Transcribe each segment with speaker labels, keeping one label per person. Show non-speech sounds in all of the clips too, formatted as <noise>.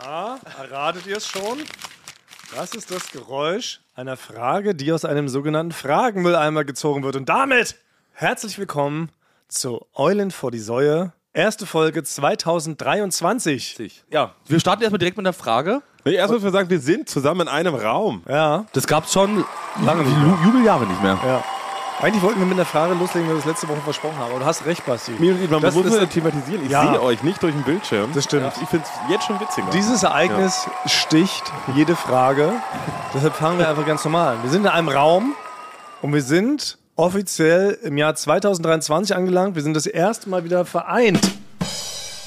Speaker 1: Ja, erratet ihr es schon? Das ist das Geräusch einer Frage, die aus einem sogenannten Fragenmülleimer gezogen wird. Und damit herzlich willkommen zu Eulen vor die Säue, erste Folge 2023.
Speaker 2: Ja, wir starten erstmal direkt mit einer Frage.
Speaker 3: Nee, erst müssen wir sagen, wir sind zusammen in einem Raum.
Speaker 1: Ja,
Speaker 2: Das gab's schon lange, Ju- Jubeljahre nicht mehr.
Speaker 1: ja. Eigentlich wollten wir mit einer Frage loslegen, weil wir das letzte Woche versprochen haben. Aber du hast recht, Basti.
Speaker 3: Mir man
Speaker 1: Das
Speaker 3: das muss
Speaker 1: ist-
Speaker 3: das thematisieren. Ich
Speaker 1: Ja.
Speaker 3: sehe euch nicht durch den Bildschirm.
Speaker 1: Das stimmt.
Speaker 3: Ich finde es jetzt schon witziger.
Speaker 1: Dieses Ereignis sticht jede Frage. Deshalb fangen wir einfach ganz normal an. Wir sind in einem Raum und wir sind offiziell im Jahr 2023 angelangt. Wir sind das erste Mal wieder vereint.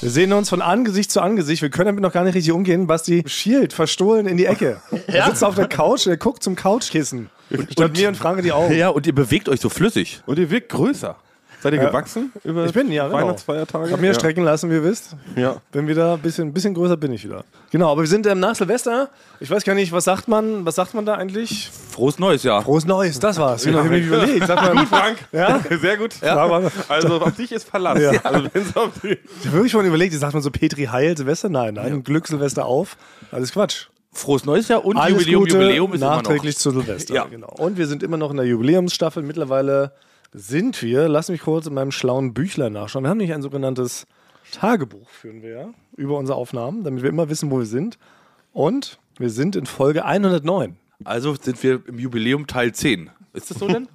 Speaker 1: Wir sehen uns von Angesicht zu Angesicht. Wir können damit noch gar nicht richtig umgehen. Basti schielt verstohlen in die <laughs> Ecke. Er sitzt auf der Couch, er guckt zum Couchkissen. Statt mir und Franke die Augen.
Speaker 2: Ja, und ihr bewegt euch so flüssig.
Speaker 3: Und ihr wirkt größer. Seid ihr gewachsen über
Speaker 1: Ich bin, ja, genau.
Speaker 3: Weihnachtsfeiertage?
Speaker 1: Ich hab mir strecken lassen, wie ihr wisst.
Speaker 3: ja.
Speaker 1: Bin wieder ein bisschen, bisschen größer bin ich wieder. Genau, aber wir sind ähm, nach Silvester. Ich weiß gar nicht, was sagt man, was sagt man da eigentlich?
Speaker 2: Frohes neues Jahr.
Speaker 1: Frohes Neues, das war's. Genau, ich hab mir überlegt. Sag mal,
Speaker 3: Gut, Frank.
Speaker 1: Ja?
Speaker 3: Sehr gut.
Speaker 1: Ja, warte.
Speaker 3: Also auf dich ist Verlass.
Speaker 1: Ja.
Speaker 3: Also wenn's auf dich.
Speaker 1: ich hab wirklich schon überlegt, sagt man so Petri Heil Silvester? Nein, nein, Glück Silvester auf. Alles Quatsch.
Speaker 2: Frohes neues Jahr und
Speaker 1: Alles
Speaker 2: Jubiläum,
Speaker 1: Gute
Speaker 2: Jubiläum ist
Speaker 1: nachträglich zu Silvester.
Speaker 2: Ja.
Speaker 1: Genau. Und wir sind immer noch in der Jubiläumsstaffel. Mittlerweile sind wir, lass mich kurz in meinem schlauen Büchlein nachschauen. Wir haben nämlich ein sogenanntes Tagebuch, führen wir ja, über unsere Aufnahmen, damit wir immer wissen, wo wir sind. Und wir sind in Folge 109.
Speaker 2: immer noch. Also sind wir im Jubiläum Teil 10. Ist das so denn?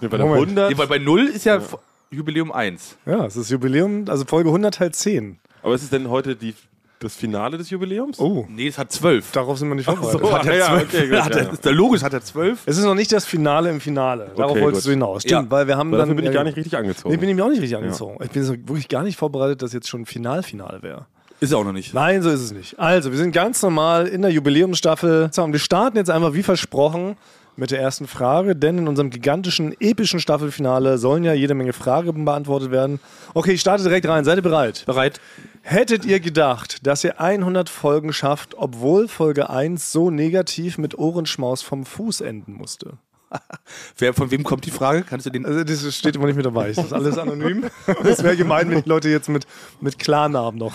Speaker 3: Nee, bei der
Speaker 1: Moment.
Speaker 3: 100.
Speaker 2: nee, weil bei 0 ist <laughs> ja, F- Jubiläum 1.
Speaker 1: Ja, es ist Jubiläum, also Folge 100 Teil 10.
Speaker 3: Aber ist es denn heute die, das Finale des Jubiläums?
Speaker 1: Oh,
Speaker 2: Nee, es hat 12. <laughs>
Speaker 1: darauf sind wir nicht vorbereitet.
Speaker 3: so.
Speaker 2: hat er
Speaker 3: ja,
Speaker 2: 12.
Speaker 3: okay, gut,
Speaker 2: hat
Speaker 3: ja,
Speaker 2: er,
Speaker 3: ja.
Speaker 2: Ist ja logisch, hat er 12.
Speaker 1: Es ist noch nicht das Finale im Finale. Darauf
Speaker 3: Okay,
Speaker 1: wolltest
Speaker 3: gut.
Speaker 1: du hinaus. Stimmt,
Speaker 2: Ja.
Speaker 1: weil wir haben
Speaker 3: Weil dafür
Speaker 1: dann
Speaker 3: bin ich
Speaker 1: ja,
Speaker 3: gar nicht richtig angezogen.
Speaker 1: Nee, bin ich mir auch nicht richtig angezogen. Ich bin so wirklich gar nicht vorbereitet, dass jetzt schon Final-Final wäre.
Speaker 2: Ist er auch noch nicht.
Speaker 1: Nein, so ist es nicht. Also, wir sind ganz normal in der Jubiläumsstaffel. So, und Wir starten jetzt einfach wie versprochen mit der ersten Frage, denn in unserem gigantischen, epischen Staffelfinale sollen ja jede Menge Fragen beantwortet werden. Okay, ich starte direkt rein. Seid ihr bereit?
Speaker 2: Bereit?
Speaker 1: Hättet ihr gedacht, dass ihr 100 Folgen schafft, obwohl Folge 1 so negativ mit Ohrenschmaus vom Fuß enden musste?
Speaker 2: Wer, von wem kommt die Frage? Kannst du den.
Speaker 1: Also das steht immer nicht mit dabei. Das ist alles <laughs> anonym. Das wäre gemein, wenn die Leute jetzt mit, mit Klarnamen noch.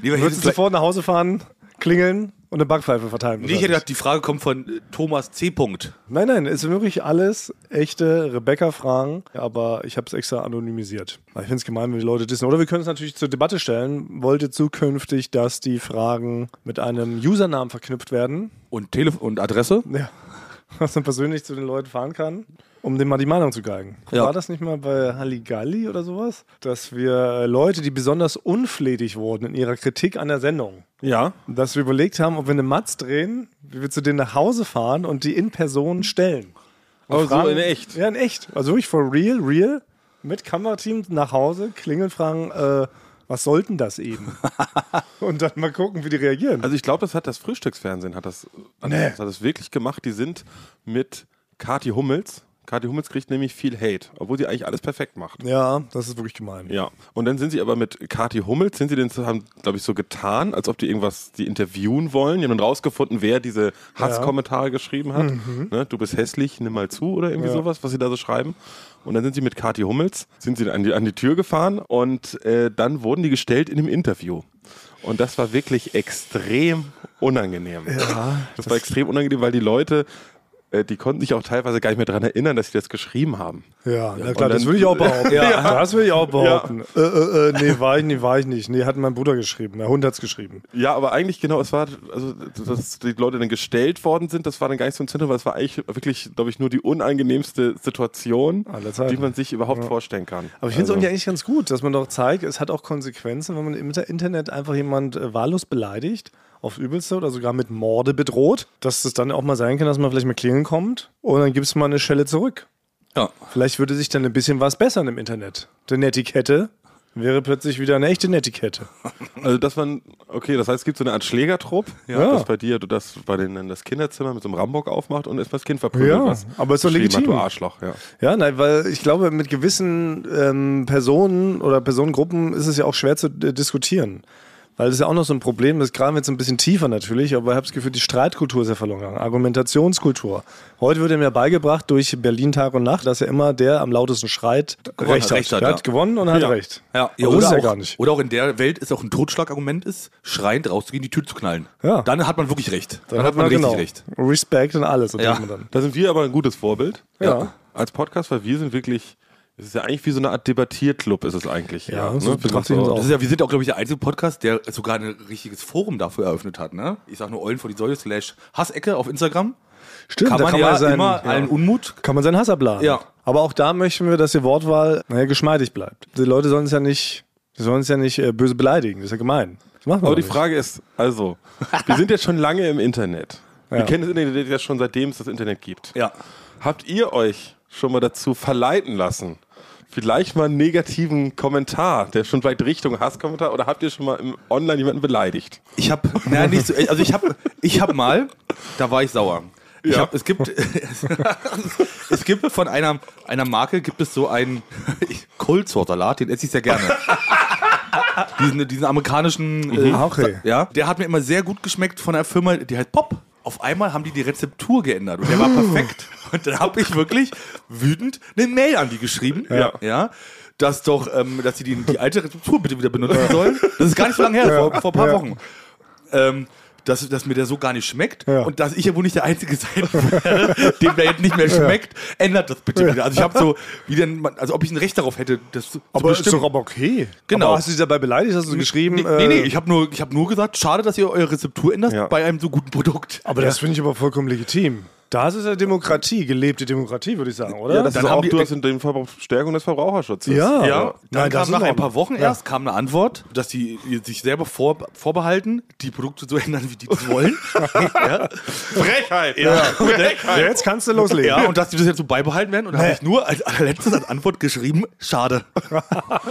Speaker 2: Lieber
Speaker 1: Würdest du
Speaker 2: vielleicht-
Speaker 1: sofort nach Hause fahren, klingeln und eine Backpfeife verteilen?
Speaker 2: Nee, ich hätte gedacht, die Frage kommt von äh, Thomas C. Punkt.
Speaker 1: nein, nein, es sind wirklich alles echte Rebecca-Fragen, aber ich habe es extra anonymisiert. Ich finde es gemein, wenn die Leute dissen. Oder wir können es natürlich zur Debatte stellen. Wollt ihr zukünftig, dass die Fragen mit einem Usernamen verknüpft werden?
Speaker 2: Und, Telef und Adresse?
Speaker 1: Ja. <laughs> Was man persönlich zu den Leuten fahren kann, um denen mal die Meinung zu geigen.
Speaker 2: Ja.
Speaker 1: War das nicht mal bei Halligalli oder sowas? Dass wir äh, Leute, die besonders unflätig wurden in ihrer Kritik an der Sendung,
Speaker 3: Ja.
Speaker 1: dass wir überlegt haben, ob wir eine Matz drehen, wie wir zu denen nach Hause fahren und die in Person stellen. Und
Speaker 3: Aber so Also in echt?
Speaker 1: Ja, in echt. Also wirklich for real, real, mit Kamerateam nach Hause, klingeln, fragen, äh, was sollten das
Speaker 3: <laughs>
Speaker 1: eben? und dann mal gucken, wie die reagieren.
Speaker 3: Also ich glaube, das hat das Frühstücksfernsehen hat das, hat,
Speaker 1: Nee.
Speaker 3: das hat das wirklich gemacht. Die sind mit Kati Hummels. Kati Hummels kriegt nämlich viel Hate, obwohl sie eigentlich alles perfekt macht.
Speaker 1: ja, das ist wirklich gemein.
Speaker 3: Ja, und dann sind sie aber mit Kati Hummels, sind sie denn, so- haben, glaube ich, so getan, als ob die irgendwas, die interviewen wollen. Die haben dann rausgefunden, wer diese Hasskommentare geschrieben hat. Ne, du bist hässlich, nimm mal zu oder irgendwie sowas, was sie da so schreiben. Und dann sind sie mit Kati Hummels, sind sie an die, an die Tür gefahren und äh, dann wurden die gestellt in einem Interview. Und das war wirklich extrem unangenehm. das, war extrem unangenehm, weil die Leute, äh, die konnten sich auch teilweise gar nicht mehr daran erinnern, dass sie das geschrieben haben.
Speaker 1: Ja, na klar,
Speaker 3: und
Speaker 1: das
Speaker 3: dann-
Speaker 1: würde ich auch <laughs> behaupten. Das würde ich auch behaupten. Äh, äh, äh, nee, war ich nicht, war ich nicht. Nee, hat mein Bruder geschrieben. Der Hund hat's geschrieben.
Speaker 3: Ja, aber eigentlich genau, es war, also, dass die Leute dann gestellt worden sind, das war dann gar nicht so ein Zentrum, weil es war eigentlich wirklich, glaube ich, nur die unangenehmste Situation,
Speaker 1: Aller Zeiten.
Speaker 3: die man sich überhaupt vorstellen kann. Also,
Speaker 1: Aber ich finde es irgendwie eigentlich ganz gut, dass man doch zeigt, es hat auch Konsequenzen, wenn man im Inter- Internet einfach jemand äh, wahllos beleidigt, aufs Übelste oder sogar mit Morde bedroht, dass es dann auch mal sein kann, dass man vielleicht mit Klingeln kommt und dann gibt es mal eine Schelle zurück.
Speaker 2: Ja.
Speaker 1: Vielleicht würde sich dann ein bisschen was bessern im Internet. Denn Netiquette wäre plötzlich wieder eine echte Netiquette.
Speaker 3: Also, dass man, okay, das heißt, es gibt so eine Art Schlägertrupp,
Speaker 1: Ja.
Speaker 3: dass bei dir, du das bei denen dann das Kinderzimmer mit so einem Rambock aufmacht und erstmal das Kind verprügelt.
Speaker 1: Ja,
Speaker 3: was
Speaker 1: aber ist doch
Speaker 3: geschrieben
Speaker 1: legitim.
Speaker 3: Hat, du Arschloch, ja.
Speaker 1: Ja, nein, weil ich glaube, mit gewissen ähm, Personen oder Personengruppen ist es ja auch schwer zu äh, diskutieren. Weil das ist ja auch noch so ein Problem, das graben wir jetzt ein bisschen tiefer natürlich, aber ich habe das Gefühl, die Streitkultur ist ja verloren gegangen, Argumentationskultur. Heute wird ihm ja beigebracht durch Berlin Tag und Nacht, dass ja immer der am lautesten schreit,
Speaker 2: Gewonnen
Speaker 1: recht hat.
Speaker 2: hat, recht hat,
Speaker 1: der
Speaker 2: ja.
Speaker 1: hat gewonnen und hat
Speaker 3: Ja.
Speaker 1: recht.
Speaker 2: Ja,
Speaker 1: ja das ist ja gar nicht.
Speaker 2: Oder auch in der Welt ist auch ein Totschlagargument ist, schreiend rauszugehen, die Tür zu knallen.
Speaker 1: Ja.
Speaker 2: Dann hat man wirklich recht. Dann, hat man, richtig
Speaker 1: genau
Speaker 2: recht.
Speaker 1: Respekt und alles. Und
Speaker 2: Ja.
Speaker 1: dann- Dann.
Speaker 3: Da sind wir aber ein gutes Vorbild.
Speaker 1: Ja.
Speaker 3: Als Podcast, weil wir sind wirklich, es ist ja eigentlich wie so eine Art Debattierclub, ist es eigentlich. ne?
Speaker 1: Ja, so betrachte ich uns auch.
Speaker 2: Das ist ja, wir sind auch, glaube ich, der einzige Podcast, der sogar ein richtiges Forum dafür eröffnet hat. Ne? Ich sag nur Eulen vor die Säule slash Hassecke auf Instagram.
Speaker 1: Stimmt,
Speaker 2: Kann
Speaker 1: da
Speaker 2: man ja
Speaker 1: sein-
Speaker 2: immer
Speaker 1: ja.
Speaker 2: allen Unmut.
Speaker 1: kann man seinen Hass abladen.
Speaker 2: Ja.
Speaker 1: Aber auch da möchten wir, dass die Wortwahl naja, geschmeidig bleibt. Die Leute sollen es ja nicht, die sollen es ja nicht äh, böse beleidigen. Das ist ja gemein. Das machen wir
Speaker 3: Aber
Speaker 1: doch
Speaker 3: die
Speaker 1: nicht.
Speaker 3: Frage ist, also, wir sind jetzt schon lange im Internet.
Speaker 1: Ja.
Speaker 3: Wir kennen das Internet ja schon seitdem es das Internet gibt.
Speaker 2: Ja.
Speaker 3: Habt ihr euch schon mal dazu verleiten lassen? Vielleicht mal einen negativen Kommentar, der schon vielleicht Richtung Hasskommentar, oder habt ihr schon mal im Online jemanden beleidigt?
Speaker 2: Ich habe, na nicht so, also ich habe, ich habe mal, da war ich sauer. Ich
Speaker 3: Ja.
Speaker 2: hab, es gibt, <laughs> es gibt von einer, einer Marke gibt es so einen Kohlsortsalat, den esse ich sehr gerne. diesen, diesen amerikanischen, äh,
Speaker 1: Ah, okay.
Speaker 2: ja, der hat mir immer sehr gut geschmeckt von einer Firma, die heißt Pop. Auf einmal haben die die Rezeptur geändert und der
Speaker 1: Ah.
Speaker 2: war perfekt. Und dann habe ich wirklich wütend eine Mail an die geschrieben, ja, dass doch, ähm, dass sie die, die alte Rezeptur bitte wieder benutzen sollen. Das ist gar nicht so lange her, vor, vor ein paar
Speaker 1: Ja.
Speaker 2: Wochen ähm, dass, dass mir der so gar nicht schmeckt
Speaker 1: Ja.
Speaker 2: und dass ich ja wohl nicht der Einzige sein <laughs> werde, dem der jetzt nicht mehr schmeckt, ändert das bitte wieder. Also ich habe so, wie denn, man- also ob ich ein Recht darauf hätte, das zu-
Speaker 1: Aber ist
Speaker 2: zu
Speaker 1: doch
Speaker 2: bestimmen.
Speaker 1: aber okay.
Speaker 2: Genau.
Speaker 1: Aber hast du dich dabei beleidigt? Hast du geschrieben?
Speaker 2: Nee, nee, nee
Speaker 1: äh,
Speaker 2: ich habe nur, ich hab nur gesagt, schade, dass ihr eure Rezeptur ändert
Speaker 3: Ja.
Speaker 2: bei einem so guten Produkt.
Speaker 1: aber das finde ich aber vollkommen legitim. Das ist ja Demokratie, gelebte Demokratie, würde ich sagen, oder?
Speaker 3: Ja, das
Speaker 2: dann
Speaker 3: ist
Speaker 2: haben
Speaker 3: auch
Speaker 2: die-
Speaker 3: durchaus in dem Ver- Stärkung des Verbraucherschutzes. Also,
Speaker 1: Ja.
Speaker 2: Ja, dann
Speaker 1: Nein, das
Speaker 2: kam
Speaker 1: ist
Speaker 2: nach
Speaker 1: in
Speaker 2: ein
Speaker 1: Ordnung.
Speaker 2: paar Wochen erst kam eine Antwort, dass die sich selber vor, vorbehalten, die Produkte so ändern, wie die das wollen.
Speaker 1: <laughs>
Speaker 2: ja.
Speaker 3: Frechheit!
Speaker 2: Ja. Und dann-
Speaker 1: ja, jetzt kannst du loslegen.
Speaker 2: Ja, und dass die das jetzt so beibehalten werden. Und da habe
Speaker 1: Nee.
Speaker 2: ich nur als allerletztes als Antwort geschrieben, schade.
Speaker 1: das,
Speaker 2: das
Speaker 1: war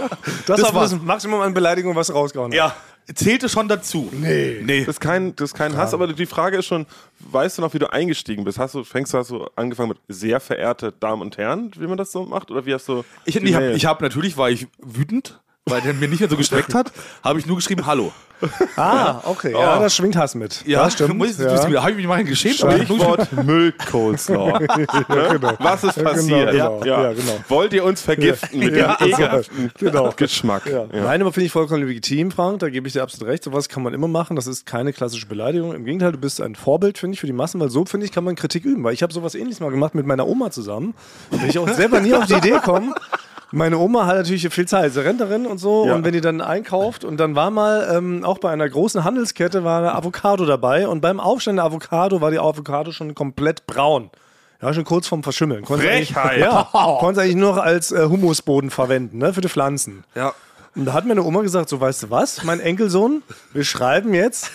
Speaker 1: das
Speaker 2: war's.
Speaker 1: Maximum an Beleidigung, was rausgehauen hat.
Speaker 2: Ja, zählte schon dazu. Nee. Nee.
Speaker 3: Das ist kein, das ist kein Hass, aber die Frage ist schon, weißt du noch, wie du eingestiegen bist? Hast du, fängst du, hast du angefangen mit sehr verehrte Damen und Herren, wie man das so macht? Oder wie hast du.
Speaker 2: Ich,
Speaker 3: die
Speaker 2: ich habe
Speaker 3: Mail?
Speaker 2: ich hab, natürlich war ich wütend, weil der mir nicht mehr so geschmeckt hat, habe ich nur geschrieben, hallo.
Speaker 1: Ah, okay. Ja,
Speaker 2: Oh.
Speaker 1: das schwingt Hass mit. das stimmt.
Speaker 2: Muss ich,
Speaker 1: ja.
Speaker 2: Da habe ich mich mal geschämt. aber ich hab nur geschrieben,
Speaker 1: <laughs>
Speaker 3: Stichwort Müllcoleslaw.
Speaker 1: genau.
Speaker 3: Was ist
Speaker 1: genau,
Speaker 3: passiert?
Speaker 1: genau, ja, genau.
Speaker 3: Wollt ihr uns vergiften mit
Speaker 1: Ja,
Speaker 3: dem
Speaker 1: ja,
Speaker 3: ekelhaften
Speaker 1: <laughs> genau.
Speaker 3: Geschmack?
Speaker 1: Ja. Nein, aber finde ich vollkommen legitim, Frank. Da gebe ich dir absolut recht. Sowas kann man immer machen. Das ist keine klassische Beleidigung. Im Gegenteil, du bist ein Vorbild, finde ich, für die Massen, weil so, finde ich, kann man Kritik üben. Weil ich habe sowas ähnliches mal gemacht mit meiner Oma zusammen. Wenn ich auch selber nie auf die Idee komme. Meine Oma hat natürlich viel Zeit, sie ist Rentnerin und so.
Speaker 3: Ja.
Speaker 1: Und wenn die dann einkauft und dann war mal ähm, auch bei einer großen Handelskette war eine Avocado dabei und beim Aufstellen der Avocado war die Avocado schon komplett braun. Ja, schon kurz vorm Verschimmeln. Konntest
Speaker 3: Frechheit.
Speaker 1: eigentlich-
Speaker 3: <laughs>
Speaker 1: Ja, konntest eigentlich nur noch als äh, Humusboden verwenden, ne, für die Pflanzen.
Speaker 2: Ja.
Speaker 1: Und da hat meine Oma gesagt, so weißt du was, mein Enkelsohn, wir schreiben jetzt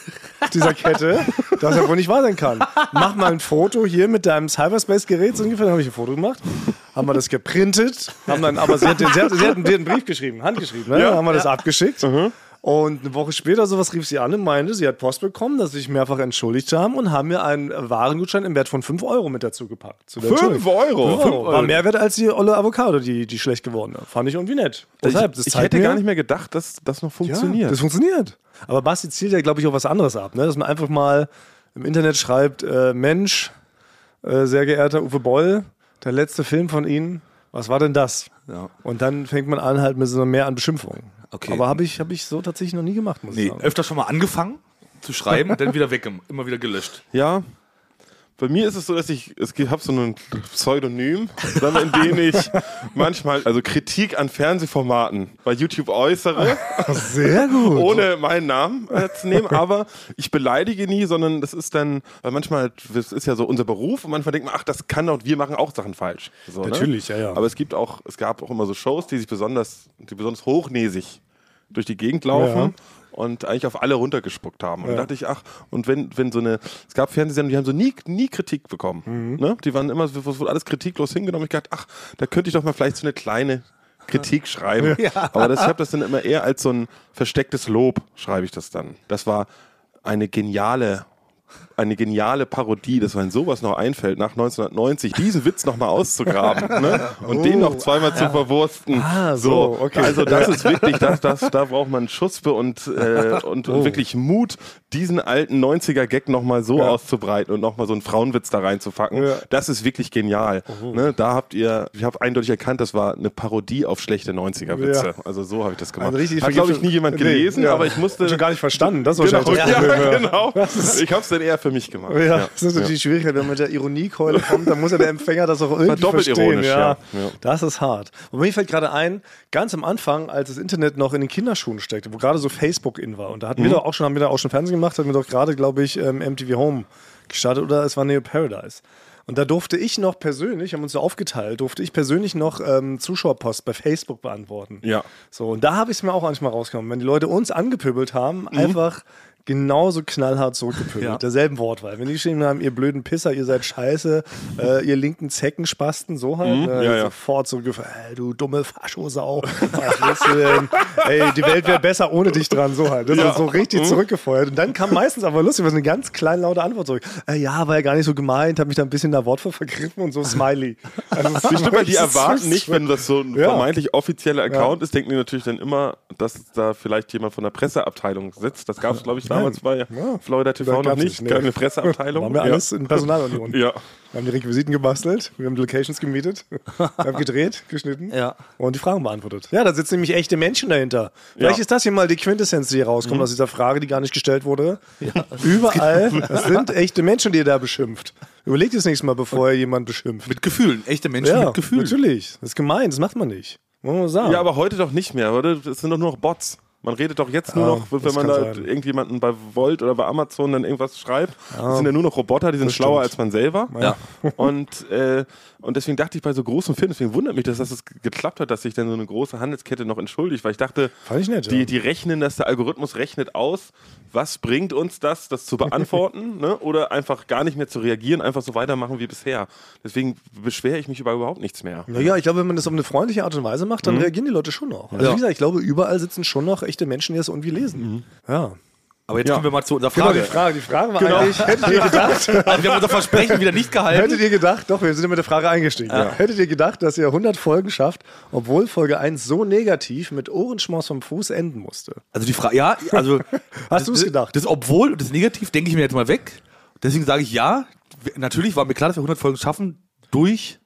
Speaker 1: dieser Kette, dass er wohl nicht wahr sein kann. Mach mal ein Foto hier mit deinem Cyberspace-Gerät, so ungefähr, dann habe ich ein Foto gemacht, haben wir das geprintet, haben dann, aber sie hat den, sie hat, sie hat den einen Brief geschrieben, handgeschrieben, ne? dann haben wir das abgeschickt. Und eine Woche später sowas rief sie an und meinte, sie hat Post bekommen, dass sie sich mehrfach entschuldigt haben und haben mir einen Warengutschein im Wert von 5 Euro mit dazu gepackt. Zu der
Speaker 3: Fünf
Speaker 1: Entschuldigung.
Speaker 3: Euro?
Speaker 1: Fünf
Speaker 3: Fünf
Speaker 1: Euro. War
Speaker 3: Euro.
Speaker 1: mehr wert als die olle Avocado, die, die schlecht geworden ist. Fand ich irgendwie nett. Deshalb, das
Speaker 3: ich
Speaker 1: zeigt
Speaker 3: hätte
Speaker 1: mir,
Speaker 3: gar nicht mehr gedacht, dass das noch funktioniert.
Speaker 1: ja, das funktioniert. Aber Basti zielt ja, glaube ich, auch was anderes ab. Ne? Dass man einfach mal im Internet schreibt, äh, Mensch, äh, sehr geehrter Uwe Boll, der letzte Film von Ihnen, was war denn das?
Speaker 2: Ja.
Speaker 1: Und dann fängt man an halt mit so mehr an Beschimpfungen.
Speaker 2: Okay.
Speaker 1: Aber habe ich, hab ich so tatsächlich noch nie gemacht, muss ich
Speaker 2: Nee,
Speaker 1: sagen.
Speaker 2: öfter schon mal angefangen zu schreiben, dann wieder weg, immer wieder gelöscht.
Speaker 3: Ja. Bei mir ist es so, dass ich, es habe so ein Pseudonym, sagen wir, in
Speaker 1: <laughs>
Speaker 3: dem ich manchmal also Kritik an Fernsehformaten bei YouTube äußere, <laughs>
Speaker 1: Sehr gut.
Speaker 3: ohne meinen Namen äh,
Speaker 1: <laughs>
Speaker 3: zu nehmen, aber ich beleidige nie, sondern das ist dann, weil manchmal, das ist ja so unser Beruf und manchmal denkt man, ach, das kann doch, wir machen auch Sachen falsch. So, ne?
Speaker 1: Natürlich, ja, ja.
Speaker 3: Aber es gibt auch, es gab auch immer so Shows, die sich besonders, die besonders hochnäsig durch die Gegend laufen.
Speaker 1: Ja.
Speaker 3: Und eigentlich auf alle runtergespuckt haben. Und
Speaker 1: Ja.
Speaker 3: da dachte ich, ach, und wenn, wenn so eine, es gab Fernsehsendungen, die haben so nie, nie Kritik bekommen.
Speaker 1: Mhm.
Speaker 3: Ne? Die waren immer, es wurde alles kritiklos hingenommen. Ich dachte, ach, da könnte ich doch mal vielleicht so eine kleine Kritik schreiben. <laughs> Aber das, ich habe das dann immer eher als so ein verstecktes Lob, schreibe ich das dann. Das war eine geniale eine geniale Parodie, dass wenn sowas noch einfällt, nach 1990 diesen Witz nochmal auszugraben ne?
Speaker 1: <laughs>
Speaker 3: und den noch zweimal zu verwursten.
Speaker 1: Oh. Ah, so, okay.
Speaker 3: Also
Speaker 1: <laughs>
Speaker 3: das ist wirklich, das, das, da braucht man Schuspe und, äh, und
Speaker 1: Oh.
Speaker 3: wirklich Mut, diesen alten 90er-Gag nochmal so auszubreiten und nochmal so einen Frauenwitz da reinzufacken.
Speaker 1: Ja. Oh.
Speaker 3: Das ist wirklich genial. Ne? Da habt ihr, ich habe eindeutig erkannt, das war eine Parodie auf schlechte 90er-Witze.
Speaker 1: Ja.
Speaker 3: Also so habe ich das gemacht.
Speaker 1: Also richtig
Speaker 3: Hat, glaube ich,
Speaker 1: vergiftet-
Speaker 3: nie jemand
Speaker 1: Nee,
Speaker 3: gelesen,
Speaker 1: ja.
Speaker 3: aber ich musste...
Speaker 1: Schon gar nicht verstanden, das ist
Speaker 3: Genau,
Speaker 1: wahrscheinlich das Problem.
Speaker 3: <laughs> ja,
Speaker 1: ja.
Speaker 3: genau. Ich habe es dann eher für mich gemacht.
Speaker 1: Ja, das ist natürlich die Schwierigkeit, wenn man mit der Ironiekeule kommt, dann muss ja der Empfänger das auch irgendwie
Speaker 3: doppelt
Speaker 1: verstehen.
Speaker 3: ironisch, ja. Ja.
Speaker 1: Das ist hart. Und mir fällt gerade ein, ganz am Anfang, als das Internet noch in den Kinderschuhen steckte, wo gerade so Facebook in war, und da hatten
Speaker 3: Mhm.
Speaker 1: wir doch auch schon, haben wir da auch schon Fernsehen gemacht, hatten wir doch gerade, glaube ich, ähm, MTV Home gestartet oder es war Neo Paradise. Und da durfte ich noch persönlich, haben uns so aufgeteilt, durfte ich persönlich noch ähm, Zuschauerpost bei Facebook beantworten.
Speaker 3: Ja.
Speaker 1: So, und da habe ich es mir auch manchmal rausgenommen. Wenn die Leute uns angepöbelt haben,
Speaker 3: Mhm.
Speaker 1: einfach genauso knallhart zurückgepöbelt.
Speaker 2: Ja.
Speaker 1: Derselben Wortwahl. Wenn die geschrieben haben, ihr blöden Pisser, ihr seid scheiße, äh, ihr linken Zeckenspasten, so halt, ne,
Speaker 3: ja, ja.
Speaker 1: sofort zurückgefallen, ey, du dumme Faschosau, was willst du
Speaker 3: <laughs>
Speaker 1: denn? Ey, die Welt wäre besser ohne dich dran, so halt. Das ist so richtig
Speaker 3: Mhm.
Speaker 1: zurückgefeuert. Und dann kam meistens aber lustig, was eine ganz kleine, laute Antwort zurück. Äh, ja, war ja gar nicht so gemeint, habe mich da ein bisschen in der Wortwahl vergriffen und so Smiley. Also, es ist
Speaker 3: Die Stimmt, weil die
Speaker 1: wirklich süß.
Speaker 3: erwarten nicht, wenn das so ein
Speaker 1: Ja.
Speaker 3: vermeintlich offizieller Account ist, denken die natürlich dann immer, dass da vielleicht jemand von der Presseabteilung sitzt. Das gab es, glaube ich, damals bei Florida
Speaker 1: Da
Speaker 3: TV noch
Speaker 1: gab's
Speaker 3: nicht.
Speaker 1: nicht, nee.
Speaker 3: Keine
Speaker 1: Waren
Speaker 3: Presseabteilung.
Speaker 1: wir alles in Ah. Personalunion.
Speaker 3: Ja.
Speaker 1: Wir haben die Requisiten gebastelt, wir haben die Locations gemietet, wir haben gedreht, geschnitten
Speaker 2: Ja.
Speaker 1: und die Fragen beantwortet. Ja, da sitzen nämlich echte Menschen dahinter. Vielleicht
Speaker 3: Ja.
Speaker 1: ist das hier mal die Quintessenz, die hier rauskommt aus dieser Frage, die gar nicht gestellt wurde. Überall es sind echte Menschen, die ihr da beschimpft. Überlegt es nächstes Mal, bevor ihr jemanden beschimpft.
Speaker 2: Mit Gefühlen, echte Menschen
Speaker 1: ja,
Speaker 2: mit Gefühlen.
Speaker 1: natürlich. Das ist gemein, das macht man nicht. Muss man sagen.
Speaker 3: Ja, aber heute doch nicht mehr, oder? Das sind doch nur noch Bots. Man redet doch jetzt nur
Speaker 1: Ja,
Speaker 3: noch, wenn
Speaker 1: Ah, das
Speaker 3: man
Speaker 1: kann
Speaker 3: da
Speaker 1: sein.
Speaker 3: irgendjemanden bei Volt oder bei Amazon dann irgendwas schreibt, das sind ja nur noch Roboter, die sind schlauer
Speaker 1: Ah. stimmt.
Speaker 3: als man selber.
Speaker 2: Ja.
Speaker 3: Und, äh, und deswegen dachte ich bei so großen Firmen, deswegen wundert mich, dass das jetzt geklappt hat, dass sich dann so eine große Handelskette noch entschuldigt, weil ich dachte,
Speaker 1: Fand ich nett, ja.
Speaker 3: die, die rechnen, dass der Algorithmus rechnet aus, was bringt uns das, das
Speaker 1: <laughs>
Speaker 3: zu beantworten ne? oder einfach gar nicht mehr zu reagieren, einfach so weitermachen wie bisher. Deswegen beschwere ich mich über überhaupt nichts mehr.
Speaker 1: Naja, ich glaube, wenn man das auf eine freundliche Art und Weise macht, dann reagieren die Leute schon noch. Also wie gesagt, ich glaube, überall sitzen schon noch echte Menschen, die das irgendwie lesen. Ja.
Speaker 2: Aber jetzt
Speaker 3: Ja.
Speaker 2: kommen wir mal zu unserer
Speaker 1: Genau, die
Speaker 2: Frage. Also
Speaker 1: Frage, die Frage war eigentlich, hättet ihr gedacht,
Speaker 2: wir haben unser Versprechen wieder nicht gehalten.
Speaker 1: Hättet ihr gedacht, doch, wir sind ja mit der Frage eingestiegen. Ja. Hättet ihr gedacht, dass ihr 100 Folgen schafft, obwohl Folge 1 so negativ mit Ohrenschmaus vom Fuß enden musste?
Speaker 2: Also die Frage, ja,
Speaker 1: <laughs>
Speaker 2: also. das-
Speaker 1: du's gedacht?
Speaker 2: Das, obwohl, und das Negativ denke ich mir jetzt mal weg. Deswegen sage ich ja. W- Natürlich war mir klar, dass wir 100 Folgen schaffen durch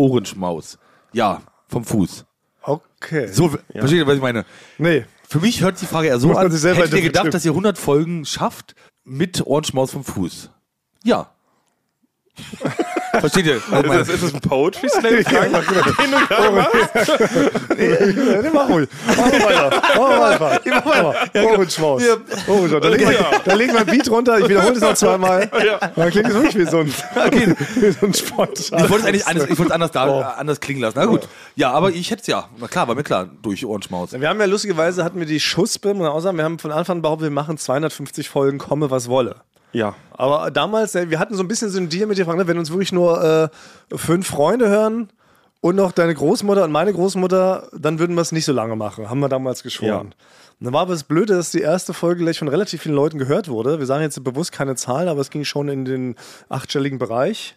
Speaker 2: Ohrenschmaus. Ja, vom Fuß.
Speaker 1: Okay.
Speaker 2: So, versteht ihr, was ich meine?
Speaker 1: Nee.
Speaker 2: Für mich hört die Frage ja so
Speaker 1: Muss man
Speaker 2: an.
Speaker 1: sich selber
Speaker 2: Hättet ihr gedacht,
Speaker 1: interpretieren.
Speaker 2: dass ihr 100 Folgen schafft mit Ohrenschmaus vom Fuß?
Speaker 1: <laughs>
Speaker 2: Ja. versteht ihr? was ich meine?
Speaker 3: Ist das, ist das ein
Speaker 1: <laughs>
Speaker 3: Poetry Slam?
Speaker 1: Ja, Äh, nee, mach ruhig. Mach mal <laughs> weiter. Mach mal weiter. Ja, Ohrenschmaus. Ohrenschmaus. Da, legen wir, da legen wir ein Beat runter, ich wiederhole es noch zweimal. Dann klingt es wirklich wie so ein, <laughs> wie so ein Sport.
Speaker 2: Ich wollte es eigentlich anders, ich wollte es anders, da,
Speaker 1: Oh.
Speaker 2: anders klingen lassen. Na gut. Ja, aber ich hätte es ja. Na klar, war mir klar. Durch Ohrenschmaus.
Speaker 1: Wir haben ja lustigerweise, hatten wir die Schuspe, muss man auch sagen, wir haben von Anfang an behauptet, wir machen 250 Folgen, komme was wolle.
Speaker 3: Ja.
Speaker 1: Aber damals, ey, wir hatten so ein bisschen so einen Deal mit dir, Frank, ne? wenn uns wirklich nur äh, fünf Freunde hören und noch deine Großmutter und meine Großmutter, dann würden wir es nicht so lange machen, haben wir damals geschworen.
Speaker 3: Ja.
Speaker 1: Und dann war aber das Blöde, dass die erste Folge gleich von relativ vielen Leuten gehört wurde. Wir sagen jetzt bewusst keine Zahlen, aber es ging schon in den achtstelligen Bereich.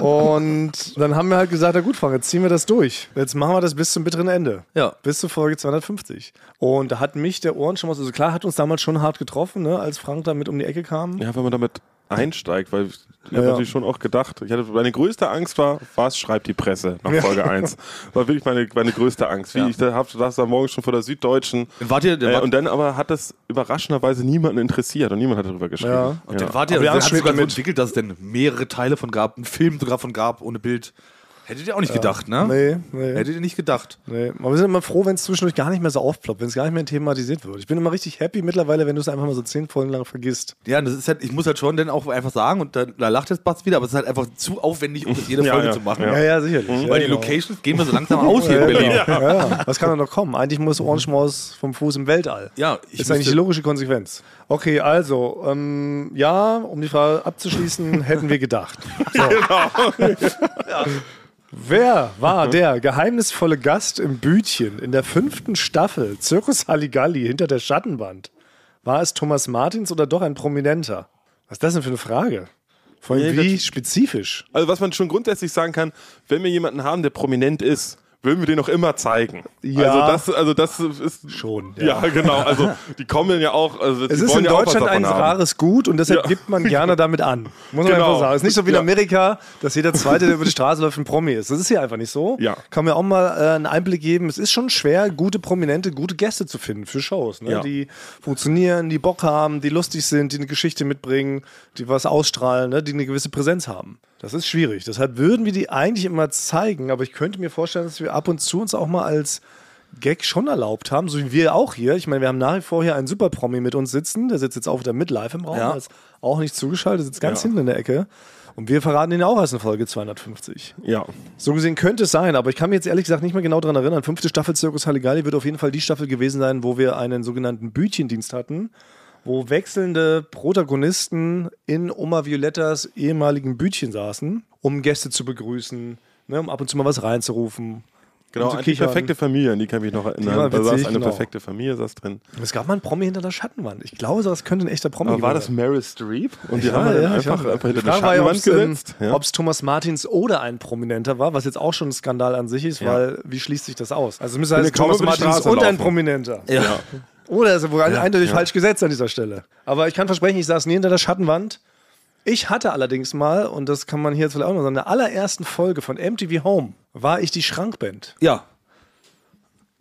Speaker 1: und dann haben wir halt gesagt, na gut, Frank, jetzt ziehen wir das durch. Jetzt machen wir das bis zum bitteren Ende.
Speaker 2: Ja.
Speaker 1: Bis zur Folge 250. Und da hat mich der Ohrenschmaus, also klar, hat uns damals schon hart getroffen, ne, als Frank damit um die Ecke kam.
Speaker 3: Ja, wenn man damit einsteigt, weil ich habe
Speaker 1: ja.
Speaker 3: natürlich schon auch gedacht, ich hatte, meine größte Angst war, was schreibt die Presse nach Folge 1?
Speaker 1: <laughs>
Speaker 3: War wirklich meine, meine größte Angst. Wie ich da hab, saß da morgens schon vor der Süddeutschen.
Speaker 2: Dann wart ihr- dann
Speaker 3: äh,
Speaker 2: wart-
Speaker 3: und dann aber hat das überraschenderweise niemanden interessiert und niemand hat darüber geschrieben.
Speaker 1: Ja.
Speaker 2: Und dann wart ihr,
Speaker 1: Aber wir
Speaker 2: dann
Speaker 1: haben
Speaker 2: hat
Speaker 1: schon
Speaker 2: sich sogar so
Speaker 1: mit-
Speaker 2: entwickelt, dass es denn mehrere Teile von gab, einen Film sogar von gab, ohne Bild. Hättet ihr auch nicht gedacht, ne?
Speaker 1: Nee, nee.
Speaker 2: Hättet ihr nicht gedacht.
Speaker 1: Nee, aber wir sind immer froh, wenn es zwischendurch gar nicht mehr so aufploppt, wenn es gar nicht mehr thematisiert wird. Ich bin immer richtig happy mittlerweile, wenn du es einfach mal so zehn Folgen lang vergisst.
Speaker 2: Ja, das ist halt, ich muss halt schon dann auch einfach sagen, und da, da lacht jetzt Bast wieder, aber es ist halt einfach zu aufwendig, um das jede
Speaker 3: Ja,
Speaker 2: Folge
Speaker 3: ja,
Speaker 2: zu
Speaker 1: <laughs>
Speaker 2: machen.
Speaker 1: Ja, ja, sicherlich. Ja,
Speaker 2: Mhm. Weil die
Speaker 1: genau.
Speaker 2: Locations gehen wir
Speaker 1: <laughs>
Speaker 2: so langsam aus hier
Speaker 1: Ja,
Speaker 2: in
Speaker 1: genau.
Speaker 2: Berlin.
Speaker 1: Ja, ja. Was kann da noch kommen? Eigentlich muss Orange Maus vom Fuß im Weltall.
Speaker 2: Ja, ich
Speaker 1: ist eigentlich
Speaker 2: müsste-
Speaker 1: die logische Konsequenz. Okay, also, ähm, ja, um die Frage abzuschließen, <laughs> hätten wir gedacht. So.
Speaker 3: Genau.
Speaker 1: Wer
Speaker 3: Mhm.
Speaker 1: war der geheimnisvolle Gast im Bütchen in der fünften Staffel Zirkus Halligalli hinter der Schattenwand? War es Thomas Martins oder doch ein Prominenter? Was ist das denn für eine Frage? Vor allem
Speaker 3: Ja,
Speaker 1: wie spezifisch.
Speaker 3: Also was man schon grundsätzlich sagen kann, wenn wir jemanden haben, der prominent ist, würden wir den auch immer zeigen.
Speaker 1: Ja.
Speaker 3: Also das, also das ist
Speaker 1: Schon, ja.
Speaker 3: Ja, genau. Also die kommen ja auch. Also
Speaker 1: Es ist in
Speaker 3: ja auch was
Speaker 1: Deutschland
Speaker 3: davon
Speaker 1: ein
Speaker 3: haben.
Speaker 1: rares Gut und deshalb
Speaker 3: Ja.
Speaker 1: gibt man
Speaker 3: <laughs>
Speaker 1: gerne damit an. Muss man
Speaker 3: Genau.
Speaker 1: einfach sagen. Es ist nicht so wie in
Speaker 3: Ja.
Speaker 1: Amerika, dass jeder Zweite, der über die Straße <laughs> läuft, ein Promi ist. Das ist hier einfach nicht so.
Speaker 3: Ja.
Speaker 1: Kann mir auch mal äh, einen Einblick geben. Es ist schon schwer, gute Prominente, gute Gäste zu finden für Shows. Ne?
Speaker 3: Ja.
Speaker 1: Die funktionieren, die Bock haben, die lustig sind, die eine Geschichte mitbringen, die was ausstrahlen, ne? die eine gewisse Präsenz haben. Das ist schwierig. Deshalb würden wir die eigentlich immer zeigen, aber ich könnte mir vorstellen, dass wir ab und zu uns auch mal als Gag schon erlaubt haben, so wie wir auch hier. Ich meine, wir haben nach wie vor hier einen super Promi mit uns sitzen. Der sitzt jetzt auch wieder mit live im Raum.
Speaker 2: Ja.
Speaker 1: Der ist auch nicht zugeschaltet, sitzt ganz
Speaker 3: Ja.
Speaker 1: hinten in der Ecke. Und wir verraten ihn auch erst in Folge 250.
Speaker 3: Ja.
Speaker 1: So gesehen könnte es sein, aber ich kann mir jetzt ehrlich gesagt nicht mehr genau daran erinnern. Fünfte Staffel Circus Halligalli wird auf jeden Fall die Staffel gewesen sein, wo wir einen sogenannten Bütchendienst hatten, wo wechselnde Protagonisten in Oma Violettas ehemaligen Bütchen saßen, um Gäste zu begrüßen, ne, um ab und zu mal was reinzurufen.
Speaker 3: Genau,
Speaker 1: um zu
Speaker 3: die
Speaker 1: kichern.
Speaker 3: perfekte Familie, an die kann ich mich noch erinnern.
Speaker 1: waren
Speaker 3: Da saß
Speaker 1: witzig,
Speaker 3: eine
Speaker 1: genau.
Speaker 3: perfekte Familie, saß drin.
Speaker 1: Es gab mal einen Promi hinter der Schattenwand. Ich glaube, das könnte ein echter Promi
Speaker 3: Aber war
Speaker 1: gewesen sein.
Speaker 3: das Meryl Streep? Und die haben wir dann einfach, einfach hinter eine
Speaker 1: Frage war ja,
Speaker 3: Schattenwand
Speaker 1: ob's, ähm,
Speaker 3: gesetzt. Ja.
Speaker 1: Ob es Thomas Martins oder ein Prominenter war, was jetzt auch schon ein Skandal an sich ist, weil wie schließt sich das aus? Also es müsste heißen,
Speaker 3: kaum
Speaker 1: Thomas
Speaker 3: über die
Speaker 1: Martins
Speaker 3: Straße
Speaker 1: und ein
Speaker 3: laufen.
Speaker 1: Prominenter. Oder ist er wohl eindeutig falsch gesetzt an dieser Stelle. Aber ich kann versprechen, ich saß nie hinter der Schattenwand. Ich hatte allerdings mal, und das kann man hier jetzt vielleicht auch noch sagen, in der allerersten Folge von MTV Home war ich die Schrankband.
Speaker 2: Ja.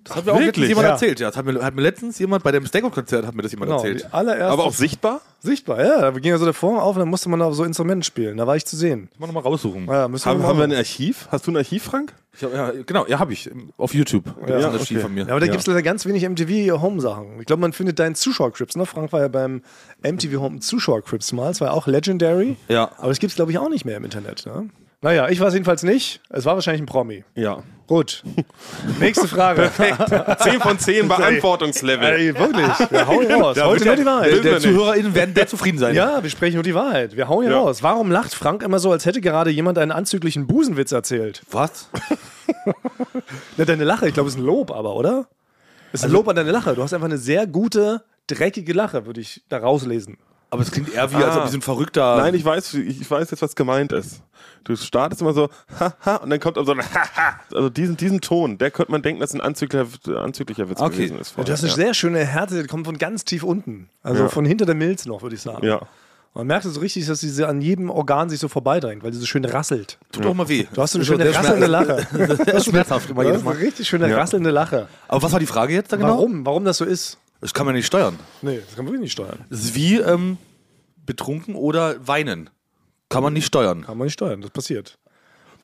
Speaker 2: Das hat mir auch letztens
Speaker 3: wirklich?
Speaker 2: jemand
Speaker 1: Ja.
Speaker 2: erzählt. Ja, das hat mir, hat mir letztens jemand bei dem Stackout-Konzert hat mir das jemand
Speaker 1: Genau, die
Speaker 2: erzählt.
Speaker 1: allererste
Speaker 3: Aber auch sichtbar?
Speaker 1: sichtbar. Ja, da ging ja so der Vorhang auf und dann musste man auf so Instrumenten spielen. Da war ich zu sehen.
Speaker 2: Mal nochmal raussuchen.
Speaker 1: Ja, müssen
Speaker 3: Haben,
Speaker 1: mal
Speaker 3: haben wir
Speaker 1: machen.
Speaker 3: ein Archiv? Hast du ein Archiv, Frank?
Speaker 2: Ich hab, ja, genau, ja, habe ich. Auf YouTube. Ja,
Speaker 3: Ja,
Speaker 2: das
Speaker 3: okay.
Speaker 2: okay. von mir.
Speaker 1: Ja, aber da
Speaker 3: Ja.
Speaker 1: gibt's leider ganz wenig MTV-Home-Sachen. Ich glaube, man findet deinen Zuschauercrips. Ne? Frank war ja beim MTV-Home Zuschauercrips mal. Es war ja auch legendary.
Speaker 2: Ja.
Speaker 1: Aber das gibt's glaube ich, auch nicht mehr im Internet. Ne? Naja, ich war jedenfalls nicht. Es war wahrscheinlich ein Promi.
Speaker 3: Ja. <laughs>
Speaker 1: Gut. Nächste Frage.
Speaker 3: Perfekt. 10 von
Speaker 2: <laughs>
Speaker 3: 10 Beantwortungslevel.
Speaker 1: Ey, wirklich. Wir
Speaker 3: <laughs>
Speaker 1: hauen raus. Heute nur die
Speaker 2: der,
Speaker 1: Wahrheit.
Speaker 2: der
Speaker 3: wir nicht.
Speaker 2: ZuhörerInnen werden sehr zufrieden sein.
Speaker 1: Ja, wir sprechen nur die Wahrheit. Wir hauen hier
Speaker 3: Ja.
Speaker 1: raus. Warum lacht Frank immer so, als hätte gerade jemand einen anzüglichen Busenwitz erzählt?
Speaker 2: Was?
Speaker 1: Na, deine Lache, ich glaube, ist ein Lob, aber, oder? Ist
Speaker 3: Also
Speaker 1: ein Lob an deine Lache. Du hast einfach eine sehr gute, dreckige Lache, würde ich da rauslesen.
Speaker 2: Aber es klingt eher wie, als
Speaker 3: Ah.
Speaker 2: ob ich so ein verrückter.
Speaker 3: Nein, ich weiß, ich weiß jetzt, was gemeint ist. Du startest immer so, haha, und dann kommt aber so ein haha. Also diesen, diesen Ton, der könnte man denken, dass ein anzüglicher, anzüglicher Witz
Speaker 2: Okay.
Speaker 3: gewesen ist.
Speaker 1: Du hast eine
Speaker 3: vorher.
Speaker 1: sehr schöne Härte, die kommt von ganz tief unten. Also
Speaker 3: Ja.
Speaker 1: von hinter der Milz noch, würde ich sagen.
Speaker 3: ja. ja.
Speaker 1: Man merkt es so richtig, dass diese an jedem Organ sich so vorbeidrängt, weil die so schön rasselt.
Speaker 2: Tut doch mal weh.
Speaker 1: Du hast so eine
Speaker 2: Das ist
Speaker 1: schöne
Speaker 3: <laughs>
Speaker 2: sehr
Speaker 1: rasselnde
Speaker 2: schmerz-
Speaker 1: Lache.
Speaker 2: <laughs> Das ist schmerzhaft immer
Speaker 1: Du
Speaker 2: jedes
Speaker 1: hast eine
Speaker 2: Mal.
Speaker 1: richtig schöne rasselnde Lache.
Speaker 2: Aber was war die Frage jetzt da genau?
Speaker 1: Warum? Warum das so ist?
Speaker 2: Das kann man nicht steuern.
Speaker 1: Nee, das kann man wirklich nicht steuern.
Speaker 2: Das ist wie ähm, betrunken oder weinen. Kann man nicht steuern.
Speaker 1: Kann man nicht steuern, das passiert.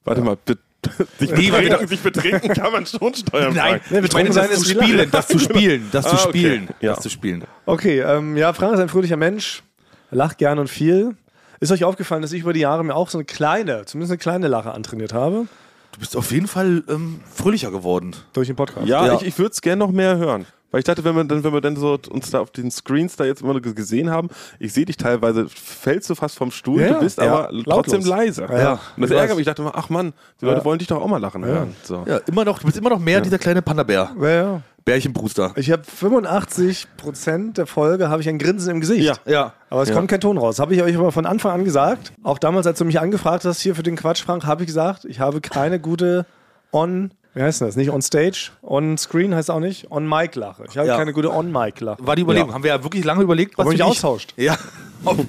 Speaker 3: Warte mal, be <laughs> sich,
Speaker 2: Nee, weil
Speaker 3: betrinken, sich betrinken kann man schon steuern. Frank.
Speaker 2: Nein,
Speaker 1: Nee,
Speaker 2: ich meine,
Speaker 1: betrunken sein
Speaker 2: das zu
Speaker 1: ist wie
Speaker 2: spielen, <laughs> das zu spielen, das zu
Speaker 3: Ah, okay.
Speaker 2: spielen,
Speaker 3: Ja.
Speaker 2: das zu spielen.
Speaker 1: Okay, ähm, ja, Frank ist ein fröhlicher Mensch, lacht gern und viel. Ist euch aufgefallen, dass ich über die Jahre mir auch so eine kleine, zumindest eine kleine Lache antrainiert habe?
Speaker 2: Du bist auf jeden Fall ähm, fröhlicher geworden.
Speaker 1: Durch den Podcast.
Speaker 3: Ja,
Speaker 2: Ja.
Speaker 3: ich, ich würde es gerne noch mehr hören. Weil ich dachte, wenn wir dann, wenn wir dann so uns da auf den Screens da jetzt immer g- gesehen haben, ich sehe dich teilweise, fällst du fast vom Stuhl,
Speaker 1: Ja,
Speaker 3: du bist
Speaker 1: ja,
Speaker 3: aber
Speaker 1: lautlos.
Speaker 3: trotzdem leise.
Speaker 1: Ja, ja.
Speaker 3: Und
Speaker 1: Ich
Speaker 3: das ärgert
Speaker 1: weiß.
Speaker 3: mich. Ich dachte immer, ach Mann, die Leute wollen dich doch auch mal lachen hören. So.
Speaker 2: Ja, immer noch, du bist immer noch mehr dieser kleine Panda-Bär.
Speaker 1: Ja, ja.
Speaker 2: Bärchenbruster.
Speaker 1: Ich habe 85% der Folge habe ich ein Grinsen im Gesicht.
Speaker 3: Ja.
Speaker 2: Ja.
Speaker 1: Aber es
Speaker 3: Ja.
Speaker 1: kommt kein Ton raus. Habe ich euch aber von Anfang an gesagt. Auch damals, als du mich angefragt hast hier für den Quatsch, Frank, habe ich gesagt, ich habe keine gute On, wie heißt denn das? Nicht on Stage, on Screen heißt auch nicht, on Mic Lache. Ich habe
Speaker 2: Ja.
Speaker 1: keine gute on Mic Lache.
Speaker 2: War die Überlegung. Haben wir ja wirklich lange überlegt,
Speaker 1: Ob man
Speaker 2: wir
Speaker 1: mich
Speaker 2: nicht-
Speaker 1: austauscht.
Speaker 2: Ja. <laughs> Ob-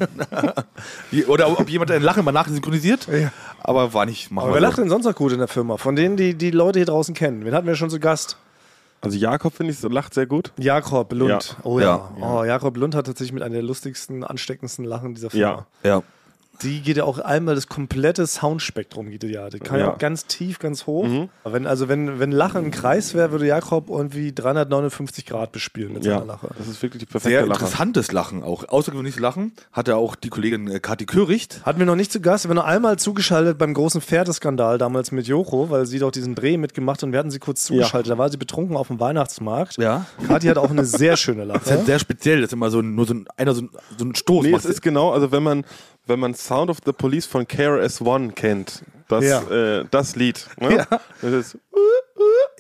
Speaker 2: Je- Oder ob jemand ein Lachen mal nachsynchronisiert.
Speaker 1: Ja.
Speaker 2: Aber war nicht. Machen
Speaker 1: Aber wer
Speaker 2: so.
Speaker 1: lacht denn sonst noch gut in der Firma? Von denen, die die Leute hier draußen kennen. Wen hatten wir schon zu Gast?
Speaker 3: Also Jakob, finde ich, so lacht sehr gut.
Speaker 1: Jakob Lund.
Speaker 3: Ja.
Speaker 1: Oh ja. Oh, Jakob Lund hat tatsächlich mit einer der lustigsten, ansteckendsten Lachen dieser Firma.
Speaker 3: Ja.
Speaker 2: Ja.
Speaker 1: Die geht ja auch einmal das komplette Soundspektrum, geht die ja. Die kann ja,
Speaker 3: Ja. Mhm.
Speaker 1: auch ganz tief, ganz hoch. Aber Wenn, also wenn, wenn Lachen ein Kreis wäre, würde Jakob irgendwie 359 Grad bespielen mit
Speaker 3: Ja,
Speaker 1: seiner Lache.
Speaker 3: das ist wirklich die perfekte
Speaker 2: Sehr
Speaker 3: Lache.
Speaker 2: interessantes Lachen auch. Außergewöhnliches Lachen hat ja auch die Kollegin äh, Kathi Köricht.
Speaker 1: Hatten wir noch nicht zu Gast, wir haben noch einmal zugeschaltet beim großen Pferdeskandal damals mit Joko, weil sie doch diesen Dreh mitgemacht hat und wir hatten sie kurz zugeschaltet. Da war sie betrunken auf dem Weihnachtsmarkt.
Speaker 2: Ja.
Speaker 1: Kathi hat auch eine sehr schöne Lache.
Speaker 2: Das ist halt sehr speziell, dass immer so ein, nur so ein, einer so ein, so ein Stoß
Speaker 3: Nee,
Speaker 2: macht.
Speaker 3: es ist genau, also wenn man, wenn man Sound of the Police von KRS-One kennt, das,
Speaker 1: Ja.
Speaker 3: äh, das Lied. Ne?
Speaker 2: Ja.
Speaker 3: Das ist,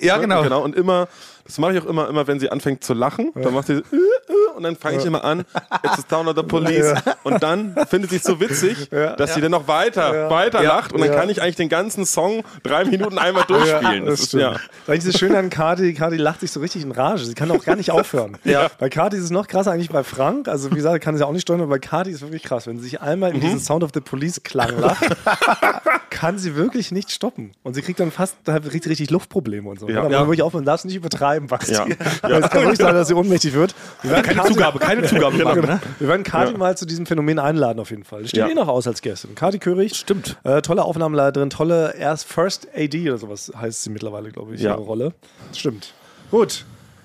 Speaker 2: ja,
Speaker 3: genau. Und immer, Das mache ich auch immer, immer, wenn sie anfängt zu lachen. Dann macht sie so, äh, äh, und dann fange ich immer an, it's the town of the police. Und dann findet sie es so witzig, dass sie dann noch weiter, weiter lacht. Und dann
Speaker 1: Ja.
Speaker 3: kann ich eigentlich den ganzen Song drei
Speaker 1: <laughs>
Speaker 3: Minuten einmal durchspielen.
Speaker 1: das stimmt.
Speaker 3: ja.
Speaker 1: Eigentlich ist es schön an Kati, Kati lacht sich so richtig in Rage. Sie kann auch gar nicht aufhören.
Speaker 3: Ja.
Speaker 1: Bei Kati ist es noch krasser eigentlich bei Frank. Also wie gesagt, kann es ja auch nicht steuern, aber bei Kati ist es wirklich krass. Wenn sie sich einmal in diesen Sound of the Police Klang lacht, kann sie wirklich nicht stoppen. Und sie kriegt dann fast da kriegt sie richtig Luftprobleme und so. ne?
Speaker 3: Ja.
Speaker 1: Aber
Speaker 3: Ja.
Speaker 1: man wirklich aufpassen, man darf es nicht übertreiben, Basti. <laughs>
Speaker 3: Ja.
Speaker 1: Weil Es kann wirklich sein, dass sie ohnmächtig wird. Wir werden
Speaker 2: Keine
Speaker 1: Kati- <laughs>
Speaker 2: Zugabe, keine Zugabe machen, ne?
Speaker 1: Wir werden Kati mal zu diesem Phänomen einladen auf jeden Fall. Das steht
Speaker 3: Ja.
Speaker 1: eh noch aus als Gästin. Kati Körig.
Speaker 2: Stimmt.
Speaker 1: Äh, tolle Aufnahmenleiterin, tolle erst First AD oder sowas heißt sie mittlerweile, glaube ich,
Speaker 3: Ja.
Speaker 1: ihre Rolle. Stimmt. Gut.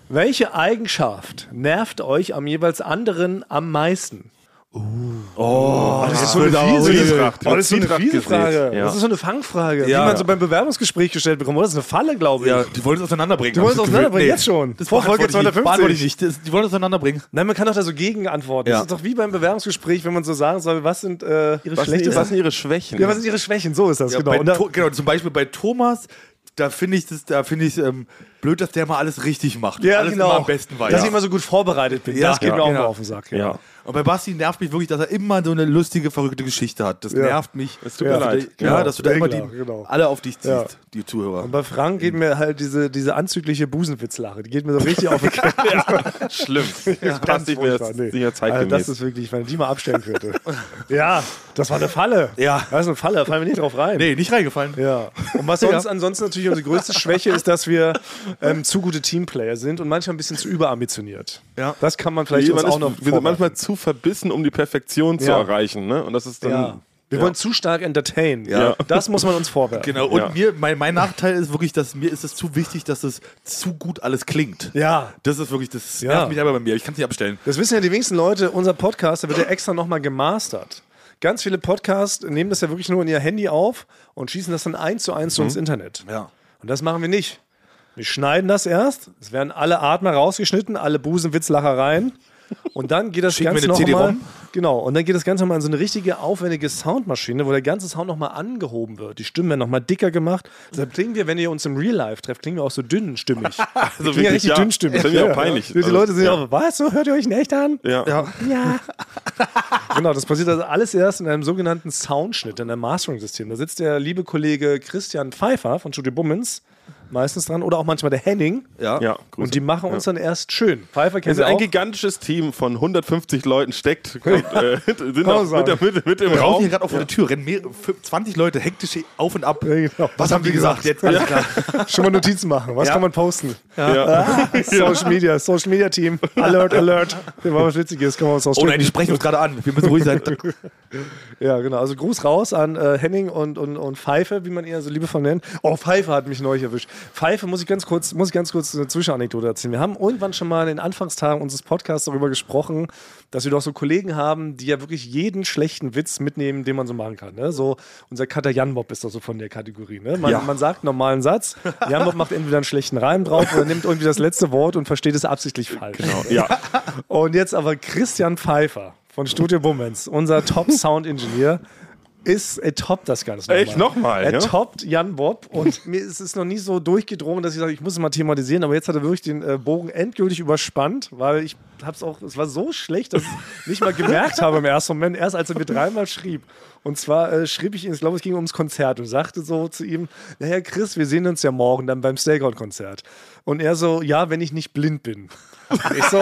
Speaker 1: Welche Eigenschaft nervt euch am jeweils anderen am meisten?
Speaker 3: Oh,
Speaker 1: Das ist so
Speaker 3: wird aber
Speaker 1: fiese-
Speaker 3: Zwietracht.
Speaker 1: Oh, das ist so eine
Speaker 3: Zwietracht
Speaker 1: fiese
Speaker 3: gesät.
Speaker 1: Frage.
Speaker 3: Ja.
Speaker 1: Das ist so eine Fangfrage,
Speaker 2: Ja.
Speaker 1: die man so beim Bewerbungsgespräch gestellt bekommt. Oh, das ist eine Falle, glaube ich.
Speaker 2: Ja, die wollen es auseinanderbringen.
Speaker 1: Die wollen es
Speaker 2: hab ich das Gefühl.
Speaker 1: auseinanderbringen, jetzt schon.
Speaker 2: Das
Speaker 1: Vor Folge
Speaker 2: beantworte ich nicht.
Speaker 1: 250.
Speaker 2: Beantworte ich nicht. Das, die wollen es auseinanderbringen.
Speaker 1: Nein, man kann doch da so gegen antworten.
Speaker 2: Ja.
Speaker 1: Das ist doch wie beim Bewerbungsgespräch, wenn man so sagen soll, was sind äh, ihre
Speaker 3: Was sind,
Speaker 1: schlechte
Speaker 3: was
Speaker 1: Sachen?
Speaker 3: sind ihre Schwächen?
Speaker 1: Ja, was sind ihre Schwächen? So ist das,
Speaker 2: Ja,
Speaker 1: genau.
Speaker 2: bei
Speaker 1: Und da-
Speaker 2: To- genau. Zum Beispiel bei Thomas, da finde ich das, da finde ich ähm, blöd, dass der mal alles richtig macht.
Speaker 1: ja,
Speaker 2: alles
Speaker 1: genau.
Speaker 2: immer am besten weiß.
Speaker 1: Dass ich immer so gut vorbereitet bin.
Speaker 2: Ja,
Speaker 1: das geht
Speaker 2: ja,
Speaker 1: mir auch
Speaker 2: genau.
Speaker 1: mal auf den Sack.
Speaker 3: ja.
Speaker 1: <laughs>
Speaker 2: Und bei Basti nervt mich wirklich, dass er immer so eine lustige, verrückte Geschichte hat. Das
Speaker 1: Ja.
Speaker 2: nervt mich.
Speaker 3: Es tut mir
Speaker 2: dass du
Speaker 3: leid.
Speaker 2: da- Ja,
Speaker 1: Genau.
Speaker 2: dass du da immer die,
Speaker 1: Regler, genau.
Speaker 2: alle auf dich ziehst,
Speaker 1: Ja.
Speaker 2: die Zuhörer.
Speaker 1: Und bei Frank geht mir halt diese, diese anzügliche Busenwitzlache, die geht mir so richtig auf den
Speaker 3: <laughs>
Speaker 1: Kern. <laughs>
Speaker 3: Schlimm. Das passt nicht mehr,
Speaker 1: Furchtbar,
Speaker 3: das,
Speaker 1: nee.
Speaker 3: nicht mehr
Speaker 1: also
Speaker 3: zeitgemäß.
Speaker 1: das ist wirklich, wenn die mal abstellen
Speaker 3: <laughs>
Speaker 1: könnte. ja, das war eine Falle.
Speaker 2: Ja.
Speaker 1: Das ist eine Falle, da fallen wir nicht drauf rein.
Speaker 2: Nee, nicht reingefallen.
Speaker 1: Ja. Und was sonst ansonsten natürlich unsere größte Schwäche ist, dass wir ähm, zu gute Teamplayer sind und manchmal ein bisschen zu überambitioniert.
Speaker 2: Ja.
Speaker 1: Das kann man vielleicht
Speaker 3: Nee,
Speaker 1: uns
Speaker 3: man
Speaker 1: auch
Speaker 3: ist,
Speaker 1: noch
Speaker 3: wir sind
Speaker 1: vorwerfen.
Speaker 3: manchmal zu verbissen, um die Perfektion zu
Speaker 1: Ja.
Speaker 3: erreichen. Ne? Und das ist dann.
Speaker 1: ja. Wir wollen zu stark entertainen.
Speaker 3: Ja.
Speaker 1: Das muss man uns vorwerfen.
Speaker 2: Genau. Und
Speaker 3: Ja.
Speaker 2: mir, mein, mein Nachteil ist wirklich, dass mir ist es zu wichtig, dass es zu gut alles klingt.
Speaker 1: Ja.
Speaker 2: Das ist wirklich, das
Speaker 1: Ja.
Speaker 2: nervt mich aber bei mir. Ich kann es nicht abstellen.
Speaker 1: Das wissen ja die wenigsten Leute, unser Podcast, der wird ja extra nochmal gemastert. Ganz viele Podcasts nehmen das ja wirklich nur in ihr Handy auf und schießen das dann eins zu eins zu ins Internet.
Speaker 2: Ja.
Speaker 1: Und das machen wir nicht. Wir schneiden das erst, es werden alle Atmer rausgeschnitten, alle Busenwitzlachereien. Und dann geht das
Speaker 2: Schicken wir
Speaker 1: Ganze
Speaker 2: eine CD
Speaker 1: nochmal.
Speaker 2: rum.
Speaker 1: Genau, und dann geht das Ganze nochmal in so eine richtige aufwendige Soundmaschine, wo der ganze Sound nochmal angehoben wird. Die Stimmen werden nochmal dicker gemacht. Deshalb klingen wir, wenn ihr uns im Real Life trefft, klingen wir auch so dünnstimmig.
Speaker 3: <laughs>
Speaker 1: also
Speaker 3: wirklich, ja. Das ist mir auch peinlich.
Speaker 1: Die
Speaker 3: Also,
Speaker 1: Leute sind ja
Speaker 3: ja.
Speaker 1: auch, was? So hört ihr euch in echt an?
Speaker 3: Ja.
Speaker 1: Ja. genau, das passiert also alles erst in einem sogenannten Soundschnitt, in einem Mastering-System. Da sitzt der liebe Kollege Christian Pfeiffer von Studio Bummens meistens dran oder auch manchmal der Henning.
Speaker 2: Ja.
Speaker 3: Ja, Grüße.
Speaker 1: Und die machen uns dann erst schön. Pfeiffer kennt
Speaker 3: Also
Speaker 1: ihr
Speaker 3: ein
Speaker 1: auch.
Speaker 3: gigantisches Team von 150 Leuten
Speaker 1: <laughs>
Speaker 3: steckt und, äh, <laughs> sind
Speaker 1: man
Speaker 3: auch mit, der- mit, mit im
Speaker 2: Wir laufen hier
Speaker 3: Raum.
Speaker 2: gerade auf vor der Tür, rennen mehr, 20 Leute hektisch auf und ab.
Speaker 1: Ja, genau.
Speaker 2: Was haben die gesagt? Jetzt alles klar.
Speaker 1: <laughs> Schon mal Notizen machen. Was
Speaker 2: Ja.
Speaker 1: kann man posten?
Speaker 3: Ja. <laughs>
Speaker 1: Ah, Social Media, Social Media Team. Alert, Alert. Wenn mal was Witziges, können wir uns
Speaker 2: <laughs> Oh
Speaker 1: ausdrücken.
Speaker 2: nein, die sprechen uns gerade an. Wir müssen
Speaker 1: <laughs>
Speaker 2: ruhig sein.
Speaker 1: Ja, genau. Also Gruß raus an äh, Henning und, und, und Pfeife, wie man ihn ja so liebevoll nennt. Oh, Pfeife hat mich neulich erwischt. Pfeife, muss ich ganz kurz, muss ich ganz kurz eine Zwischenanekdote erzählen. Wir haben irgendwann schon mal in den Anfangstagen unseres Podcasts darüber gesprochen, dass wir doch so Kollegen haben, die ja wirklich jeden schlechten Witz mitnehmen, den man so machen kann. Ne? So unser Kater Janbob ist doch so von der Kategorie. Ne? Man,
Speaker 2: Ja.
Speaker 1: man sagt einen normalen Satz, Janbob macht entweder einen schlechten Reim drauf oder nimmt irgendwie das letzte Wort und versteht es absichtlich falsch. Genau.
Speaker 3: Ja.
Speaker 1: Und jetzt aber Christian Pfeiffer von Studio Bummens, unser
Speaker 3: <laughs>
Speaker 1: Top Sound Engineer, ist, er toppt das Ganze
Speaker 3: Echt? Nochmal,
Speaker 1: Er
Speaker 3: ja?
Speaker 1: toppt Jan Bob
Speaker 3: <laughs>
Speaker 1: und mir ist es noch nie so durchgedrungen, dass ich sage, ich muss es mal thematisieren, aber jetzt hat er wirklich den äh, Bogen endgültig überspannt, weil ich hab's auch, es war so schlecht, dass ich es nicht mal gemerkt habe im ersten Moment, erst als er mir dreimal schrieb. Und zwar äh, schrieb ich ihm, ich glaube, es ging ums Konzert und sagte so zu ihm, naja, Chris, wir sehen uns ja morgen dann beim Stakeout-Konzert. Und er so, ja, wenn ich nicht blind bin. Ich so,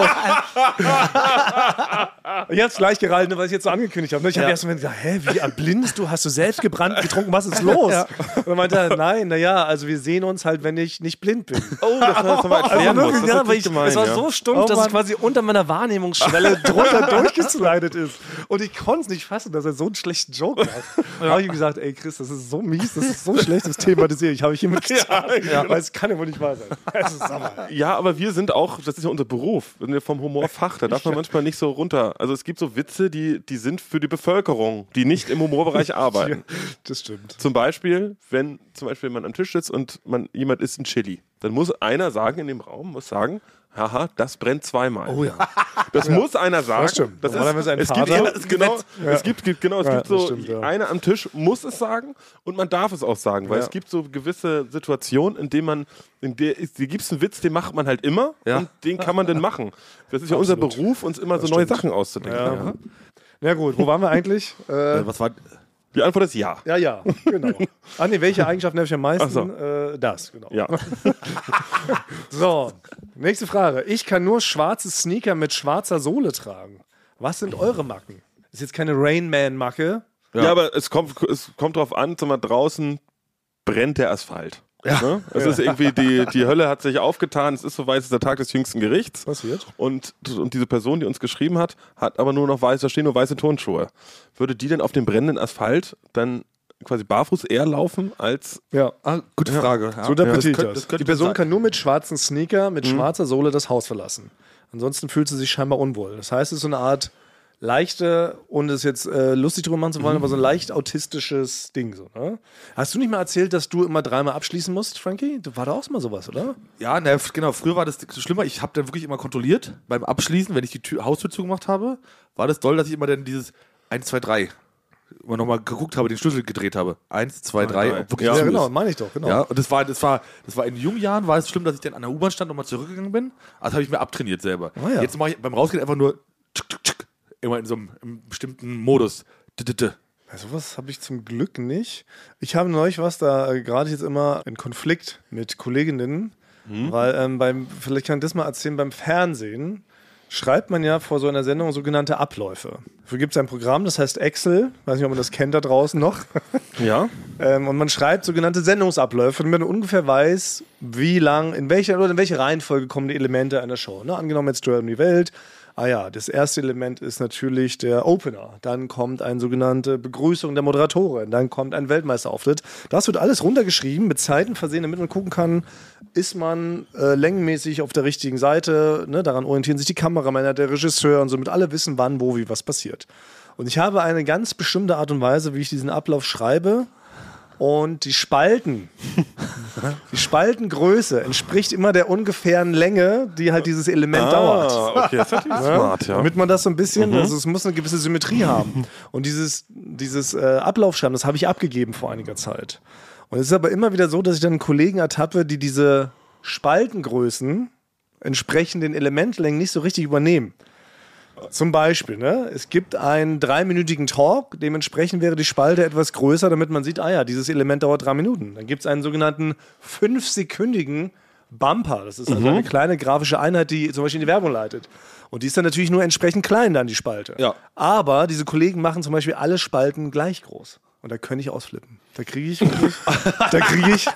Speaker 1: ich hab's gleich gereilt, ne, weil ich <laughs> jetzt so angekündigt habe. ne? Ich habe erst mal gesagt, hä, wie erblindest du? Hast du selbst gebrannt, getrunken? Was ist <laughs> los? Und dann meinte er, nein, naja, also wir sehen uns halt, wenn ich nicht blind bin.
Speaker 3: Oh, das <laughs> war nochmal erklären
Speaker 1: Also
Speaker 3: muss.
Speaker 1: wirklich, ja,
Speaker 3: Das ist
Speaker 1: weil
Speaker 3: nicht
Speaker 1: ich,
Speaker 3: gemein,
Speaker 1: es war
Speaker 3: ja.
Speaker 1: so stumpf,
Speaker 3: Oh,
Speaker 1: dass es
Speaker 3: Mann.
Speaker 1: quasi unter meiner <laughs> Wahrnehmungsschwelle drunter durchgeslidet ist. Und ich konnte es nicht fassen, dass er so einen schlechten Joke macht. Da habe ich ihm gesagt, ey Chris, das ist so mies, das ist so schlecht, das thematisiere ich, habe ich <laughs> hiermit getan. Weil es kann ja wohl nicht wahr <laughs> sein. Es ist Sommer.
Speaker 3: Ja, aber wir sind auch, das ist ja unser Beruf, wir sind ja vom Humorfach, da darf man manchmal nicht so runter. Also es gibt so Witze, die, die sind für die Bevölkerung, die nicht
Speaker 1: <laughs>
Speaker 3: im Humorbereich arbeiten.
Speaker 1: Das stimmt.
Speaker 3: Zum Beispiel, wenn zum Beispiel man am Tisch sitzt und man, jemand isst ein Chili, dann muss einer sagen in dem Raum, muss sagen, haha, das brennt zweimal.
Speaker 1: Oh ja.
Speaker 3: <laughs> Das muss einer sagen.
Speaker 1: Das stimmt.
Speaker 3: Das ist,
Speaker 1: Normalerweise ein
Speaker 3: es gibt,
Speaker 1: Vater.
Speaker 3: immer- <laughs> es, genau, es gibt, gibt genau, es
Speaker 1: Ja,
Speaker 3: gibt
Speaker 1: das
Speaker 3: so
Speaker 1: stimmt, ja.
Speaker 3: einer am Tisch muss es sagen und man darf es auch sagen, weil
Speaker 1: Ja.
Speaker 3: es gibt so gewisse Situationen, in denen man in der ist- da gibt es einen Witz, den macht man halt immer und den kann man dann machen. Das ist ja unser Beruf, uns immer so neue Sachen auszudenken. Ja.
Speaker 1: Ja gut, wo waren wir eigentlich? Äh,
Speaker 2: Was war.
Speaker 3: Die Antwort ist ja.
Speaker 1: ja, ja, genau. Ah nee, welche Eigenschaften habe ich am meisten?
Speaker 3: Ach so.
Speaker 1: Äh, das, genau.
Speaker 3: Ja.
Speaker 1: So, nächste Frage. Ich kann nur schwarze Sneaker mit schwarzer Sohle tragen. Was sind eure Macken? Ist jetzt keine Rain Man-Macke.
Speaker 3: Ja. aber es kommt, es kommt drauf an, sag mal, draußen brennt der Asphalt. Ne? Es ist irgendwie, die, die Hölle hat sich aufgetan, es ist soweit, es ist der Tag des jüngsten Gerichts.
Speaker 1: Passiert.
Speaker 3: Und, und diese Person, die uns geschrieben hat, hat aber nur noch weiße, da stehen nur weiße Tonschuhe. Würde die denn auf dem brennenden Asphalt dann quasi barfuß eher laufen als.
Speaker 1: Ja.
Speaker 2: Ah, gute Frage. Ja.
Speaker 1: So der Petit
Speaker 2: könnte-
Speaker 1: das.
Speaker 2: könnte
Speaker 1: Die Person
Speaker 2: sein.
Speaker 1: kann nur mit schwarzen Sneaker, mit schwarzer Sohle das Haus verlassen. Ansonsten fühlt sie sich scheinbar unwohl. Das heißt, es ist so eine Art leichte, ohne es jetzt äh, lustig drüber machen zu wollen, aber so ein leicht autistisches Ding. So, ne? Hast du nicht mal erzählt, dass du immer dreimal abschließen musst, Frankie? Du war da auch mal sowas, oder?
Speaker 2: Ja, na, f- genau. Früher war das schlimmer. Ich habe dann wirklich immer kontrolliert beim Abschließen, wenn ich die Tür, Haustür zugemacht habe, war das doll, dass ich immer dann dieses 1, 2, 3 immer nochmal geguckt habe, den Schlüssel gedreht habe. 1, 2, 3.
Speaker 3: drei.
Speaker 2: ob wirklich
Speaker 3: Ja,
Speaker 2: zu ist.
Speaker 1: genau, meine ich doch, genau.
Speaker 2: Ja, und das war, das war, das war in jungen Jahren war es schlimm, dass ich dann an der U-Bahn stand und mal zurückgegangen bin. Also habe ich mir abtrainiert selber.
Speaker 1: Ah, ja.
Speaker 2: Jetzt mache ich beim Rausgehen einfach nur tschk, tschk, tschk, immer in so einem, im bestimmten Modus. D -d -d.
Speaker 1: Ja, Sowas habe ich zum Glück nicht. Ich habe neulich was da äh, gerade jetzt immer in Konflikt mit Kolleginnen, weil ähm, beim, vielleicht kann ich das mal erzählen, beim Fernsehen schreibt man ja vor so einer Sendung sogenannte Abläufe. Dafür gibt es ein Programm, das heißt Excel, weiß nicht, ob man das kennt da draußen noch.
Speaker 3: Ja?
Speaker 1: Ähm, und man schreibt sogenannte Sendungsabläufe, damit man ungefähr weiß, wie lang, in welcher oder in welche Reihenfolge kommen die Elemente einer Show. Ne? Angenommen, jetzt Duell um die Welt. Ah ja, das erste Element ist natürlich der Opener. Dann kommt eine sogenannte Begrüßung der Moderatorin. Dann kommt ein Weltmeisterauftritt. Das wird alles runtergeschrieben, mit Zeiten versehen, damit man gucken kann, ist man äh, längenmäßig auf der richtigen Seite. Ne? Daran orientieren sich die Kameramänner, der Regisseur und somit alle wissen, wann, wo, wie was passiert. Und ich habe eine ganz bestimmte Art und Weise, wie ich diesen Ablauf schreibe. Und die
Speaker 3: <laughs>
Speaker 1: Spalten, die Spaltengröße entspricht immer der ungefähren Länge, die halt dieses Element dauert.
Speaker 3: <laughs> Ah, okay, das ist natürlich smart, ja. Mhm.
Speaker 1: Damit man das so ein bisschen, also es muss eine gewisse Symmetrie haben. Und dieses, dieses äh, Ablaufschreiben, das habe ich abgegeben vor einiger Zeit. Und es ist aber immer wieder so, dass ich dann Kollegen ertappe, die diese Spaltengrößen entsprechend den Elementlängen nicht so richtig übernehmen. Zum Beispiel, ne? es gibt einen dreiminütigen Talk, dementsprechend wäre die Spalte etwas größer, damit man sieht, ah ja, dieses Element dauert drei Minuten. Dann gibt es einen sogenannten fünfsekündigen Bumper. Das ist also
Speaker 3: Mhm.
Speaker 1: eine kleine grafische Einheit, die zum Beispiel in die Werbung leitet. Und die ist dann natürlich nur entsprechend klein, dann die Spalte.
Speaker 2: Ja.
Speaker 1: Aber diese Kollegen machen zum Beispiel alle Spalten gleich groß. Und da könnte ich ausflippen. Da kriege ich,
Speaker 3: <laughs>
Speaker 1: da kriege ich,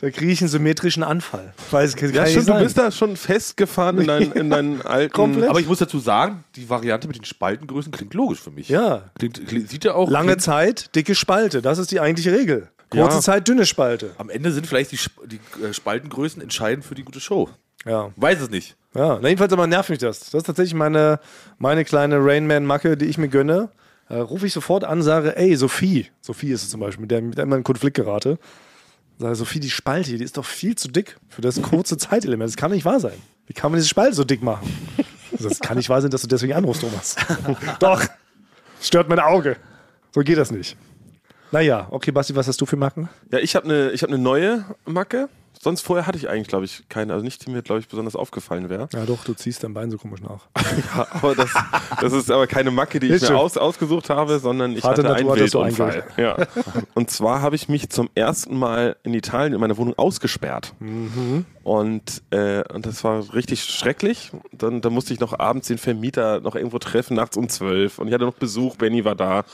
Speaker 1: da kriege ich einen symmetrischen Anfall. Ich weiß, kann,
Speaker 3: ja,
Speaker 1: kann
Speaker 3: stimmt,
Speaker 1: nicht
Speaker 3: du
Speaker 1: sein.
Speaker 3: bist da schon festgefahren in deinen, in deinen <laughs> alten.
Speaker 1: Komplett.
Speaker 2: Aber ich muss dazu sagen, die Variante mit den Spaltengrößen klingt logisch für mich.
Speaker 1: Ja.
Speaker 2: Klingt, klingt, sieht ja auch.
Speaker 1: Lange
Speaker 2: klingt,
Speaker 1: Zeit, dicke Spalte. Das ist die eigentliche Regel. Kurze
Speaker 3: Ja.
Speaker 1: Zeit, dünne Spalte.
Speaker 2: am Ende sind vielleicht die, Sp- die äh, Spaltengrößen entscheidend für die gute Show.
Speaker 1: Ja.
Speaker 2: Weiß es nicht.
Speaker 1: ja. Na, jedenfalls aber nervt mich das. Das ist tatsächlich meine, meine kleine Rainman-Macke, die ich mir gönne. Äh, Rufe ich sofort an, sage, ey, Sophie. Sophie ist es zum Beispiel, mit der, mit der immer in Konflikt gerate. Sage, Sophie, die Spalte hier, die ist doch viel zu dick für das kurze <laughs> Zeitelement. Das kann doch nicht wahr sein. Wie kann man diese Spalte so dick machen? Also, Das kann nicht wahr sein, dass du deswegen anrufst, Thomas. doch. Stört mein Auge. So geht das nicht. Naja, okay, Basti, was hast du für Macken?
Speaker 3: Ja, ich habe eine hab ne neue Macke. Sonst vorher hatte ich eigentlich, glaube ich, keine. Also nicht, die mir, glaube ich, besonders aufgefallen wäre.
Speaker 1: Ja, doch, du ziehst dein Bein so komisch
Speaker 3: <laughs>
Speaker 1: nach.
Speaker 3: Ja, aber das, das ist aber keine Macke, die ich
Speaker 1: Ist
Speaker 3: mir
Speaker 1: schon.
Speaker 3: aus, ausgesucht habe, sondern ich
Speaker 1: Vater
Speaker 3: hatte einen
Speaker 1: Natur hat das so
Speaker 3: Wildunfall. Ja. Und zwar habe ich mich zum ersten Mal in Italien in meiner Wohnung ausgesperrt. Und, äh, und das war richtig schrecklich. Dann, dann musste ich noch abends den Vermieter noch irgendwo treffen, nachts um zwölf. Und ich hatte noch Besuch, Benny war da. Und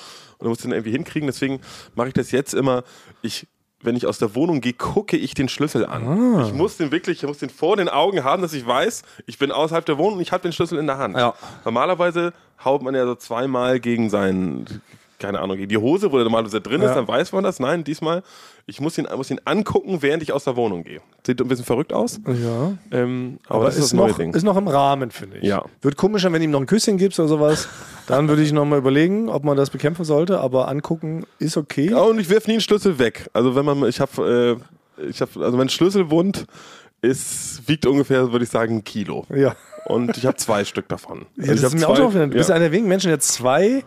Speaker 3: da musste ich ihn irgendwie hinkriegen. Deswegen mache ich das jetzt immer. Ich, wenn ich aus der Wohnung gehe, gucke ich den Schlüssel an. Ich muss den wirklich, ich muss den vor den Augen haben, dass ich weiß, ich bin außerhalb der Wohnung und ich habe den Schlüssel in der Hand.
Speaker 2: Ja.
Speaker 3: Normalerweise haut man ja so zweimal gegen seinen, keine Ahnung, gegen die Hose, wo der normalerweise drin ist,
Speaker 1: Ja.
Speaker 3: dann weiß man das. Nein, diesmal, ich muss ihn, muss ihn angucken, während ich aus der Wohnung gehe. Sieht ein bisschen verrückt aus,
Speaker 1: Ja.
Speaker 3: ähm, aber,
Speaker 1: Aber
Speaker 3: das ist, das neue
Speaker 1: noch,
Speaker 3: Ding.
Speaker 1: ist noch im Rahmen, finde ich.
Speaker 3: Ja.
Speaker 1: Wird komischer, wenn du ihm noch ein Küsschen gibst oder sowas.
Speaker 3: <laughs>
Speaker 1: Dann würde ich nochmal überlegen, ob man das bekämpfen sollte, aber angucken ist okay.
Speaker 3: Ja, und ich wirf nie einen Schlüssel weg. Also wenn man, ich habe, äh, ich habe, also mein Schlüsselwund Es wiegt ungefähr, würde ich sagen, ein Kilo.
Speaker 1: Ja.
Speaker 3: Und ich habe zwei Stück davon. Also
Speaker 1: Ja, das
Speaker 3: ich hab
Speaker 1: ist mir
Speaker 3: zwei-
Speaker 1: auch so aufgefallen. Du bist
Speaker 3: ja.
Speaker 1: einer der wenigen Menschen, der zwei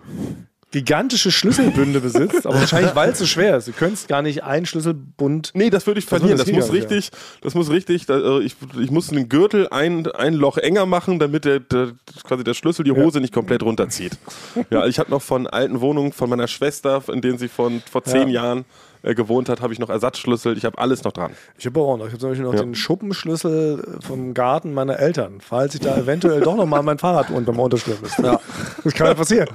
Speaker 1: gigantische Schlüsselbünde besitzt, aber
Speaker 3: <laughs>
Speaker 1: wahrscheinlich, weil es so schwer ist. Du könntest gar nicht einen Schlüsselbund.
Speaker 3: Nee, das würde ich
Speaker 1: wird
Speaker 3: verlieren.
Speaker 1: das
Speaker 3: Das, muss
Speaker 1: Liga, ja.
Speaker 3: richtig, das muss richtig, da, äh, ich, ich muss den Gürtel ein, ein Loch enger machen, damit der, der, quasi der Schlüssel die Hose nicht komplett runterzieht. ja, ich habe noch von alten Wohnungen von meiner Schwester, in denen sie von, vor zehn Jahren äh, gewohnt hat, habe ich noch Ersatzschlüssel. Ich habe alles noch dran.
Speaker 1: Ich habe auch noch. Ich habe zum Beispiel noch den Schuppenschlüssel äh, vom Garten meiner Eltern, falls ich da eventuell doch nochmal mein Fahrrad unterm Unterschlupf ist. Ja. Das kann ja passieren.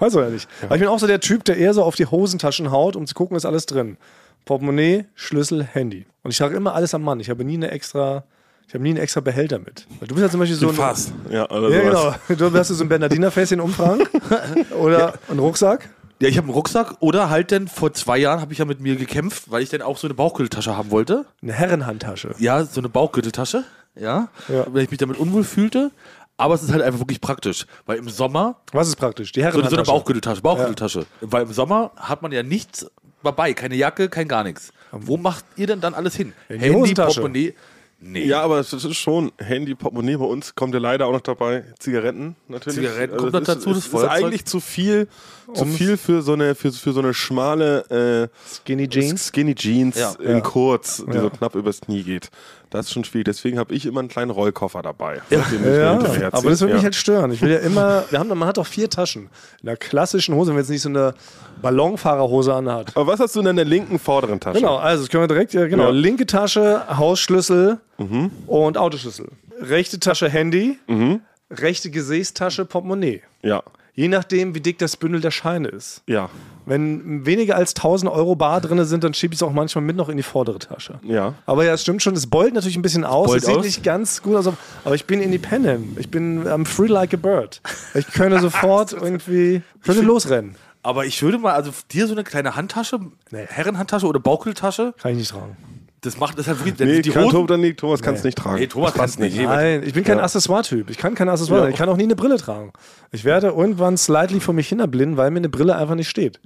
Speaker 1: Weiß man ja nicht. Aber ich bin auch so der Typ, der eher so auf die Hosentaschen haut, um zu gucken, ist alles drin. Portemonnaie, Schlüssel, Handy. Und ich trage immer alles am Mann. Ich habe nie eine extra, ich habe nie einen extra Behälter mit. Weil Du bist ja zum Beispiel so ein
Speaker 2: Fast.
Speaker 3: Ja, also oder
Speaker 1: Ja,
Speaker 3: sowas.
Speaker 1: genau. Du hast so ein Bernardinerfäschen umfragen oder einen Rucksack.
Speaker 2: Ja, ich habe einen Rucksack oder halt dann vor zwei Jahren habe ich ja mit mir gekämpft, weil ich dann auch so eine Bauchgürteltasche haben wollte.
Speaker 1: Eine Herrenhandtasche.
Speaker 2: Ja, so eine Bauchgürteltasche. Ja,
Speaker 1: Ja.
Speaker 2: Weil ich mich damit unwohl fühlte. Aber es ist halt einfach wirklich praktisch, weil im Sommer
Speaker 1: Was ist praktisch? Die
Speaker 2: so, eine- so eine
Speaker 1: Herrenhandtasche.
Speaker 2: Bauchgürteltasche, Bauchgürteltasche. Weil im Sommer hat man ja nichts dabei, keine Jacke, kein gar nichts. Wo macht ihr denn dann alles hin?
Speaker 1: die Hosentasche.
Speaker 2: Nee.
Speaker 3: Ja, aber es ist schon Handy, Portemonnaie bei uns kommt ja leider auch noch dabei. Zigaretten natürlich. Also
Speaker 2: Zigaretten kommt
Speaker 3: es
Speaker 2: noch dazu, das
Speaker 3: ist, es ist
Speaker 2: Feuerzeug. Um
Speaker 3: eigentlich zu viel, zu viel für so eine für, für so eine schmale äh,
Speaker 1: Skinny Jeans.
Speaker 3: Skinny Jeans
Speaker 2: Ja.
Speaker 3: in kurz, die
Speaker 1: Ja.
Speaker 3: so knapp übers Knie geht. Das ist schon schwierig. Deswegen habe ich immer einen kleinen Rollkoffer dabei. den ich mir
Speaker 1: Ja,
Speaker 3: hinterherzieh.
Speaker 1: aber das würde mich
Speaker 3: Ja.
Speaker 1: halt stören. Ich will ja immer, <laughs> wir haben, doch- man hat doch vier Taschen. In der klassischen Hose, wenn man jetzt nicht so eine Ballonfahrerhose anhat.
Speaker 3: aber was hast du denn in der linken vorderen Tasche?
Speaker 1: Genau, also das können wir direkt, ja, Mhm. genau.
Speaker 3: Ja.
Speaker 1: Linke Tasche, Hausschlüssel und Autoschlüssel. Rechte Tasche, Handy. Rechte Gesäßtasche, Portemonnaie.
Speaker 3: Ja.
Speaker 1: Je nachdem, wie dick das Bündel der Scheine ist.
Speaker 3: Ja.
Speaker 1: Wenn weniger als 1000 Euro bar drin sind, dann schiebe ich es auch manchmal mit noch in die vordere Tasche.
Speaker 3: Ja.
Speaker 1: Aber ja, es stimmt schon, es beult natürlich ein bisschen aus.
Speaker 2: beult
Speaker 1: Es sieht
Speaker 2: aus.
Speaker 1: nicht ganz gut aus. Aber ich bin independent. Ich bin I'm free like a bird. Ich könnte sofort irgendwie könnte losrennen.
Speaker 2: Aber ich würde mal, also dir so eine kleine Handtasche, Herrenhandtasche oder Bauchgürteltasche,
Speaker 1: Kann ich nicht tragen.
Speaker 2: das macht das halt wirklich.
Speaker 3: Nee,
Speaker 2: die
Speaker 3: kann
Speaker 2: Hosen-
Speaker 3: Thomas, nee, Thomas kannst
Speaker 1: Nee.
Speaker 3: nicht tragen.
Speaker 2: Nee, Thomas
Speaker 3: Das passt
Speaker 2: kann's nicht. Nee,
Speaker 1: Nein, ich bin kein Accessoire-Typ. Ich kann kein Accessoire. sein. Ich kann auch nie eine Brille tragen. Ich werde irgendwann slightly vor mich hin erblinden, weil mir eine Brille einfach nicht steht.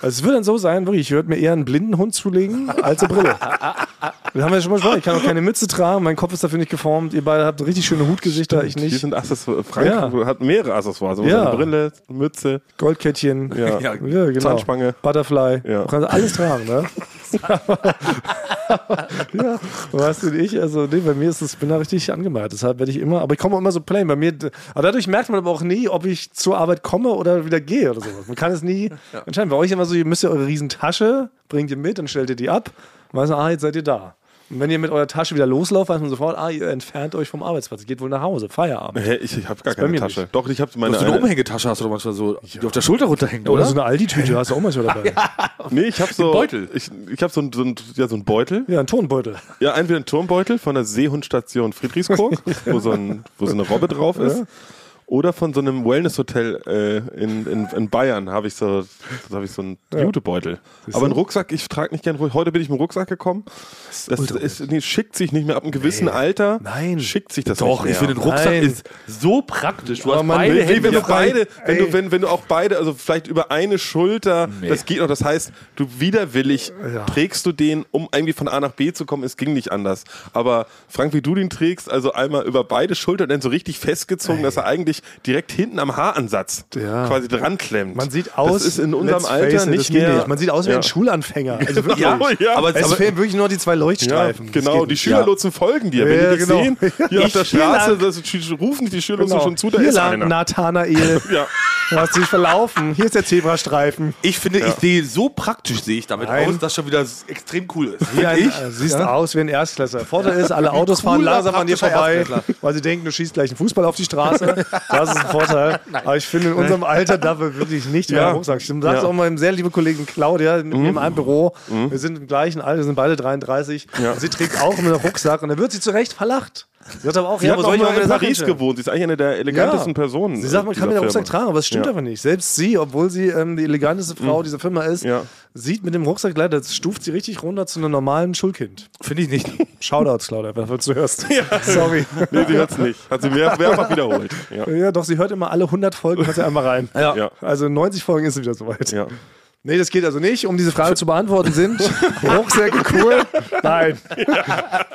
Speaker 1: Also es würde dann so sein, wirklich, ich würde mir eher einen blinden Hund zulegen als eine Brille. Das haben wir ja schon mal gesprochen. Ich kann auch keine Mütze tragen, mein Kopf ist dafür nicht geformt. Ihr beide habt richtig schöne Hutgesichter, ich
Speaker 3: Hier
Speaker 1: nicht.
Speaker 3: sind Accessoires. Frank
Speaker 1: Ja.
Speaker 3: hat mehrere Accessoires. Also
Speaker 1: Ja.
Speaker 3: Brille, Mütze.
Speaker 1: Goldkettchen,
Speaker 3: Ja.
Speaker 1: Ja,
Speaker 2: Ja.
Speaker 1: genau.
Speaker 3: Zahnspange.
Speaker 1: Butterfly.
Speaker 3: Ja.
Speaker 1: Du kannst alles tragen,
Speaker 3: <laughs>
Speaker 1: ne? ja, weißt du, und ich, also nee, bei mir ist es, bin da richtig angemalt. Deshalb werde ich immer, aber ich komme auch immer so plain. Bei mir, aber dadurch merkt man aber auch nie, ob ich zur Arbeit komme oder wieder gehe oder sowas. Man kann es nie entscheiden. Bei euch immer so, ihr müsst ja eure Riesentasche, bringt ihr mit, dann stellt ihr die ab und weiß man, ah, jetzt seid ihr da. Und wenn ihr mit eurer Tasche wieder loslauft, weiß man sofort, ah, ihr entfernt euch vom Arbeitsplatz, geht wohl nach Hause, Feierabend.
Speaker 3: Hä, ich ich habe gar
Speaker 1: bei mir
Speaker 3: keine Tasche.
Speaker 1: nicht.
Speaker 3: Doch, ich habe meine.
Speaker 2: So eine
Speaker 3: eine-
Speaker 2: Umhängetasche hast du doch manchmal so, die auf der Schulter runterhängt,
Speaker 1: Oder
Speaker 2: oder?
Speaker 1: so eine Aldi-Tüte hast du auch manchmal
Speaker 3: <laughs>
Speaker 1: dabei.
Speaker 3: Nee, ich habe so.
Speaker 2: Beutel.
Speaker 3: Ich, ich habe so, ein- so, ein- ja, so einen Beutel.
Speaker 1: Ja, ein Tonbeutel.
Speaker 3: Ja, entweder einen Turmbeutel von der Seehundstation Friedrichsburg, wo, so ein, wo so eine Robbe drauf ist. Oder von so einem Wellnesshotel äh, in, in, in Bayern habe ich so, da hab ich so einen Jutebeutel. Aber einen Rucksack, ich trage nicht gern Rucksack. Heute bin ich mit dem Rucksack gekommen. Das
Speaker 1: ultra
Speaker 3: ist, nee, schickt sich nicht mehr ab einem gewissen Alter.
Speaker 1: Nein.
Speaker 3: Schickt sich das nicht
Speaker 2: Doch,
Speaker 3: mehr.
Speaker 2: ich finde, ein Rucksack
Speaker 1: Nein.
Speaker 2: ist so praktisch. Du hast
Speaker 1: man
Speaker 2: beide
Speaker 1: will-
Speaker 3: Nee,
Speaker 2: Hände
Speaker 3: wenn du
Speaker 2: frei.
Speaker 3: beide, wenn
Speaker 1: Ey.
Speaker 3: du, wenn, wenn du auch beide, also vielleicht über eine Schulter, das geht noch. Das heißt, du widerwillig
Speaker 1: Ja.
Speaker 3: trägst du den, um irgendwie von A nach B zu kommen. Es ging nicht anders. Aber Frank, wie du den trägst, also einmal über beide Schultern, dann so richtig festgezogen, dass er eigentlich direkt hinten am Haaransatz
Speaker 1: Ja.
Speaker 3: quasi dran klemmt.
Speaker 1: Man sieht aus.
Speaker 3: Das ist in unserem
Speaker 1: let's face
Speaker 3: Alter
Speaker 1: it, das
Speaker 3: nicht
Speaker 1: geht
Speaker 3: mehr.
Speaker 1: Man sieht aus wie
Speaker 3: ja.
Speaker 1: ein Schulanfänger. Also wirklich.
Speaker 3: <laughs> Ja, ja.
Speaker 1: Aber es
Speaker 3: Aber-
Speaker 1: fehlen wirklich nur die zwei
Speaker 3: Ja,
Speaker 1: Leuchtstreifen. Das
Speaker 3: genau,
Speaker 1: geht
Speaker 3: die
Speaker 1: nicht.
Speaker 3: Schülerlotsen folgen dir.
Speaker 1: Ja,
Speaker 3: Wenn die dich
Speaker 1: genau. <laughs>
Speaker 3: sehen, hier
Speaker 1: Ich-
Speaker 3: auf der
Speaker 1: hier
Speaker 3: Straße,
Speaker 1: lang.
Speaker 3: das, rufen dich die Schülerlotsen
Speaker 1: Genau.
Speaker 3: schon zu, da
Speaker 1: Hier
Speaker 3: ist
Speaker 1: lang,
Speaker 3: einer.
Speaker 1: Nathanael.
Speaker 3: <laughs> Ja.
Speaker 1: Du hast dich verlaufen. Hier ist der Zebrastreifen.
Speaker 2: Ich finde, ich sehe so praktisch sehe ich damit
Speaker 1: Nein.
Speaker 2: aus, dass schon wieder s- extrem cool ist.
Speaker 1: Hier ein,
Speaker 2: ich?
Speaker 1: äh, siehst aus wie ein Erstklässler. Vorteil ist, alle Autos fahren
Speaker 2: cooler,
Speaker 1: langsam an dir
Speaker 2: praktischer
Speaker 1: vorbei,
Speaker 2: Erstklässler.
Speaker 1: weil sie denken, du schießt gleich einen Fußball auf die Straße. Das ist ein Vorteil. Aber ich finde, in unserem Alter darf man wirklich nicht über
Speaker 3: Ja.
Speaker 1: den Rucksack stimmen. Sag's
Speaker 3: Ja.
Speaker 1: auch meinem sehr lieben Kollegen Claudia mit mir in einem Büro. Wir sind im gleichen Alter, wir sind beide 33. Sie trägt auch immer einen Rucksack und dann wird sie zu Recht verlacht. Sie sagt aber auch,
Speaker 3: Sie
Speaker 1: ja,
Speaker 3: hat
Speaker 1: wo
Speaker 3: auch
Speaker 1: soll ich
Speaker 3: mal
Speaker 1: meine
Speaker 3: in
Speaker 1: Sachen
Speaker 3: Paris
Speaker 1: hinstellen?
Speaker 3: gewohnt. Sie ist eigentlich eine der elegantesten
Speaker 1: Ja.
Speaker 3: Personen. äh,
Speaker 1: Sie sagt, man kann mit
Speaker 3: dieser
Speaker 1: dem Rucksack
Speaker 3: Firma.
Speaker 1: tragen, aber es stimmt
Speaker 3: Ja. Mhm.
Speaker 1: einfach nicht. Selbst sie, obwohl sie ähm, die eleganteste Frau dieser Firma ist,
Speaker 3: Ja.
Speaker 1: sieht mit dem Rucksack leider, das stuft sie richtig runter zu einem normalen Schulkind.
Speaker 2: Finde ich nicht.
Speaker 1: <laughs> Shoutouts, Claudia, wenn du das hörst. Sorry.
Speaker 3: Nee, sie hat's nicht. Hat sie mehr, mehrfach wiederholt. Ja.
Speaker 1: Ja, doch, sie hört immer alle 100 Folgen, hört sie einmal rein.
Speaker 2: Ja.
Speaker 3: Ja.
Speaker 1: Also in 90 Folgen ist sie wieder soweit.
Speaker 3: Ja.
Speaker 1: Nee, das geht also nicht. Um diese Frage zu beantworten <laughs> sind Rucksäcke cool? Nein.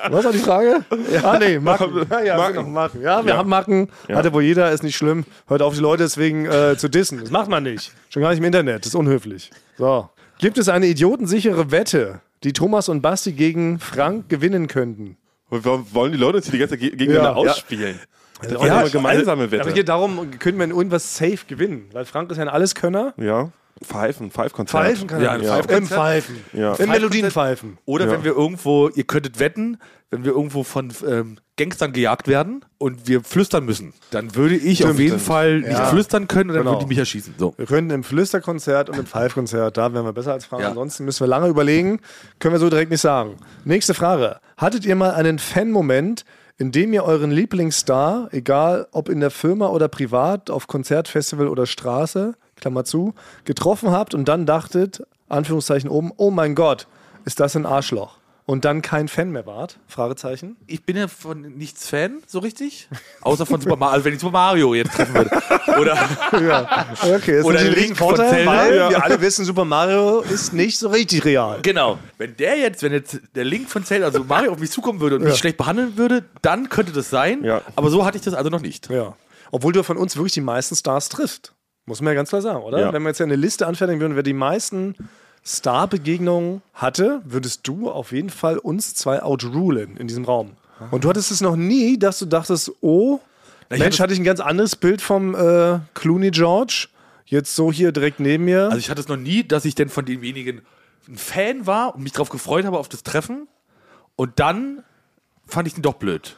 Speaker 1: Was war die Frage? Ah, nee, Macken. <laughs> Ja, ja, Macken. Noch Macken. ja wir haben Macken. Hatte wohl jeder, ist nicht schlimm. Hört auf, die Leute deswegen äh, zu dissen. Das macht man nicht. Schon gar nicht im Internet. Das ist unhöflich. So. Gibt es eine idiotensichere Wette, die Thomas und Basti gegen Frank gewinnen könnten?
Speaker 3: Und warum wollen die Leute uns hier die ganze Zeit ge- gegeneinander
Speaker 1: Ja.
Speaker 3: ausspielen?
Speaker 1: Also
Speaker 3: auch eine gemeinsame Wette.
Speaker 1: Aber es geht darum, können wir in irgendwas safe gewinnen? Weil Frank ist ja ein Alleskönner.
Speaker 3: Ja. Pfeifen, Pfeifkonzert.
Speaker 1: Pfeifen kann
Speaker 2: Ja,
Speaker 1: er
Speaker 2: ein
Speaker 1: nicht.
Speaker 2: Pfeifkonzert.
Speaker 1: Im Pfeifen.
Speaker 3: Ja.
Speaker 1: Im Melodien pfeifen.
Speaker 2: Oder
Speaker 3: Ja.
Speaker 2: wenn wir irgendwo, ihr könntet wetten, wenn wir irgendwo von ähm, Gangstern gejagt werden und wir flüstern müssen, dann würde ich auf jeden Fall nicht
Speaker 1: Ja.
Speaker 2: flüstern können und dann
Speaker 1: Genau.
Speaker 2: würden die mich erschießen. So.
Speaker 1: Wir können im Flüsterkonzert <laughs> und im Pfeifkonzert, da wären wir besser als Frank.
Speaker 2: Ja.
Speaker 1: Ansonsten müssen wir lange überlegen, können wir so direkt nicht sagen. Nächste Frage. Hattet ihr mal einen Fan-Moment, in dem ihr euren Lieblingsstar, egal ob in der Firma oder privat, auf Konzert, Festival oder Straße, Klammer zu, getroffen habt und dann dachtet, Anführungszeichen oben, oh mein Gott, ist das ein Arschloch? Und dann kein Fan mehr wart? <laughs> Fragezeichen.
Speaker 2: Ich bin ja von nichts Fan, so richtig. <laughs> Außer von Super Mario, also wenn ich Super Mario jetzt treffen würde. <laughs> Oder
Speaker 1: Okay, das
Speaker 2: Oder
Speaker 1: ist ein
Speaker 2: Link von
Speaker 1: Riesenvorteil,
Speaker 2: Zelda.
Speaker 1: weil
Speaker 2: Ja.
Speaker 1: ne? wir alle wissen, Super Mario ist nicht so richtig real.
Speaker 2: genau. Wenn der jetzt, wenn jetzt der Link von Zelda, also Mario auf mich zukommen würde und mich schlecht behandeln würde, dann könnte das sein.
Speaker 3: Ja.
Speaker 2: Aber so hatte ich das also noch nicht.
Speaker 1: Ja. Obwohl du von uns wirklich die meisten Stars trifft. Muss man ja ganz klar sagen, oder?
Speaker 3: Ja.
Speaker 1: Wenn wir jetzt ja eine Liste anfertigen würden, wer die meisten Starbegegnungen hatte, würdest du auf jeden Fall uns zwei outrulen in diesem Raum. Und du hattest es noch nie, dass du dachtest, oh,
Speaker 2: Ah. ich
Speaker 1: Mensch,
Speaker 2: hatte-
Speaker 1: hatte ich ein ganz anderes Bild vom äh, Clooney George. Jetzt so hier direkt neben mir.
Speaker 2: Also ich hatte es noch nie, dass ich denn von denjenigen ein Fan war und mich darauf gefreut habe, auf das Treffen. Und dann fand ich ihn doch blöd.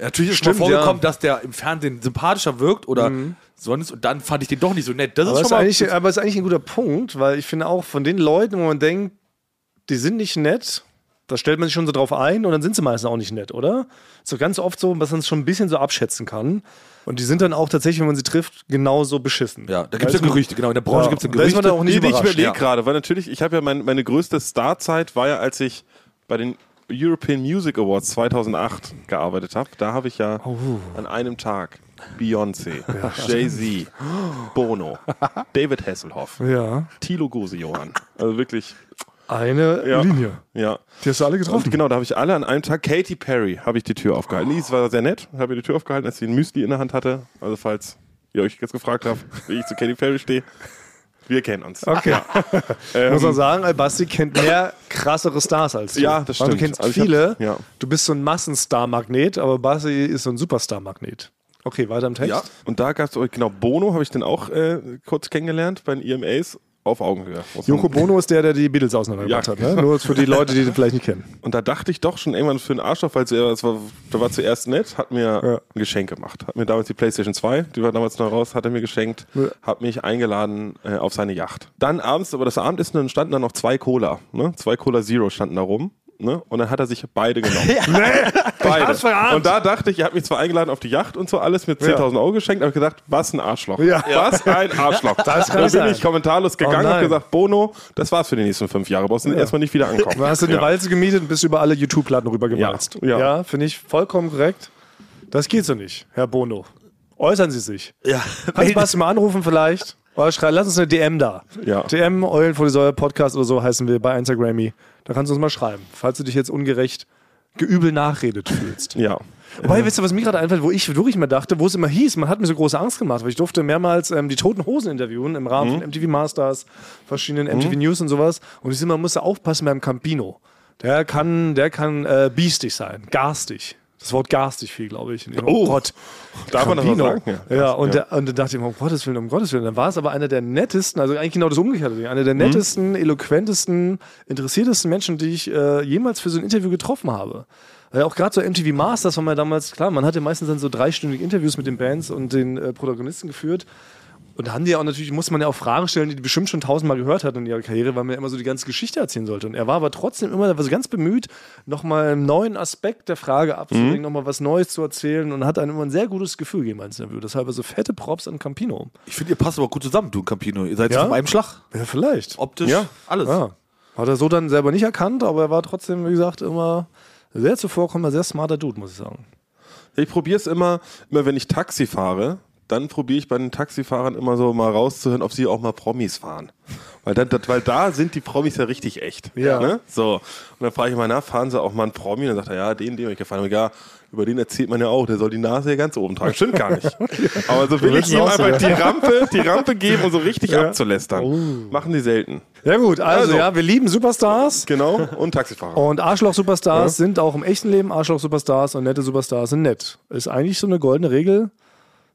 Speaker 2: Natürlich ist
Speaker 1: Stimmt,
Speaker 2: es mal vorgekommen,
Speaker 1: ja. Mhm.
Speaker 2: dass der im Fernsehen sympathischer wirkt oder sonst. Und dann fand ich den doch nicht so nett. Das
Speaker 1: aber,
Speaker 2: ist
Speaker 1: ist
Speaker 2: schon mal.
Speaker 1: eigentlich, aber ist eigentlich ein guter Punkt, weil ich finde auch von den Leuten, wo man denkt, die sind nicht nett, da stellt man sich schon so drauf ein und dann sind sie meistens auch nicht nett, oder? Ist doch ganz oft so, dass man es schon ein bisschen so abschätzen kann. Und die sind dann auch tatsächlich, wenn man sie trifft, genauso beschissen.
Speaker 2: ja, da gibt es ja
Speaker 1: Weil es-
Speaker 2: Gerüchte. Genau, in der Branche
Speaker 1: äh, Ja,
Speaker 2: gibt es ja
Speaker 1: da ist
Speaker 2: Gerüchte.
Speaker 1: man dann auch nicht
Speaker 3: Nee, ich
Speaker 1: überrascht.
Speaker 3: überlege
Speaker 2: ja.
Speaker 3: gerade, weil natürlich, ich habe ja mein, meine größte Starzeit war ja, als ich bei den European Music Awards 2008 gearbeitet habe. Da habe ich ja
Speaker 1: Oh.
Speaker 3: an einem Tag Beyoncé, Jay-Z,
Speaker 1: <laughs>
Speaker 3: Bono, David Hasselhoff,
Speaker 1: Ja,
Speaker 3: Thilo Gosejohann. Also wirklich,
Speaker 1: eine
Speaker 3: Ja.
Speaker 1: Linie.
Speaker 3: ja.
Speaker 1: Die hast du alle
Speaker 3: Und
Speaker 1: getroffen.
Speaker 3: genau, da habe ich alle an einem Tag. Katy Perry habe ich die Tür aufgehalten. Die war sehr nett. Habe ihr die Tür aufgehalten, als sie ein Müsli in der Hand hatte. Also falls ihr euch jetzt gefragt habt, wie ich zu Katy Perry stehe, wir kennen uns. Ähm,
Speaker 1: Okay. <laughs> Muss man sagen, äh, Basti kennt mehr krassere Stars als du.
Speaker 3: Ja, das
Speaker 1: Weil Du
Speaker 3: stimmt.
Speaker 1: kennst
Speaker 3: Also ich hab-
Speaker 1: viele.
Speaker 3: ja.
Speaker 1: Du bist so ein Massenstar-Magnet, aber Basti ist so ein Superstar-Magnet. Okay, weiter im Text.
Speaker 2: Ja.
Speaker 3: Und da gab es, genau, Bono habe ich dann auch äh, kurz kennengelernt bei den EMAs auf Augenhöhe. muss man-
Speaker 1: Joko Bono ist der, der die Beatles auseinandergebracht
Speaker 3: Ja.
Speaker 1: hat. Ne? Nur für die Leute, die den vielleicht nicht kennen.
Speaker 3: Und da dachte ich doch schon irgendwann für einen Arschloch, weil er war, da war zuerst nett, hat mir ein Geschenk gemacht. Hat mir damals die Playstation 2, die war damals noch raus, hat er mir geschenkt, hat mich eingeladen äh, auf seine Yacht. Dann abends, aber das Abendessen, dann standen da noch zwei Cola, ne? zwei Cola Zero standen da rum. Ne? Und dann hat er sich
Speaker 1: <laughs>
Speaker 3: beide genommen. Ne? beide. Und da dachte ich, er hat mich zwar eingeladen auf die Yacht und so alles mit 10.000 Euro geschenkt, aber ich gedacht, was ein Arschloch.
Speaker 1: Ja.
Speaker 3: Was ein Arschloch. Das
Speaker 1: kann
Speaker 3: dann bin
Speaker 1: sein.
Speaker 3: ich kommentarlos gegangen
Speaker 1: Oh
Speaker 3: und
Speaker 1: nein.
Speaker 3: gesagt, Bono, das war's für die nächsten fünf Jahre. Brauchst du erstmal nicht wieder ankommen.
Speaker 1: Da hast du eine
Speaker 3: <laughs> Ja.
Speaker 1: Walze gemietet und bist über alle YouTube-Platten rübergewalzt.
Speaker 3: Ja. Ja.
Speaker 1: finde ich vollkommen korrekt. Das geht so nicht, Herr Bono. Äußern Sie sich.
Speaker 2: Ja.
Speaker 1: <laughs> Kannst du Basti mal anrufen vielleicht? Oder schrei, lass uns eine DM da.
Speaker 3: Ja.
Speaker 1: DM, Eulen vor die Säule Podcast oder so heißen wir bei Instagrammy. Da kannst du uns mal schreiben, falls du dich jetzt ungerecht geübel nachredet fühlst.
Speaker 3: Ja.
Speaker 1: Wobei, wisst ihr, was mir gerade einfällt, wo ich wirklich mal dachte, wo es immer hieß, man hat mir so große Angst gemacht, weil ich durfte mehrmals ähm, die Toten Hosen interviewen im
Speaker 3: Mhm.
Speaker 1: Rahmen von MTV Masters, verschiedenen MTV News und sowas. Und ich immer musste aufpassen beim Campino. Der kann, der kann äh, biestig sein, garstig. Das Wort garstig viel, glaube ich. in dem-
Speaker 3: Oh.
Speaker 1: Gott.
Speaker 3: Darf man das mal
Speaker 1: Campino.
Speaker 3: sagen?
Speaker 1: Ja, und, Der, und dann dachte ich mir, um Gottes Willen, um Gottes Willen. Dann war es aber einer der nettesten, also eigentlich genau das Umgekehrte, Ding,
Speaker 3: Mhm.
Speaker 1: einer der nettesten, eloquentesten, interessiertesten Menschen, die ich äh, jemals für so ein Interview getroffen habe. Weil auch gerade so MTV Masters waren wir damals, klar, man hatte meistens dann so dreistündige Interviews mit den Bands und den äh, Protagonisten geführt. Und da haben die ja auch natürlich, muss man ja auch Fragen stellen, die die bestimmt schon tausendmal gehört hat in ihrer Karriere, weil man ja immer so die ganze Geschichte erzählen sollte. Und er war aber trotzdem immer da war so ganz bemüht, nochmal einen neuen Aspekt der Frage abzudenken, nochmal was Neues zu erzählen und hat einem immer ein sehr gutes Gefühl gegeben als Interview. Deshalb also fette Props an Campino.
Speaker 2: Ich finde, ihr passt aber gut zusammen, du und Campino. Ihr seid
Speaker 1: Ja?
Speaker 2: von einem Schlag.
Speaker 1: Ja, vielleicht.
Speaker 2: Optisch,
Speaker 3: Ja.
Speaker 2: alles.
Speaker 1: Ja. Ah. Hat er so dann selber nicht erkannt, aber er war trotzdem, wie gesagt, immer sehr zuvorkommender, sehr smarter Dude, muss ich sagen.
Speaker 3: Ich probiere es immer, immer wenn ich Taxi fahre, dann probiere ich bei den Taxifahrern immer so mal rauszuhören, ob sie auch mal Promis fahren. Weil da, das- weil da sind die Promis ja richtig echt.
Speaker 1: Ja.
Speaker 3: Ne? So. Und dann frage ich mal nach, fahren sie auch mal einen Promi? Und dann sagt er, ja, den, den hab ich gefahren habe. Ja, über den erzählt man ja auch, der soll die Nase ja ganz oben tragen. Stimmt gar nicht. Aber so will ich
Speaker 1: wissen
Speaker 3: ihm
Speaker 1: auch so,
Speaker 3: einfach
Speaker 1: ja.
Speaker 3: die Rampe, die Rampe geben und so richtig abzulästern. Machen die selten.
Speaker 1: Ja gut, also,
Speaker 3: Also.
Speaker 1: ja, wir lieben Superstars
Speaker 3: Genau. Und Taxifahrer.
Speaker 1: und Arschloch-Superstars sind auch im echten Leben Arschloch-Superstars und nette Superstars sind nett. Ist eigentlich so eine goldene Regel.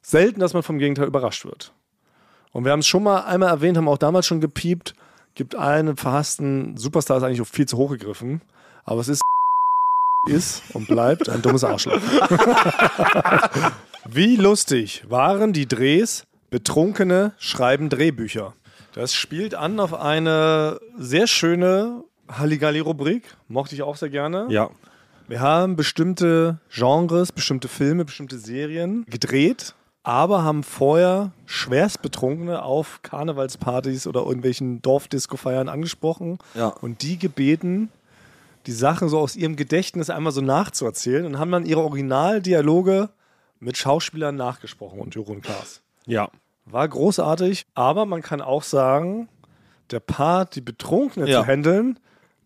Speaker 1: Selten, dass man vom Gegenteil überrascht wird. Und wir haben es schon mal einmal erwähnt, haben auch damals schon gepiept, gibt einen verhassten Superstar ist eigentlich auch viel zu hoch gegriffen, aber es ist <laughs> ist und bleibt ein dummes Arschloch. <laughs> Wie lustig waren die Drehs? Betrunkene schreiben Drehbücher. Das spielt an auf eine sehr schöne Halligalli-Rubrik. Mochte ich auch sehr gerne.
Speaker 3: Ja.
Speaker 1: Wir haben bestimmte Genres, bestimmte Filme, bestimmte Serien gedreht, aber haben vorher schwerstbetrunkene auf Karnevalspartys oder irgendwelchen Dorfdisco-Feiern angesprochen
Speaker 2: Ja.
Speaker 1: und die gebeten, die Sachen so aus ihrem Gedächtnis einmal so nachzuerzählen und haben dann ihre Originaldialoge mit Schauspielern nachgesprochen und Jürgen Klaas.
Speaker 3: Ja.
Speaker 1: War großartig, aber man kann auch sagen, der Part, die Betrunkene
Speaker 2: Ja.
Speaker 1: zu handeln,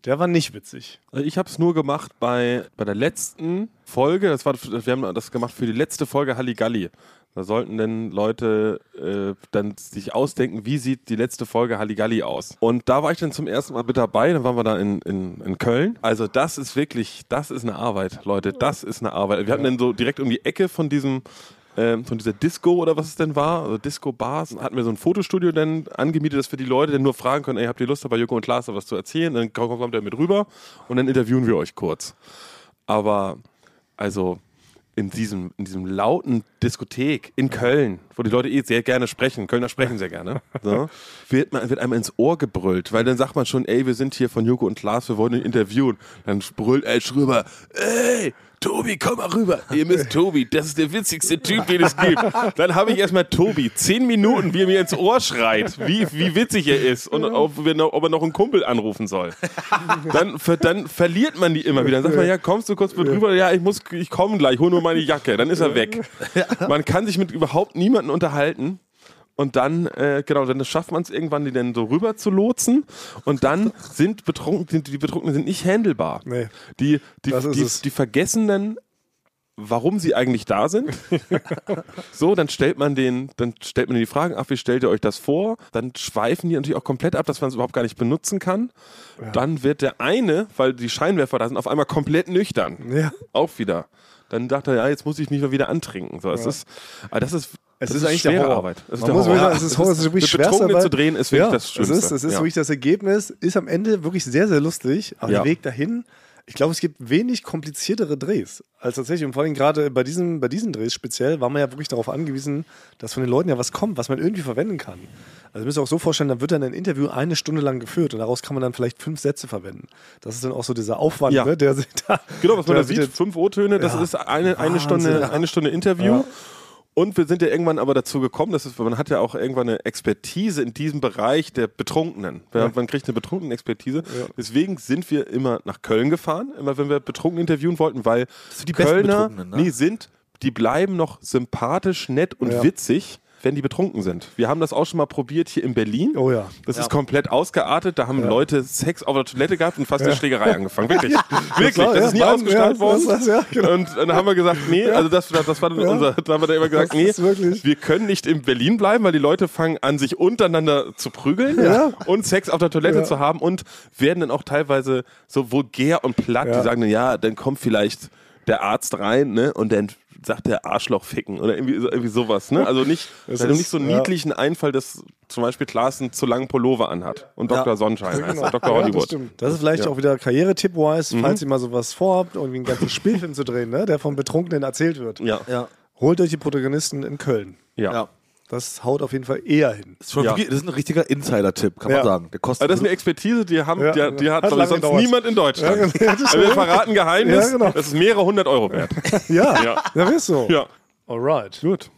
Speaker 1: der war nicht witzig.
Speaker 3: Also ich habe es nur gemacht bei, bei der letzten Folge. Das war, wir haben das gemacht für die letzte Folge Halligalli. Da sollten denn Leute äh, dann sich ausdenken, wie sieht die letzte Folge Halligalli aus. Und da war ich dann zum ersten Mal mit dabei. Dann waren wir da in, in, in Köln. Also das ist wirklich, das ist eine Arbeit, Leute. Das ist eine Arbeit. Wir hatten dann so direkt um die Ecke von diesem ähm, von dieser Disco oder was es denn war, also Disco-Bars, hatten wir so ein Fotostudio dann angemietet, dass wir die Leute dann nur fragen können, ey, habt ihr Lust, bei Joko und Klaas da was zu erzählen? Dann kommt kommt er mit rüber und dann interviewen wir euch kurz. Aber also in diesem, in diesem lauten Diskothek in Köln, wo die Leute eh sehr gerne sprechen, Kölner sprechen sehr gerne, so, wird, man, wird einem ins Ohr gebrüllt, weil dann sagt man schon, ey, wir sind hier von Joko und Klaas, wir wollen ihn interviewen. Dann brüllt Edge rüber, ey, Tobi, komm mal rüber. Ihr müsst Tobi, das ist der witzigste Typ, den es gibt. Dann habe ich erstmal Tobi, zehn Minuten, wie er mir ins Ohr schreit, wie, wie witzig er ist und ob, wir noch, ob er noch einen Kumpel anrufen soll dann, ver, dann verliert man die immer wieder. Dann sagt man, ja, kommst du kurz mit rüber? Ja, ich muss, ich komme gleich, hol nur meine Jacke. Dann ist er weg. Man kann sich mit überhaupt niemanden unterhalten. Und dann, äh, genau, dann schafft man es irgendwann, die dann so rüber zu lotsen. Und dann sind betrunken, sind, die Betrunkenen sind nicht handelbar.
Speaker 1: Nee.
Speaker 3: Die, die,
Speaker 1: Das ist
Speaker 3: die,
Speaker 1: es.
Speaker 3: die vergessen dann, warum sie eigentlich da sind. So, dann stellt man den, dann stellt man die Fragen ab, wie stellt ihr euch das vor? Dann schweifen die natürlich auch komplett ab, dass man es überhaupt gar nicht benutzen kann. Dann wird der eine, weil die Scheinwerfer da sind, auf einmal komplett nüchtern.
Speaker 1: Ja.
Speaker 3: Auch wieder. Dann dachte er, ja, jetzt muss ich mich mal wieder antrinken. So, es ist, aber das ist,
Speaker 1: Es
Speaker 3: das
Speaker 1: ist eigentlich der
Speaker 3: schwere
Speaker 1: Horror.
Speaker 3: Arbeit. Das
Speaker 1: Man muss
Speaker 3: Horror.
Speaker 1: wirklich sagen, es ist Horror, es ist wirklich
Speaker 3: mit
Speaker 1: schwerste
Speaker 3: Betrunkenen
Speaker 1: Arbeit.
Speaker 3: zu drehen ist wirklich das Schlimmste.
Speaker 1: Es ist, es ist
Speaker 3: Ja.
Speaker 1: wirklich das Ergebnis, ist am Ende wirklich sehr, sehr lustig, aber
Speaker 3: Ja.
Speaker 1: der Weg dahin, ich glaube, es gibt wenig kompliziertere Drehs als tatsächlich. Und vor allem gerade bei, diesem, bei diesen Drehs speziell war man ja wirklich darauf angewiesen, dass von den Leuten ja was kommt, was man irgendwie verwenden kann. Also ihr müsst ihr auch so vorstellen, dann wird dann ein Interview eine Stunde lang geführt und daraus kann man dann vielleicht fünf Sätze verwenden. Das ist dann auch so dieser Aufwand,
Speaker 3: Ja.
Speaker 1: ne, der sich da...
Speaker 3: Genau, was man
Speaker 1: der
Speaker 3: da
Speaker 1: sich
Speaker 3: sieht,
Speaker 1: jetzt-
Speaker 3: fünf O-Töne, das
Speaker 1: Ja.
Speaker 3: ist eine, eine,
Speaker 1: Wahnsinn.
Speaker 3: Stunde, eine Stunde Interview.
Speaker 1: Ja.
Speaker 3: Und wir sind ja irgendwann aber dazu gekommen, dass es, man hat ja auch irgendwann eine Expertise in diesem Bereich der Betrunkenen. Ja, Man kriegt eine Betrunkenen-Expertise. Deswegen sind wir immer nach Köln gefahren, immer wenn wir Betrunkene interviewen wollten, weil
Speaker 2: sind die besten
Speaker 3: Kölner
Speaker 2: Betrunkenen, ne?
Speaker 3: nee, sind, die bleiben noch sympathisch, nett und
Speaker 1: Ja.
Speaker 3: witzig, wenn die betrunken sind. Wir haben das auch schon mal probiert hier in Berlin.
Speaker 1: Oh ja.
Speaker 3: Das ist komplett ausgeartet. Da haben Leute Sex auf der Toilette gehabt und fast eine Schlägerei angefangen. Wirklich. Wirklich.
Speaker 1: klar,
Speaker 3: das
Speaker 1: ja,
Speaker 3: ist nie
Speaker 1: beim-
Speaker 3: ausgestrahlt
Speaker 1: ja,
Speaker 3: worden.
Speaker 1: das- das- ja, genau.
Speaker 3: Und dann haben wir gesagt, nee, also das, das, das war dann unser, da haben wir dann immer gesagt,
Speaker 1: Das ist
Speaker 3: nee,
Speaker 1: wirklich-
Speaker 3: wir können nicht in Berlin bleiben, weil die Leute fangen an, sich untereinander zu prügeln
Speaker 1: Ja.
Speaker 3: und Sex auf der Toilette
Speaker 1: Ja.
Speaker 3: zu haben und werden dann auch teilweise so vulgär und platt.
Speaker 1: Ja.
Speaker 3: Die sagen dann, ja, dann kommt vielleicht der Arzt rein, ne, und dann sagt der Arschloch ficken oder irgendwie, so- irgendwie sowas, ne? Also
Speaker 1: <laughs>
Speaker 3: nicht,
Speaker 1: Es
Speaker 3: also
Speaker 1: ist-
Speaker 3: nicht so
Speaker 1: ja.
Speaker 3: niedlichen Einfall, dass zum Beispiel Klaassen zu langen Pullover anhat und
Speaker 1: <laughs>
Speaker 3: Dr. Sonnenschein heißt er,
Speaker 1: Genau.
Speaker 3: Dr.
Speaker 1: Ja, das,
Speaker 3: Hollywood. Mhm.
Speaker 1: stimmt. das ist vielleicht auch wieder Karriere-Tipp-wise, falls ihr mal sowas vorhabt, irgendwie einen ganzen Spielfilm zu drehen, ne, der von Betrunkenen erzählt wird.
Speaker 3: Ja,
Speaker 2: Ja.
Speaker 1: Holt euch die Protagonisten in Köln.
Speaker 3: ja.
Speaker 2: ja.
Speaker 1: Das haut auf jeden Fall eher
Speaker 3: <laughs>
Speaker 1: hin.
Speaker 2: Ist schon
Speaker 3: Ja.
Speaker 2: wirklich, das ist ein richtiger Insider-Tipp, kann man
Speaker 1: Ja.
Speaker 2: sagen. Der kostet
Speaker 3: Also das ist eine Expertise, die, haben,
Speaker 1: Ja.
Speaker 3: die, die hat,
Speaker 1: Hat
Speaker 3: glaub ich,
Speaker 1: lange
Speaker 3: sonst
Speaker 1: gedauert.
Speaker 3: niemand in Deutschland.
Speaker 1: Ja, genau.
Speaker 3: also wir verraten ein Geheimnis,
Speaker 1: Ja, genau.
Speaker 3: das ist mehrere hundert Euro wert.
Speaker 1: <laughs> Ja,
Speaker 3: Ja.
Speaker 1: das ist so.
Speaker 3: Ja.
Speaker 1: Alright.
Speaker 3: Gut.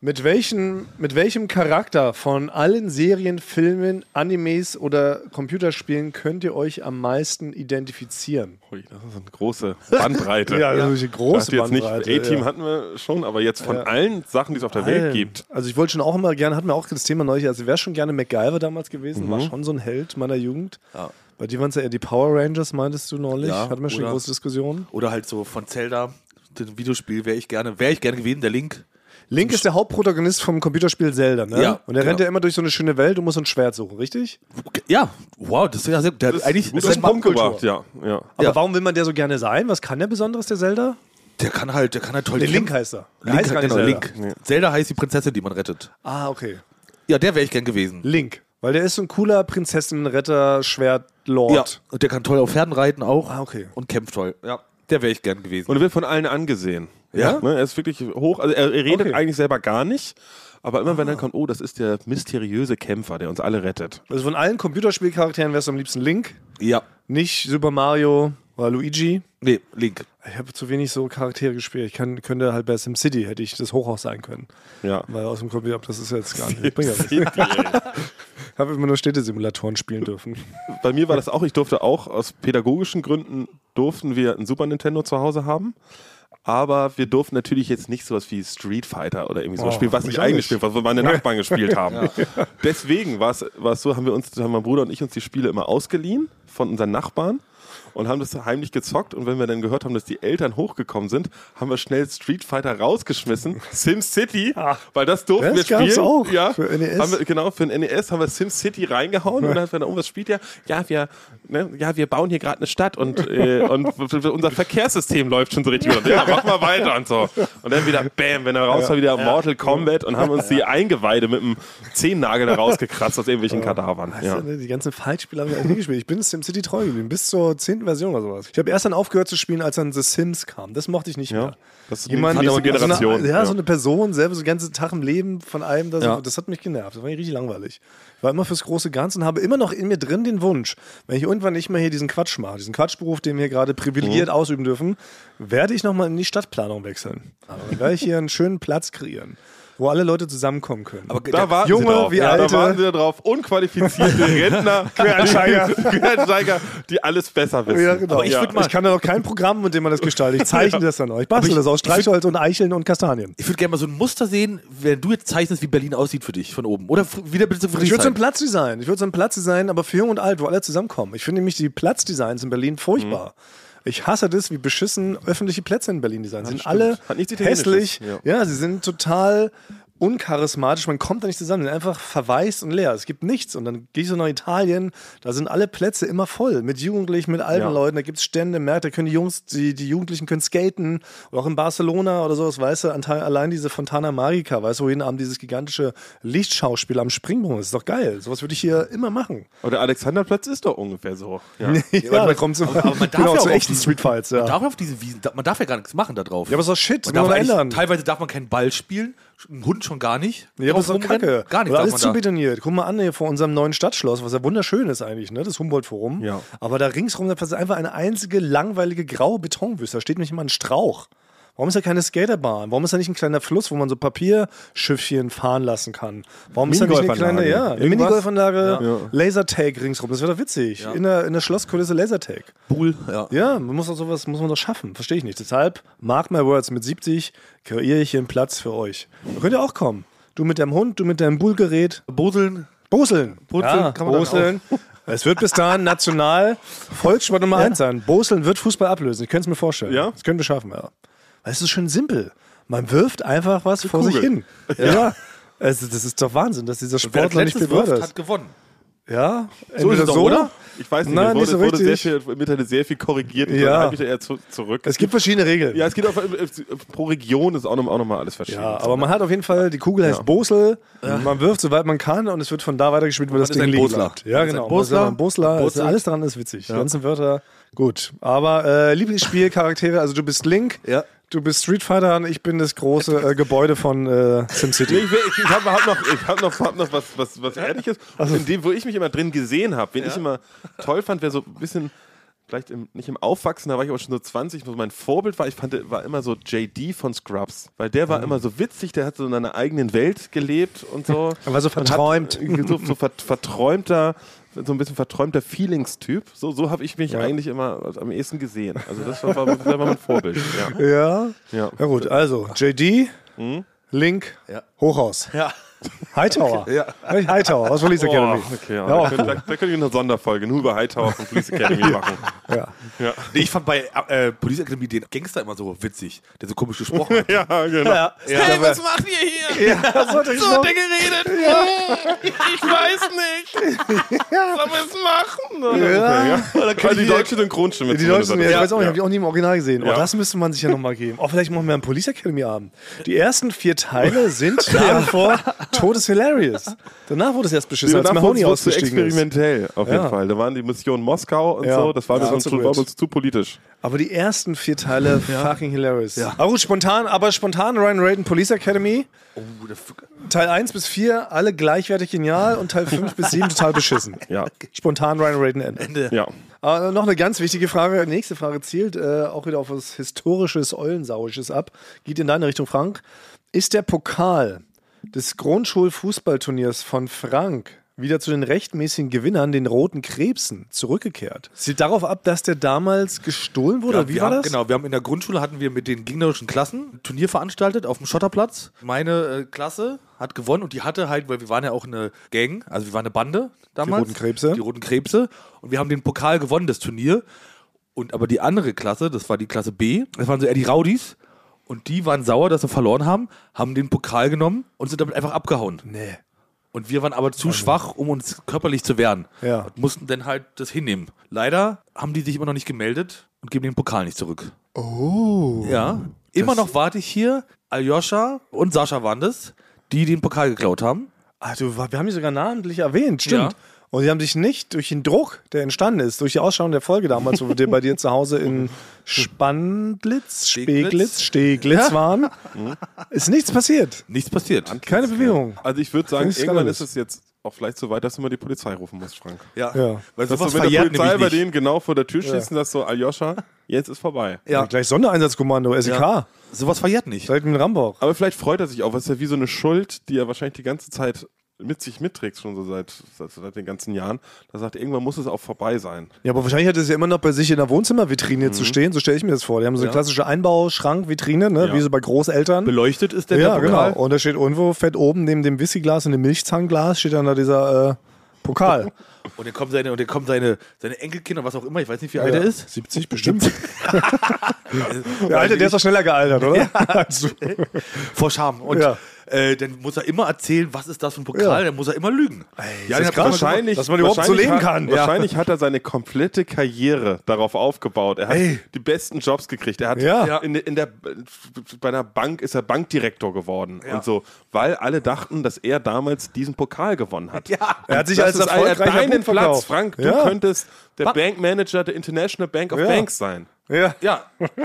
Speaker 1: Mit welchem, mit welchem Charakter von allen Serien, Filmen, Animes oder Computerspielen könnt ihr euch am meisten identifizieren?
Speaker 3: Ui, das ist eine große
Speaker 1: <laughs>
Speaker 3: Bandbreite.
Speaker 1: Ja, das ist eine große
Speaker 3: Ich dachte jetzt
Speaker 1: Bandbreite,
Speaker 3: nicht, A-Team
Speaker 1: ja.
Speaker 3: hatten wir schon, aber jetzt von allen Sachen, die es auf der Welt gibt.
Speaker 1: Also ich wollte schon auch immer gerne, hatten wir auch das Thema neulich, also wäre schon gerne MacGyver damals gewesen, war schon so ein Held meiner Jugend. Bei dir waren es ja eher die Power Rangers, meintest du neulich.
Speaker 2: Ja,
Speaker 1: Hatten wir schon
Speaker 2: oder-
Speaker 1: eine große Diskussion.
Speaker 2: Oder halt so von Zelda, dem Videospiel, wäre ich gerne, wäre ich gerne gewesen, der Link.
Speaker 1: Link ist der Hauptprotagonist vom Computerspiel Zelda, ne?
Speaker 2: Ja,
Speaker 1: Und er rennt
Speaker 2: genau.
Speaker 1: ja immer durch so eine schöne Welt und muss ein Schwert suchen, richtig?
Speaker 2: Okay, Ja, wow, das ist ja sehr, der hat eigentlich,
Speaker 3: gut
Speaker 2: das ist ein Mann,
Speaker 1: Popkultur.
Speaker 3: umgebracht, ja. ja.
Speaker 1: Aber
Speaker 2: Ja.
Speaker 1: warum will man der so gerne sein? Was kann der Besonderes, der Zelda?
Speaker 2: der kann halt, der kann halt toll
Speaker 1: Der Link
Speaker 2: kämpfen.
Speaker 1: heißt er. Der
Speaker 2: Link,
Speaker 1: heißt gar nicht
Speaker 2: genau,
Speaker 1: Zelda.
Speaker 2: Link. Zelda heißt die Prinzessin, die man rettet.
Speaker 1: Ah, okay.
Speaker 2: Ja, der wäre ich gern gewesen.
Speaker 1: Link. Weil der ist so ein cooler Prinzessinnenretter, Schwertlord.
Speaker 2: Ja, und der kann toll auf Pferden reiten auch.
Speaker 1: Ah, okay.
Speaker 2: Und kämpft toll. Ja, der wäre ich gern gewesen.
Speaker 3: Und er wird von allen angesehen.
Speaker 2: Ja?
Speaker 3: Ne, er ist wirklich hoch. Also er, er redet
Speaker 1: Okay. Ah.
Speaker 3: eigentlich selber gar nicht. Aber immer wenn dann kommt, oh, das ist der mysteriöse Kämpfer, der uns alle rettet.
Speaker 1: Also von allen Computerspielcharakteren wärst du am liebsten Link,
Speaker 2: Ja.
Speaker 1: nicht Super Mario oder Luigi.
Speaker 2: Nee, Link.
Speaker 1: Ich habe zu wenig so Charaktere gespielt. Ich kann, könnte halt bei SimCity hätte ich das Hochhaus sein können.
Speaker 3: Ja.
Speaker 1: Weil aus dem Computer, das ist jetzt gar nicht. Ich
Speaker 3: <laughs>
Speaker 1: bringe ja nicht. Ich habe immer nur Städtesimulatoren spielen dürfen.
Speaker 3: Bei mir war das auch, ich durfte auch aus pädagogischen Gründen durften wir ein Super Nintendo zu Hause haben. Aber wir durften natürlich jetzt nicht sowas wie Street Fighter oder irgendwie sowas
Speaker 1: Oh,
Speaker 3: spielen, was
Speaker 1: ich
Speaker 3: ich
Speaker 1: auch
Speaker 3: eigentlich
Speaker 1: nicht.
Speaker 3: spiele, was meine
Speaker 1: <laughs>
Speaker 3: Nachbarn gespielt haben. Deswegen war es war es so, haben wir uns, haben mein Bruder und ich uns die Spiele immer ausgeliehen von unseren Nachbarn und haben das heimlich gezockt. Und wenn wir dann gehört haben, dass die Eltern hochgekommen sind, haben wir schnell Street
Speaker 1: <laughs>
Speaker 3: Fighter rausgeschmissen, SimCity, weil das durften
Speaker 1: Ah. Das
Speaker 3: wir
Speaker 1: gab's
Speaker 3: spielen.
Speaker 1: auch
Speaker 3: ja,
Speaker 1: für E NES.
Speaker 3: Haben wir, genau, für den NES haben wir SimCity reingehauen und dann hat man, oh, was spielt ihr? Ja, wir, ne, ja, wir bauen hier gerade eine Stadt und, äh, und unser Verkehrssystem läuft schon so richtig. gut. Ja, mach mal weiter und so. Und dann wieder, bam, wenn er raus war, wieder Mortal Kombat und haben uns die Eingeweide mit einem Zehennagel da rausgekratzt aus irgendwelchen Kadavern.
Speaker 1: Ja.
Speaker 3: Ja.
Speaker 1: ne, Die ganzen Fight-Spiele habe ich eigentlich nie gespielt. Ich bin SimCity treu geblieben, bis zur 10. Version oder sowas. Ich habe erst dann aufgehört zu spielen, als dann The Sims kam. Das mochte ich nicht mehr.
Speaker 3: das ist die
Speaker 1: Jemand,
Speaker 3: nächste
Speaker 1: So eine,
Speaker 3: Generation,
Speaker 1: ja,
Speaker 3: ja.
Speaker 1: so eine Person, selber so den ganzen Tag im Leben von allem. Das,
Speaker 2: Ja.
Speaker 1: das hat mich genervt. Das war richtig langweilig. Ich war immer fürs große Ganze und habe immer noch in mir drin den Wunsch, wenn ich irgendwann nicht mehr hier diesen Quatsch mache, diesen Quatschberuf, den wir gerade
Speaker 3: Mhm.
Speaker 1: privilegiert ausüben dürfen, werde ich nochmal in die Stadtplanung wechseln. Aber dann werde ich hier einen schönen Platz kreieren, wo alle Leute zusammenkommen können.
Speaker 2: Aber
Speaker 3: Da warten
Speaker 1: Junge
Speaker 3: sie drauf.
Speaker 1: wie
Speaker 3: ja,
Speaker 1: alte.
Speaker 3: Da warten sie drauf.
Speaker 1: <laughs>
Speaker 3: Unqualifizierte Rentner,
Speaker 1: Quereinsteiger.
Speaker 3: Quereinsteiger, die alles besser wissen.
Speaker 1: Ja, genau.
Speaker 3: Aber ich
Speaker 1: ich,
Speaker 3: ja.
Speaker 1: ich kann da noch kein Programm, mit dem man das gestaltet. Ich
Speaker 3: <laughs>
Speaker 1: zeichne das dann euch. Bastel
Speaker 2: ich-
Speaker 1: das aus
Speaker 2: ich würd-
Speaker 1: Streichholz und Eicheln und Kastanien.
Speaker 2: Ich würde gerne mal so ein Muster sehen, wenn du jetzt zeichnest, wie Berlin aussieht für dich von oben. Oder fr- wieder bitte für
Speaker 1: Ich würde so ein
Speaker 2: Friedrichshain.
Speaker 1: Platzdesign. Ich würde so ein Platzdesign, aber für jung und alt, wo alle zusammenkommen. Ich finde nämlich die Platzdesigns in Berlin furchtbar.
Speaker 3: Mhm.
Speaker 1: Ich hasse das, wie beschissen öffentliche Plätze in Berlin designen. Sie sind
Speaker 3: stimmt.
Speaker 1: alle
Speaker 3: Hat nichts Italienisches.
Speaker 1: hässlich.
Speaker 3: Ja.
Speaker 1: Ja. sie sind total uncharismatisch. Man kommt da nicht zusammen. Sie sind einfach verwaist und leer. Es gibt nichts. Und dann gehe ich so nach Italien. Da sind alle Plätze immer voll. Mit Jugendlichen, mit alten
Speaker 3: Ja.
Speaker 1: Leuten. Da gibt es Stände, Märkte. Da können die Jungs, die, die Jugendlichen können skaten. Oder auch in Barcelona oder sowas. Weißt du, an- allein diese Fontana Magica. Weißt du, wo jeden Abend dieses gigantische Lichtschauspiel am Springbrunnen ist. Ist doch geil. Sowas würde ich hier immer machen.
Speaker 3: Aber der Alexanderplatz ist doch ungefähr so. Ja.
Speaker 1: <laughs> Ja, da kommt so,
Speaker 2: aber
Speaker 1: <laughs>
Speaker 2: man darf
Speaker 1: genau,
Speaker 2: ja
Speaker 1: zu
Speaker 2: auch
Speaker 1: echten
Speaker 2: auf die-
Speaker 1: Street Fights. Ja.
Speaker 2: Man darf ja auf diesen Wiesen, da- man darf ja gar nichts machen da drauf.
Speaker 1: Ja, aber ist doch Shit, kann
Speaker 2: man darf
Speaker 1: man
Speaker 2: eigentlich-
Speaker 1: ändern.
Speaker 2: Teilweise darf man keinen Ball spielen, einen Hund schon gar nicht.
Speaker 1: Ja, aber
Speaker 2: Drauf
Speaker 1: das ist doch
Speaker 2: rumrennen.
Speaker 1: Kacke.
Speaker 2: Gar nicht
Speaker 1: Oder
Speaker 2: darf
Speaker 1: alles
Speaker 2: man da.
Speaker 1: zubetoniert. Guck mal an hier vor unserem neuen Stadtschloss, was ja wunderschön ist eigentlich, ne? das Humboldt-Forum.
Speaker 3: Ja.
Speaker 1: Aber da ringsrum das ist einfach eine einzige langweilige graue Betonwüste. Da steht nämlich immer ein Strauch. Warum ist da keine Skaterbahn? Warum ist da nicht ein kleiner Fluss, wo man so Papierschiffchen fahren lassen kann? Warum ist da nicht eine kleine
Speaker 3: Minigolfanlage.
Speaker 1: ja, eine
Speaker 3: Irgendwas?
Speaker 1: Minigolfanlage, Lasertag ringsrum? Das wäre doch witzig. In, der, in der Schlosskulisse Lasertag.
Speaker 2: Bull, ja.
Speaker 1: Ja, man muss doch sowas muss man doch schaffen. Verstehe ich nicht. Deshalb, mark my words, mit 70 kreiere ich hier einen Platz für euch. Da könnt ihr auch kommen. Du mit deinem Hund, du mit deinem Bullgerät.
Speaker 2: Boseln.
Speaker 1: Boseln.
Speaker 2: Boseln kann man dann
Speaker 1: Boseln. Es wird bis dahin national Volkssport Nummer eins sein. Boseln wird Fußball ablösen. Ich könnte es mir vorstellen.
Speaker 3: Ja?
Speaker 1: Das können wir schaffen, ja. Weil es ist schön simpel. Man wirft einfach was vor sich hin.
Speaker 3: Kugel.
Speaker 1: Ja. Also, das ist doch Wahnsinn, dass dieser
Speaker 2: Wer als
Speaker 1: Sportler nicht
Speaker 2: letztes wirft,
Speaker 1: bewirbt
Speaker 2: hat gewonnen.
Speaker 1: Ja,
Speaker 3: So ist
Speaker 1: entweder
Speaker 3: es doch, oder? Ich weiß nicht,
Speaker 1: Nein, nicht
Speaker 3: es wurde,
Speaker 1: so
Speaker 3: es wurde sehr
Speaker 1: richtig.
Speaker 3: viel, im Internet sehr viel korrigiert und
Speaker 1: Ja.
Speaker 3: dann halte ich da eher zu, zurück.
Speaker 1: Es gibt verschiedene Regeln.
Speaker 3: ja, es geht auch, pro Region ist auch nochmal noch mal alles verschieden.
Speaker 1: Ja, aber man hat auf jeden Fall, die Kugel heißt Bosel, man wirft soweit man kann und es wird von da weitergespielt, wo das
Speaker 2: ist
Speaker 1: Ding
Speaker 2: ein
Speaker 1: liegen
Speaker 2: Bosler.
Speaker 1: bleibt. Ja,
Speaker 2: Man ist
Speaker 1: genau.
Speaker 2: ein
Speaker 1: Man ist
Speaker 2: Bosler.
Speaker 1: aber ein Bosler, Es ist
Speaker 2: Bosel.
Speaker 1: alles dran ist witzig. Die ganzen Wörter, gut. Aber äh, Lieblingsspielcharaktere, also du bist Link,
Speaker 2: Ja.
Speaker 1: du bist Street Fighter und ich bin das große äh, Gebäude von äh,
Speaker 3: Nee,
Speaker 1: SimCity.
Speaker 3: ich ich, ich habe hab noch, ich hab noch, hab noch was,
Speaker 1: Also
Speaker 3: was, was Ehrliches. in dem, wo ich mich immer drin gesehen habe, wen ich immer toll fand, wäre so ein bisschen vielleicht im, nicht im Aufwachsen, da war ich aber schon so 20, wo mein Vorbild war, ich fand, war immer so JD von Scrubs, weil der
Speaker 1: Mhm.
Speaker 3: war immer so witzig, der hat so in einer eigenen Welt gelebt
Speaker 1: <laughs>
Speaker 3: und so.
Speaker 1: Er war so
Speaker 3: Und hat- äh,
Speaker 1: verträumt.
Speaker 3: so so vert, verträumter, so ein bisschen verträumter Feelings-Typ. So, so habe ich mich eigentlich immer am ehesten gesehen. Also das war, war, das war mein Vorbild. Ja.
Speaker 1: Ja.
Speaker 3: Ja.
Speaker 1: Na gut, also JD, Link, Hochhaus.
Speaker 2: Mhm. Ja.
Speaker 1: Hightower. Hightower aus Police Academy.
Speaker 3: Oh, okay, ja.
Speaker 1: Ja,
Speaker 3: Da
Speaker 1: auch
Speaker 3: könnte
Speaker 1: cool.
Speaker 3: da, da könnte ich eine Sonderfolge nur über Hightower von Police Academy machen. <laughs>
Speaker 1: ja.
Speaker 2: Nee, ich fand bei äh, Police Academy den Gangster immer so witzig, der so komisch gesprochen hat.
Speaker 3: Ja, genau.
Speaker 1: <laughs> Ja.
Speaker 4: Hey, was macht ihr hier?
Speaker 1: Das wollte ich
Speaker 4: So
Speaker 1: noch.
Speaker 4: hat er geredet. Ich weiß nicht. Sollen wir es machen?
Speaker 1: Ja.
Speaker 3: Weil die deutsche Synchronstimme
Speaker 1: Die Deutschen, ja, ich weiß auch nicht,
Speaker 3: ja.
Speaker 1: habe ich auch nie im Original gesehen. Oh,
Speaker 3: Ja.
Speaker 1: das müsste man sich ja nochmal geben. Oh, vielleicht machen wir einen Police Academy Abend. Die ersten vier Teile sind nach wie vor Todes Hilarious. Danach wurde es erst beschissen, als
Speaker 3: Danach wurde
Speaker 1: Mahoney
Speaker 3: es zu
Speaker 1: ausgestiegen ist.
Speaker 3: experimentell, auf jeden
Speaker 1: Ja.
Speaker 3: Fall. Da waren die Mission Moskau und
Speaker 1: Ja.
Speaker 3: so, das war,
Speaker 1: Ja,
Speaker 3: mir uns,
Speaker 1: zu
Speaker 3: schon- war
Speaker 1: weird.
Speaker 3: uns zu politisch.
Speaker 1: Aber die ersten vier Teile fucking hilarious. Aber gut, spontan, aber spontan Ryan Raiden Police Academy.
Speaker 2: Oh, der F-
Speaker 1: Teil 1 bis 4 alle gleichwertig genial und Teil 5 bis
Speaker 3: <laughs>
Speaker 1: 7 total beschissen.
Speaker 3: Ja.
Speaker 1: Spontan Ryan Raiden Ende.
Speaker 3: Ja.
Speaker 1: Aber noch eine ganz wichtige Frage, nächste Frage zielt äh, auch wieder auf was historisches, Eulensauisches ab. Geht in deine Richtung, Frank. Ist der Pokal des Grundschulfußballturniers von Frank wieder zu den rechtmäßigen Gewinnern, den Roten Krebsen, zurückgekehrt? Zielt darauf ab, dass der damals gestohlen wurde?
Speaker 2: Ja,
Speaker 1: Wie
Speaker 2: wir
Speaker 1: war
Speaker 2: haben,
Speaker 1: das?
Speaker 2: Genau, wir haben in der Grundschule hatten wir mit den gegnerischen Klassen ein Turnier veranstaltet auf dem Schotterplatz. Meine äh, Klasse hat gewonnen und die hatte halt, weil wir waren ja auch eine Gang, also wir waren eine Bande damals.
Speaker 1: Roten Krebse.
Speaker 2: Die Roten Krebse. Und wir haben den Pokal gewonnen, das Turnier. Und aber die andere Klasse, das war die Klasse B, das waren so eher die Raudis. Und die waren sauer, dass sie verloren haben, haben den Pokal genommen und sind damit einfach abgehauen.
Speaker 1: Nee.
Speaker 2: Und wir waren aber zu schwach, um uns körperlich zu wehren.
Speaker 1: Also. Ja.
Speaker 2: Und mussten dann halt das hinnehmen. Leider haben die sich immer noch nicht gemeldet und geben den Pokal nicht zurück. Oh. Ja. Immer noch warte ich hier. Aljoscha und Sascha waren das, die den Pokal geklaut haben.
Speaker 1: Ach, du, Also, wir haben die sogar namentlich erwähnt, stimmt.
Speaker 2: Ja.
Speaker 1: Und die haben sich nicht durch den Druck, der entstanden ist, durch die Ausschauung der Folge damals, wo wir bei dir zu Hause in Spandlitz, Speglitz,
Speaker 2: Steglitz?
Speaker 1: Steglitz <laughs> waren, ist nichts passiert.
Speaker 2: Nichts passiert.
Speaker 1: Keine Bewegung.
Speaker 3: Also ich würde sagen,
Speaker 1: Finde ich
Speaker 3: irgendwann
Speaker 1: skandalös.
Speaker 3: ist es jetzt auch vielleicht so weit, dass du mal die Polizei rufen musst, Frank.
Speaker 2: Ja.
Speaker 1: Ja.
Speaker 2: Weil
Speaker 3: Dass
Speaker 2: sowas
Speaker 3: du mit der
Speaker 2: verjährt
Speaker 3: Polizei bei
Speaker 2: nämlich nicht.
Speaker 3: denen genau vor der Tür stehst und sagst so, Aljoscha, jetzt ist vorbei.
Speaker 1: Ja. Gleich Sondereinsatzkommando, E SEK.
Speaker 2: Ja. Sowas verjährt nicht.
Speaker 1: Direkt mit dem Rambock.
Speaker 3: Aber vielleicht freut er sich auch, weil es ist ja wie so eine Schuld, die er wahrscheinlich die ganze Zeit mit sich mitträgt, schon so seit, seit, seit den ganzen Jahren. Da sagt, er, irgendwann muss es auch vorbei sein.
Speaker 1: Ja, aber wahrscheinlich hat es ja immer noch bei sich in der Wohnzimmervitrine zu stehen, so stelle ich mir das vor. Die haben so eine klassische Einbauschrankvitrine, ne?
Speaker 3: Ja.
Speaker 1: wie so bei Großeltern.
Speaker 2: Beleuchtet ist denn
Speaker 1: ja,
Speaker 2: der Pokal.
Speaker 1: genau. Und da steht irgendwo, fett oben neben dem Whiskyglas und dem Milchzahnglas, steht dann da dieser äh, <laughs> Pokal.
Speaker 2: Und dann kommen seine, und dann kommen seine, seine Enkelkinder, was auch immer, ich weiß nicht, wie alt
Speaker 1: Ja.
Speaker 2: er ist. Also,
Speaker 1: 70 bestimmt. Der Alte, der ist doch schneller gealtert, oder? <laughs>
Speaker 3: <laughs>
Speaker 1: Als du.
Speaker 2: vor Scham. Und
Speaker 1: Ja.
Speaker 2: äh, dann muss er immer erzählen, was ist das für ein Pokal,
Speaker 1: Ja.
Speaker 2: dann muss er immer lügen. ja,
Speaker 1: ist
Speaker 2: den hat
Speaker 1: krass.
Speaker 2: man gemacht.
Speaker 3: Wahrscheinlich,
Speaker 1: Dass man überhaupt so
Speaker 3: wahrscheinlich
Speaker 1: leben
Speaker 3: hat-
Speaker 1: kann.
Speaker 3: Wahrscheinlich hat er seine komplette Karriere darauf aufgebaut. Er hat
Speaker 1: Ey.
Speaker 3: die besten Jobs gekriegt. Er hat
Speaker 1: Ja. Ja.
Speaker 3: in, in der, bei einer Bank ist er Bankdirektor geworden
Speaker 2: Ja.
Speaker 3: und so, weil alle dachten, dass er damals diesen Pokal gewonnen hat.
Speaker 2: Ja.
Speaker 1: Er hat sich
Speaker 3: Das
Speaker 1: als
Speaker 3: ist ein- er hat
Speaker 1: erfolgreicher
Speaker 3: deinen
Speaker 1: Buch
Speaker 3: Platz,
Speaker 1: verkauft.
Speaker 3: Frank. Du
Speaker 1: ja.
Speaker 3: könntest der Bankmanager der International Bank of
Speaker 1: Ja.
Speaker 3: Banks sein.
Speaker 1: Ja.
Speaker 2: Ja,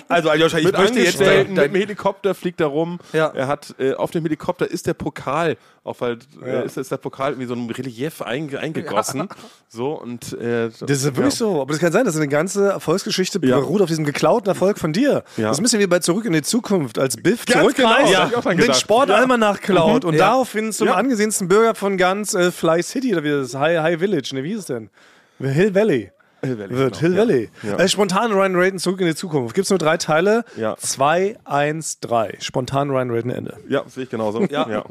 Speaker 2: also Aljoscha, ich
Speaker 3: mit
Speaker 2: möchte jetzt
Speaker 3: Angestellten,
Speaker 2: dein,
Speaker 3: mit dem
Speaker 2: dein,
Speaker 3: Helikopter fliegt er rum.
Speaker 2: Ja.
Speaker 3: Er hat äh, auf dem Helikopter ist der Pokal auf halt, äh, ist, ist der Pokal wie so ein Relief einge eingegossen. So und äh,
Speaker 1: Das ist wirklich so. Aber das kann sein, dass eine ganze Erfolgsgeschichte
Speaker 3: Ja.
Speaker 1: beruht auf diesem geklauten Erfolg von dir.
Speaker 3: Ja.
Speaker 1: Das ist ein bisschen wie bei Zurück in die Zukunft, als Biff
Speaker 3: Ganz
Speaker 1: zurückreist,
Speaker 3: genau, hab ich auch dran
Speaker 1: den
Speaker 3: gedacht. Mhm.
Speaker 1: Sportalmanach klaut und
Speaker 2: Ja.
Speaker 1: daraufhin zum
Speaker 3: Ja.
Speaker 1: angesehensten Bürger von ganz äh, Fly City oder wie das ist, High, High Village, ne, wie hieß es denn? Hill Valley.
Speaker 3: Hill Valley,
Speaker 1: Wird
Speaker 3: genau.
Speaker 1: Hill Valley.
Speaker 3: Ja.
Speaker 1: Äh, spontan Ryan Raiden zurück in die Zukunft. Gibt es nur drei Teile?
Speaker 3: Ja.
Speaker 1: 2, 1, 3. Spontan Ryan Raiden Ende.
Speaker 3: ja, sehe ich genauso. Ja. Ja.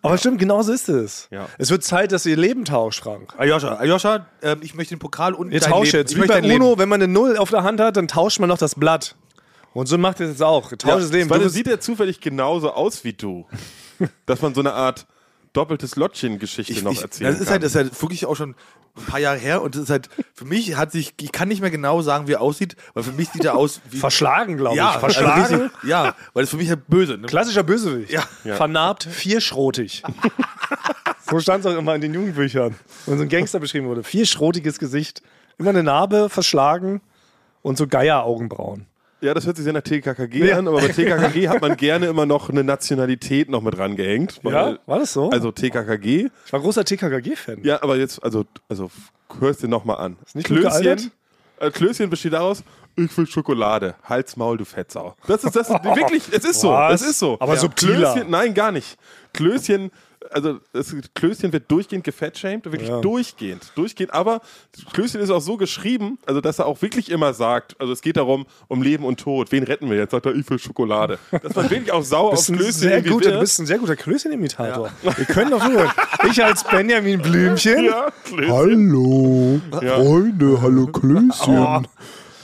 Speaker 1: Aber stimmt, genauso ist es.
Speaker 3: Ja.
Speaker 1: Es wird Zeit, dass ihr Leben tauscht, Frank.
Speaker 2: Aljoscha, Aljoscha, ähm, ich möchte den Pokal und
Speaker 1: Ihr
Speaker 2: dein
Speaker 1: tauscht
Speaker 2: Leben.
Speaker 1: jetzt.
Speaker 2: Ich
Speaker 1: Wie
Speaker 2: möchte
Speaker 1: bei
Speaker 2: dein Leben.
Speaker 1: UNO, wenn man eine Null auf der Hand hat, dann tauscht man noch das Blatt. Und so macht ihr es jetzt auch. Ihr Tauscht das Leben.
Speaker 3: Weil
Speaker 1: Du
Speaker 3: dann
Speaker 1: bist-
Speaker 3: sieht er zufällig genauso aus
Speaker 1: <laughs>
Speaker 3: wie du. Dass man so eine Art doppeltes
Speaker 2: Ich,
Speaker 3: Lottchen-Geschichte noch
Speaker 2: ich,
Speaker 3: erzählen
Speaker 2: das ist
Speaker 3: kann.
Speaker 2: halt, das ist halt wirklich auch schon ein paar Jahre her und das ist halt, für mich hat sich, ich kann nicht mehr genau sagen, wie er aussieht, weil für mich sieht er aus wie.
Speaker 1: verschlagen, glaube
Speaker 2: ja,
Speaker 1: ich.
Speaker 2: also
Speaker 1: Verschlagen.
Speaker 2: richtig- ja, weil das für mich halt böse. Ne?
Speaker 1: Klassischer Bösewicht.
Speaker 2: Ja.
Speaker 3: Ja.
Speaker 1: Vernarbt,
Speaker 2: <laughs>
Speaker 1: vierschrotig. so stand es auch immer in den Jugendbüchern, wenn so ein Gangster beschrieben wurde. Vierschrotiges Gesicht, immer eine Narbe, verschlagen und so Geier-Augenbrauen.
Speaker 3: ja, das hört sich sehr nach TKKG an, aber bei TKKG hat man gerne immer noch eine Nationalität noch mit rangehängt. weil-
Speaker 1: War das so?
Speaker 3: Also TKKG
Speaker 1: ich war großer TKKG-Fan.
Speaker 3: Ja, aber jetzt, also, also f- hörst dir nochmal an.
Speaker 1: nicht gut
Speaker 3: Klößchen,
Speaker 1: gealtert?
Speaker 3: äh, Klößchen besteht daraus, ich will Schokolade. Halt's Maul, du Fettsau. Das
Speaker 1: <laughs>
Speaker 3: ist das, ist- wirklich, es ist so,
Speaker 1: Was?
Speaker 3: es ist so.
Speaker 1: Aber subtiler.
Speaker 3: Klößchen, nein, gar nicht. Klößchen, also das Klößchen wird durchgehend gefettshamed, wirklich
Speaker 1: Ja.
Speaker 3: durchgehend, durchgehend, aber Klößchen ist auch so geschrieben, also dass er auch wirklich immer sagt, also es geht darum, um Leben und Tod, wen retten wir jetzt, sagt er, ich will Schokolade. Dass man wirklich auch sauer auf
Speaker 1: bist ein
Speaker 3: Klößchen
Speaker 1: sehr
Speaker 3: irgendwie
Speaker 1: guter,
Speaker 3: wird.
Speaker 1: du bist ein sehr guter Klößchen-Imitator. Wir können doch hören. Ich als Benjamin Blümchen.
Speaker 3: ja, Klößchen.
Speaker 1: Hallo, Freunde, hallo Klößchen.
Speaker 3: Ah.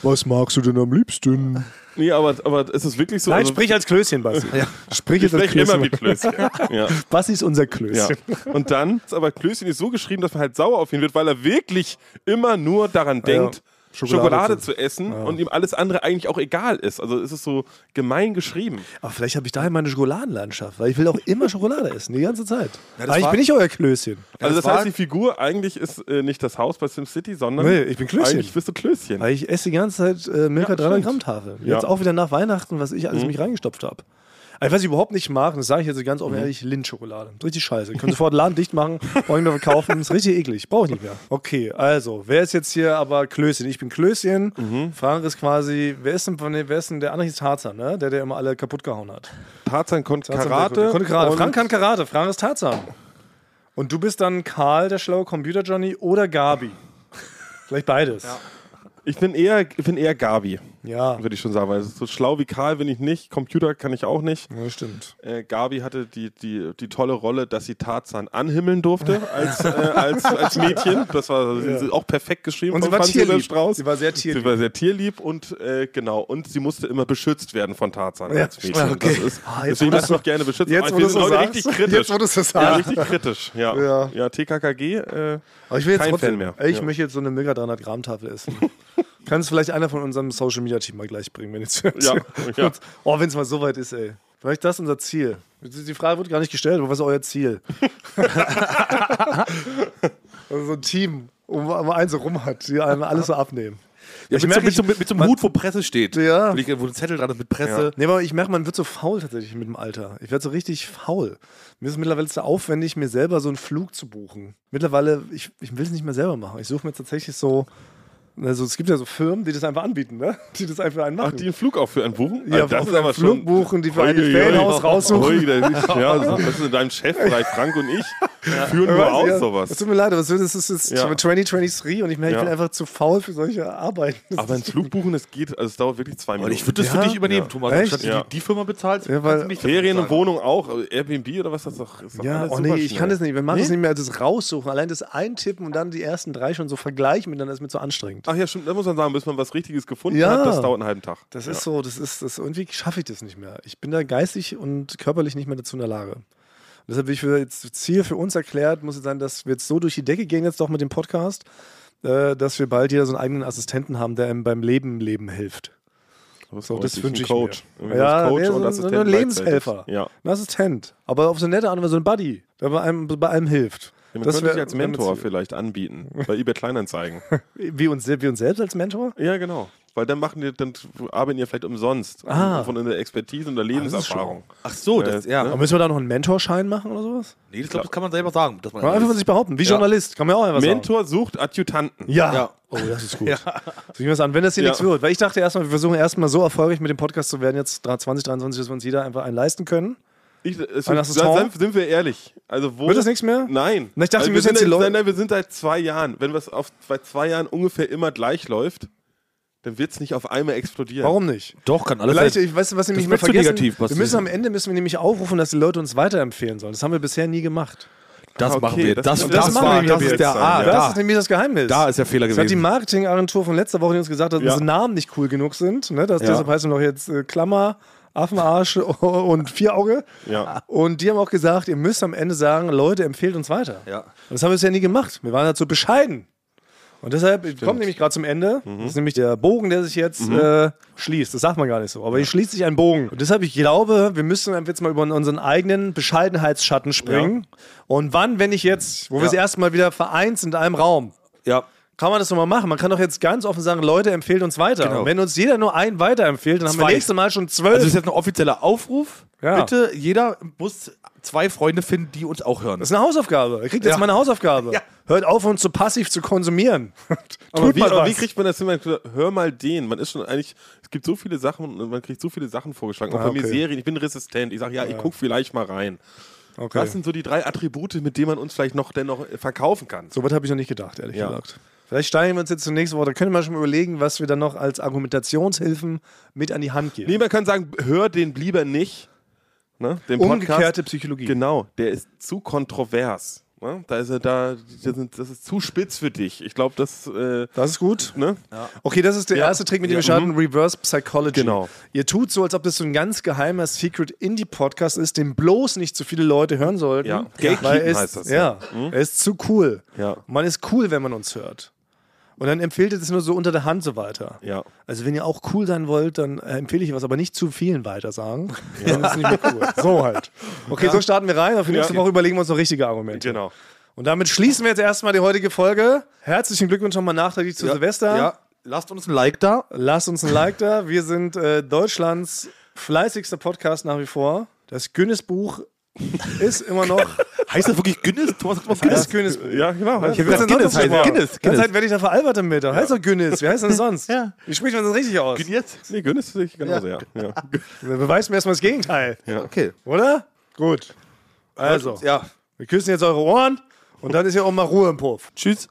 Speaker 1: Was magst du denn am liebsten?
Speaker 3: Nee, aber, aber es ist wirklich so.
Speaker 1: Nein,
Speaker 3: also,
Speaker 1: sprich als Klößchen, Basti. Sprich jetzt als
Speaker 3: Vielleicht immer wie
Speaker 1: Klößchen.
Speaker 3: Klößchen. ja.
Speaker 1: Basti ist unser
Speaker 3: Ja.
Speaker 1: Klößchen.
Speaker 3: Und dann, ist aber Klößchen ist so geschrieben, dass man halt sauer auf ihn wird, weil er wirklich immer nur daran denkt,
Speaker 1: Schokolade
Speaker 3: Schokolade,
Speaker 1: zu-
Speaker 3: zu, essen und ihm alles andere eigentlich auch egal ist. Also es ist so gemein geschrieben.
Speaker 1: Aber vielleicht habe ich daher meine Schokoladenlandschaft, weil ich will auch immer Schokolade essen, die ganze Zeit.
Speaker 2: das
Speaker 1: Eigentlich
Speaker 2: war-
Speaker 1: bin ich euer Klößchen.
Speaker 3: Also
Speaker 2: das
Speaker 3: das,
Speaker 2: war-
Speaker 3: heißt, die Figur eigentlich ist äh, nicht das Haus bei SimCity, sondern
Speaker 1: Nee, ich bin Klößchen.
Speaker 3: eigentlich bist du Klößchen.
Speaker 1: Weil ich esse die ganze Zeit äh, Milka
Speaker 3: Ja,
Speaker 1: 300 Gramm
Speaker 3: stimmt.
Speaker 1: Tafel.
Speaker 3: Ja. Mhm.
Speaker 1: Jetzt auch wieder nach Weihnachten, was ich alles mich reingestopft habe. Also, was ich überhaupt nicht mag, und das sage ich jetzt ganz offen ehrlich, Lindschokolade. Ist Richtig scheiße. Können sofort den Laden dicht machen, wollen wir verkaufen. Ist richtig eklig. Brauche ich nicht mehr. Okay, also, wer ist jetzt hier aber Klößchen? Ich bin Klößchen.
Speaker 3: Mhm.
Speaker 1: Frank ist quasi, wer ist denn, von, den- wer ist denn der Anarchist Tarzan, ne? der, der immer alle kaputt gehauen hat?
Speaker 3: Tarzan konnte
Speaker 1: Tarzan
Speaker 3: Karate.
Speaker 1: Konnte Karate.
Speaker 3: und-
Speaker 1: Frank kann Karate. Frank ist Tarzan. Und du bist dann Karl, der schlaue Computer-Johnny oder Gabi. Vielleicht beides.
Speaker 3: Ich bin eher, ich bin eher Gabi,
Speaker 1: Ja,
Speaker 3: würde ich schon sagen. Weil so schlau wie Karl bin ich nicht, Computer kann ich auch nicht.
Speaker 1: ja stimmt.
Speaker 3: äh, Gabi hatte die, die, die tolle Rolle, dass sie Tarzan anhimmeln durfte als, äh, als, als Mädchen. Das war sie- sie auch perfekt geschrieben.
Speaker 1: Und sie
Speaker 3: von
Speaker 1: war
Speaker 3: Franz Josef
Speaker 1: tierlieb.
Speaker 3: Strauß.
Speaker 1: Sie war sehr
Speaker 3: Sie
Speaker 1: tierlieb.
Speaker 3: war sehr tierlieb und äh, genau. Und sie musste immer beschützt werden von Tarzan
Speaker 1: Ja.
Speaker 3: als Mädchen.
Speaker 1: Ah, okay.
Speaker 3: Das ist,
Speaker 1: Ah, jetzt, wo
Speaker 3: deswegen
Speaker 1: du's
Speaker 3: lass mich gerne beschützen.
Speaker 1: jetzt, wo
Speaker 3: wir
Speaker 1: du's
Speaker 3: sind
Speaker 1: so
Speaker 3: heute
Speaker 1: sagst.
Speaker 3: richtig kritisch.
Speaker 1: Jetzt, wo du's so
Speaker 3: ja,
Speaker 1: sagst.
Speaker 3: richtig kritisch. Ja,
Speaker 1: <laughs> Ja.
Speaker 3: ja. TKKG. Äh,
Speaker 1: Aber ich will jetzt
Speaker 3: Kein
Speaker 1: trotzdem,
Speaker 3: Fan mehr.
Speaker 1: Ey, ich
Speaker 3: Ja.
Speaker 1: möchte jetzt so eine Mega 300 Gramm Tafel
Speaker 2: <laughs>
Speaker 1: essen. Kann es vielleicht einer von unserem Social Media Team mal gleich bringen, wenn jetzt hört. <laughs>
Speaker 3: Ja, ja.
Speaker 1: Oh, wenn es mal so weit ist, ey. Vielleicht das unser Ziel. Die Frage wurde gar nicht gestellt, aber was ist euer
Speaker 2: <laughs>
Speaker 1: Ziel? <laughs> also so ein Team, wo man einen so rum hat, die einem alles so abnehmen.
Speaker 2: Ja,
Speaker 1: ich
Speaker 2: mit, so,
Speaker 1: merke,
Speaker 2: mit, so,
Speaker 1: ich,
Speaker 2: mit, mit so einem Hut, wo Presse steht.
Speaker 1: Ja.
Speaker 2: Wo, die, wo ein Zettel dran ist mit Presse.
Speaker 1: nee, aber ich merke, man wird so faul tatsächlich mit dem Alter. Ich werde so richtig faul. Mir ist es mittlerweile zu aufwendig, mir selber so einen Flug zu buchen. Mittlerweile, ich, ich will es nicht mehr selber machen. Ich suche mir tatsächlich so. Also es gibt ja so Firmen, die das einfach anbieten, ne? <laughs> Die das einfach einen
Speaker 3: Ach,
Speaker 1: machen.
Speaker 3: die einen Flug auch für einen buchen?
Speaker 1: Ja,
Speaker 3: Ah, das
Speaker 1: für
Speaker 3: ist aber
Speaker 1: einen Flug
Speaker 3: schon-
Speaker 1: buchen, die für ein
Speaker 3: Uiuiui.
Speaker 1: Ferienhaus raussuchen.
Speaker 3: Ui, das
Speaker 1: <laughs>
Speaker 3: ist, ja, das ist in deinem Chefbereich, Frank und ich, führen nur
Speaker 1: Weiß ich,
Speaker 3: aus
Speaker 1: ja. Es
Speaker 3: sowas.
Speaker 1: tut mir leid, aber es ist, es ist
Speaker 3: Ja.
Speaker 1: 2023 und ich merke, ich
Speaker 3: Ja.
Speaker 1: bin einfach zu faul für solche Arbeiten. Das
Speaker 3: Aber ein
Speaker 1: ist-
Speaker 3: Flug buchen, das geht, also es dauert wirklich zwei
Speaker 2: Und
Speaker 3: Minuten.
Speaker 2: ich würde das
Speaker 1: Ja.
Speaker 2: für dich übernehmen,
Speaker 3: Ja.
Speaker 2: Thomas.
Speaker 1: Echt?
Speaker 2: Anstatt du
Speaker 3: Ja.
Speaker 2: die, die Firma bezahlst,
Speaker 1: Ja, weil-
Speaker 2: kannst du mich dafür
Speaker 3: Ferien und
Speaker 2: bezahlen.
Speaker 3: Wohnung auch, also Airbnb oder was das doch ist. doch
Speaker 1: Ja,
Speaker 3: alles
Speaker 1: oh nee, ich
Speaker 3: superschnell.
Speaker 1: kann das nicht. Wenn man das nicht mehr das raussuchen, allein das eintippen und dann die ersten drei schon so vergleichen miteinander, ist mir zu anstrengend.
Speaker 3: Ach ja, stimmt, da muss man sagen, bis man was Richtiges gefunden
Speaker 1: Ja.
Speaker 3: hat, das dauert einen halben Tag.
Speaker 1: Das
Speaker 3: ja.
Speaker 1: ist so, das ist, das irgendwie schaffe ich das nicht mehr. Ich bin da geistig und körperlich nicht mehr dazu in der Lage. Und deshalb will ich für jetzt Ziel für uns erklärt, muss jetzt sein, dass wir jetzt so durch die Decke gehen jetzt doch mit dem Podcast, äh, dass wir bald jeder so einen eigenen Assistenten haben, der einem beim Leben leben hilft. So, das wünsche ich
Speaker 3: Coach.
Speaker 1: mir.
Speaker 3: Irgendwie
Speaker 1: Ja,
Speaker 3: so Coach
Speaker 1: nee,
Speaker 3: und
Speaker 1: so, so
Speaker 3: Assistent
Speaker 1: ein
Speaker 3: gleichzeitig.
Speaker 1: Lebenshelfer.
Speaker 3: Ja.
Speaker 1: Ein Assistent. Aber auf so eine nette Art und Weise, so ein Buddy, der bei einem, bei einem hilft.
Speaker 3: Ja, Man
Speaker 1: Das
Speaker 3: könnte
Speaker 1: wär-
Speaker 3: dich als
Speaker 1: wär mein
Speaker 3: Mentor
Speaker 1: Ziel.
Speaker 3: vielleicht anbieten, bei
Speaker 1: <laughs>
Speaker 3: eBay Kleinanzeigen.
Speaker 1: Wie uns, wie uns selbst als Mentor?
Speaker 3: ja, genau. Weil dann machen die, dann arbeiten die vielleicht umsonst.
Speaker 1: Ah.
Speaker 3: Von der Expertise und der Lebenserfahrung.
Speaker 2: Ach so, das,
Speaker 3: Äh,
Speaker 2: ja.
Speaker 1: Aber müssen wir da noch einen Mentorschein machen oder sowas?
Speaker 2: Nee, das, glaub, das kann man selber sagen. Dass man
Speaker 1: Kann man einfach von sich behaupten. Wie Journalist, kann man ja auch einfach sagen.
Speaker 3: Mentor sucht Adjutanten.
Speaker 1: Ja.
Speaker 2: Ja.
Speaker 1: Oh, das ist gut. So gehen wir es an, wenn das hier
Speaker 3: Ja.
Speaker 1: nichts wird. Weil ich dachte erstmal, wir versuchen erstmal so erfolgreich mit dem Podcast zu werden, jetzt 2023, dass wir uns jeder einfach einen leisten können.
Speaker 3: Ich, es,
Speaker 1: Ein
Speaker 3: da,
Speaker 1: Assistent?
Speaker 3: sind, sind wir ehrlich. Also wo,
Speaker 1: Wird das nichts mehr?
Speaker 3: Nein. Also
Speaker 1: Na, ich dachte, wir
Speaker 3: wir
Speaker 1: müssen
Speaker 3: sind
Speaker 1: jetzt die Leute-
Speaker 3: Nein, nein, wir sind seit zwei Jahren. Wenn was auf, bei zwei Jahren ungefähr immer gleich läuft, dann wird es nicht auf einmal explodieren.
Speaker 1: Warum nicht?
Speaker 2: Doch, kann alles
Speaker 1: Vielleicht,
Speaker 2: sein.
Speaker 1: ich weiß, was ich
Speaker 2: Das
Speaker 1: nicht mal
Speaker 2: wird zu
Speaker 1: vergessen.
Speaker 2: negativ
Speaker 1: wir müssen
Speaker 2: passieren.
Speaker 1: am Ende müssen wir nämlich aufrufen, dass die Leute uns weiterempfehlen sollen. Das haben wir bisher nie gemacht.
Speaker 2: Das
Speaker 3: Okay,
Speaker 2: machen wir.
Speaker 3: das-
Speaker 2: Das, das,
Speaker 3: das
Speaker 1: machen wir
Speaker 2: war,
Speaker 1: nämlich
Speaker 2: das
Speaker 1: ab
Speaker 2: ist
Speaker 1: jetzt.
Speaker 2: der
Speaker 3: Ja,
Speaker 2: A.
Speaker 1: das
Speaker 2: Da,
Speaker 1: ist nämlich das Geheimnis.
Speaker 2: da ist der Fehler
Speaker 1: das hat die
Speaker 2: gewesen.
Speaker 1: Marketingagentur von letzter Woche die uns gesagt, dass
Speaker 3: Ja.
Speaker 1: unsere Namen nicht cool genug sind. Ne? Das,
Speaker 2: Ja.
Speaker 1: Deshalb heißen wir noch jetzt äh, Klammer, Affenarsch <laughs> und Vierauge.
Speaker 3: Ja.
Speaker 1: Und die haben auch gesagt, ihr müsst am Ende sagen, Leute, empfehlt uns weiter.
Speaker 2: Ja.
Speaker 1: Und das haben wir bisher nie gemacht. Wir waren dazu bescheiden. Und deshalb kommt nämlich gerade zum Ende.
Speaker 2: Mhm.
Speaker 1: Das ist nämlich der Bogen, der sich jetzt äh, schließt. Das sagt man gar nicht so. Aber hier schließt sich ein Bogen. Und deshalb, ich glaube, wir müssen einfach jetzt mal über unseren eigenen Bescheidenheitsschatten springen. Und wann, wenn ich jetzt, wo wir
Speaker 2: Ja.
Speaker 1: das erste Mal wieder vereint sind in einem Raum,
Speaker 2: Ja.
Speaker 1: kann man das doch mal machen. Man kann doch jetzt ganz offen sagen, Leute, empfehlt uns weiter.
Speaker 2: Genau.
Speaker 1: Und wenn uns jeder nur einen weiterempfiehlt, dann haben wir
Speaker 2: Zwei.
Speaker 1: nächstes Mal schon zwölf.
Speaker 2: Also das ist jetzt ein offizieller Aufruf.
Speaker 1: Ja.
Speaker 2: Bitte, jeder muss zwei Freunde finden, die uns auch hören.
Speaker 1: Das ist eine Hausaufgabe. Ihr kriegt jetzt
Speaker 2: Ja.
Speaker 1: meine Hausaufgabe.
Speaker 2: <laughs> Ja.
Speaker 1: Hört auf, uns so passiv zu
Speaker 2: <laughs>
Speaker 1: konsumieren.
Speaker 3: Aber
Speaker 1: Tut
Speaker 3: wie,
Speaker 1: mal
Speaker 3: aber wie
Speaker 1: was.
Speaker 3: kriegt man das hin? Man- Hör mal den. Man ist schon eigentlich, es gibt so viele Sachen und man kriegt so viele Sachen vorgeschlagen. Auch
Speaker 1: Ah,
Speaker 3: bei mir
Speaker 1: okay.
Speaker 3: Serien. Ich bin resistent. Ich sage, ja, ich gucke vielleicht mal rein.
Speaker 1: Okay.
Speaker 3: Das sind so die drei Attribute, mit denen man uns vielleicht noch dennoch äh, verkaufen kann.
Speaker 1: So was habe ich noch nicht gedacht, ehrlich
Speaker 3: Ja.
Speaker 1: gesagt. Vielleicht steigen wir uns jetzt zur nächsten Woche. Da können wir schon mal überlegen, was wir dann noch als Argumentationshilfen mit an die Hand geben.
Speaker 3: Nee, man kann sagen, hör den lieber nicht. Ne? Den
Speaker 1: Umgekehrte Psychologie.
Speaker 3: Genau, der ist zu kontrovers. Ne? Da ist er da, das ist- das ist zu spitz für dich. Ich glaube, das, äh,
Speaker 1: Das ist gut.
Speaker 3: ne?
Speaker 1: Okay, das ist der
Speaker 3: Ja.
Speaker 1: erste Trick, mit dem wir
Speaker 3: Ja, mhm.
Speaker 1: starten. Reverse Psychology.
Speaker 3: Genau.
Speaker 1: Ihr tut so, als ob das so ein ganz geheimer Secret Indie-Podcast ist, den bloß nicht so viele Leute hören sollten.
Speaker 3: Ja.
Speaker 1: Weil
Speaker 3: Gatekeeping
Speaker 1: er ist,
Speaker 3: heißt das, Mhm.
Speaker 1: Ja, er ist zu cool.
Speaker 3: Ja.
Speaker 1: Und Man ist cool, wenn man uns hört. Und dann empfiehlt ihr das nur so unter der Hand so weiter.
Speaker 3: Ja.
Speaker 1: Also wenn ihr auch cool sein wollt, dann äh, empfehle ich was, aber nicht zu vielen weiter sagen. Dann ist es nicht mehr cool. So halt. Okay, so starten wir rein. Auf die nächste Woche überlegen wir uns noch richtige Argumente.
Speaker 3: Genau.
Speaker 1: Und damit schließen wir jetzt erstmal die heutige Folge. Herzlichen Glückwunsch nochmal nachträglich zu Silvester.
Speaker 2: Ja, lasst uns ein Like da.
Speaker 1: Lasst uns ein Like da. Wir sind äh, Deutschlands fleißigster Podcast nach wie vor. Das Guinness-Buch ist immer noch.
Speaker 2: <laughs> Heißt das wirklich Guinness? Thomas sagt mal Guinness.
Speaker 1: Das Guinness-Buch.
Speaker 3: Ja, genau.
Speaker 1: Ich hab jetzt den Namen
Speaker 2: Guinness heißt-
Speaker 1: schon mal.
Speaker 2: Guinness,
Speaker 1: Die ganze
Speaker 2: Guinness.
Speaker 1: Zeit werde ich da veralbert im Mittag. Heißt doch Guinness. Wie heißt
Speaker 2: <laughs>
Speaker 1: denn das sonst?
Speaker 2: Ja.
Speaker 1: Wie spricht man das richtig aus?
Speaker 2: Jetzt?
Speaker 3: Nee, Guinness sehe ich genauso, ja. ja.
Speaker 1: Beweist mir erstmal das Gegenteil.
Speaker 2: Okay.
Speaker 1: Oder? Gut. Also,
Speaker 2: Ja.
Speaker 1: wir küssen jetzt eure Ohren und dann ist ja auch mal Ruhe im Puff.
Speaker 2: Tschüss.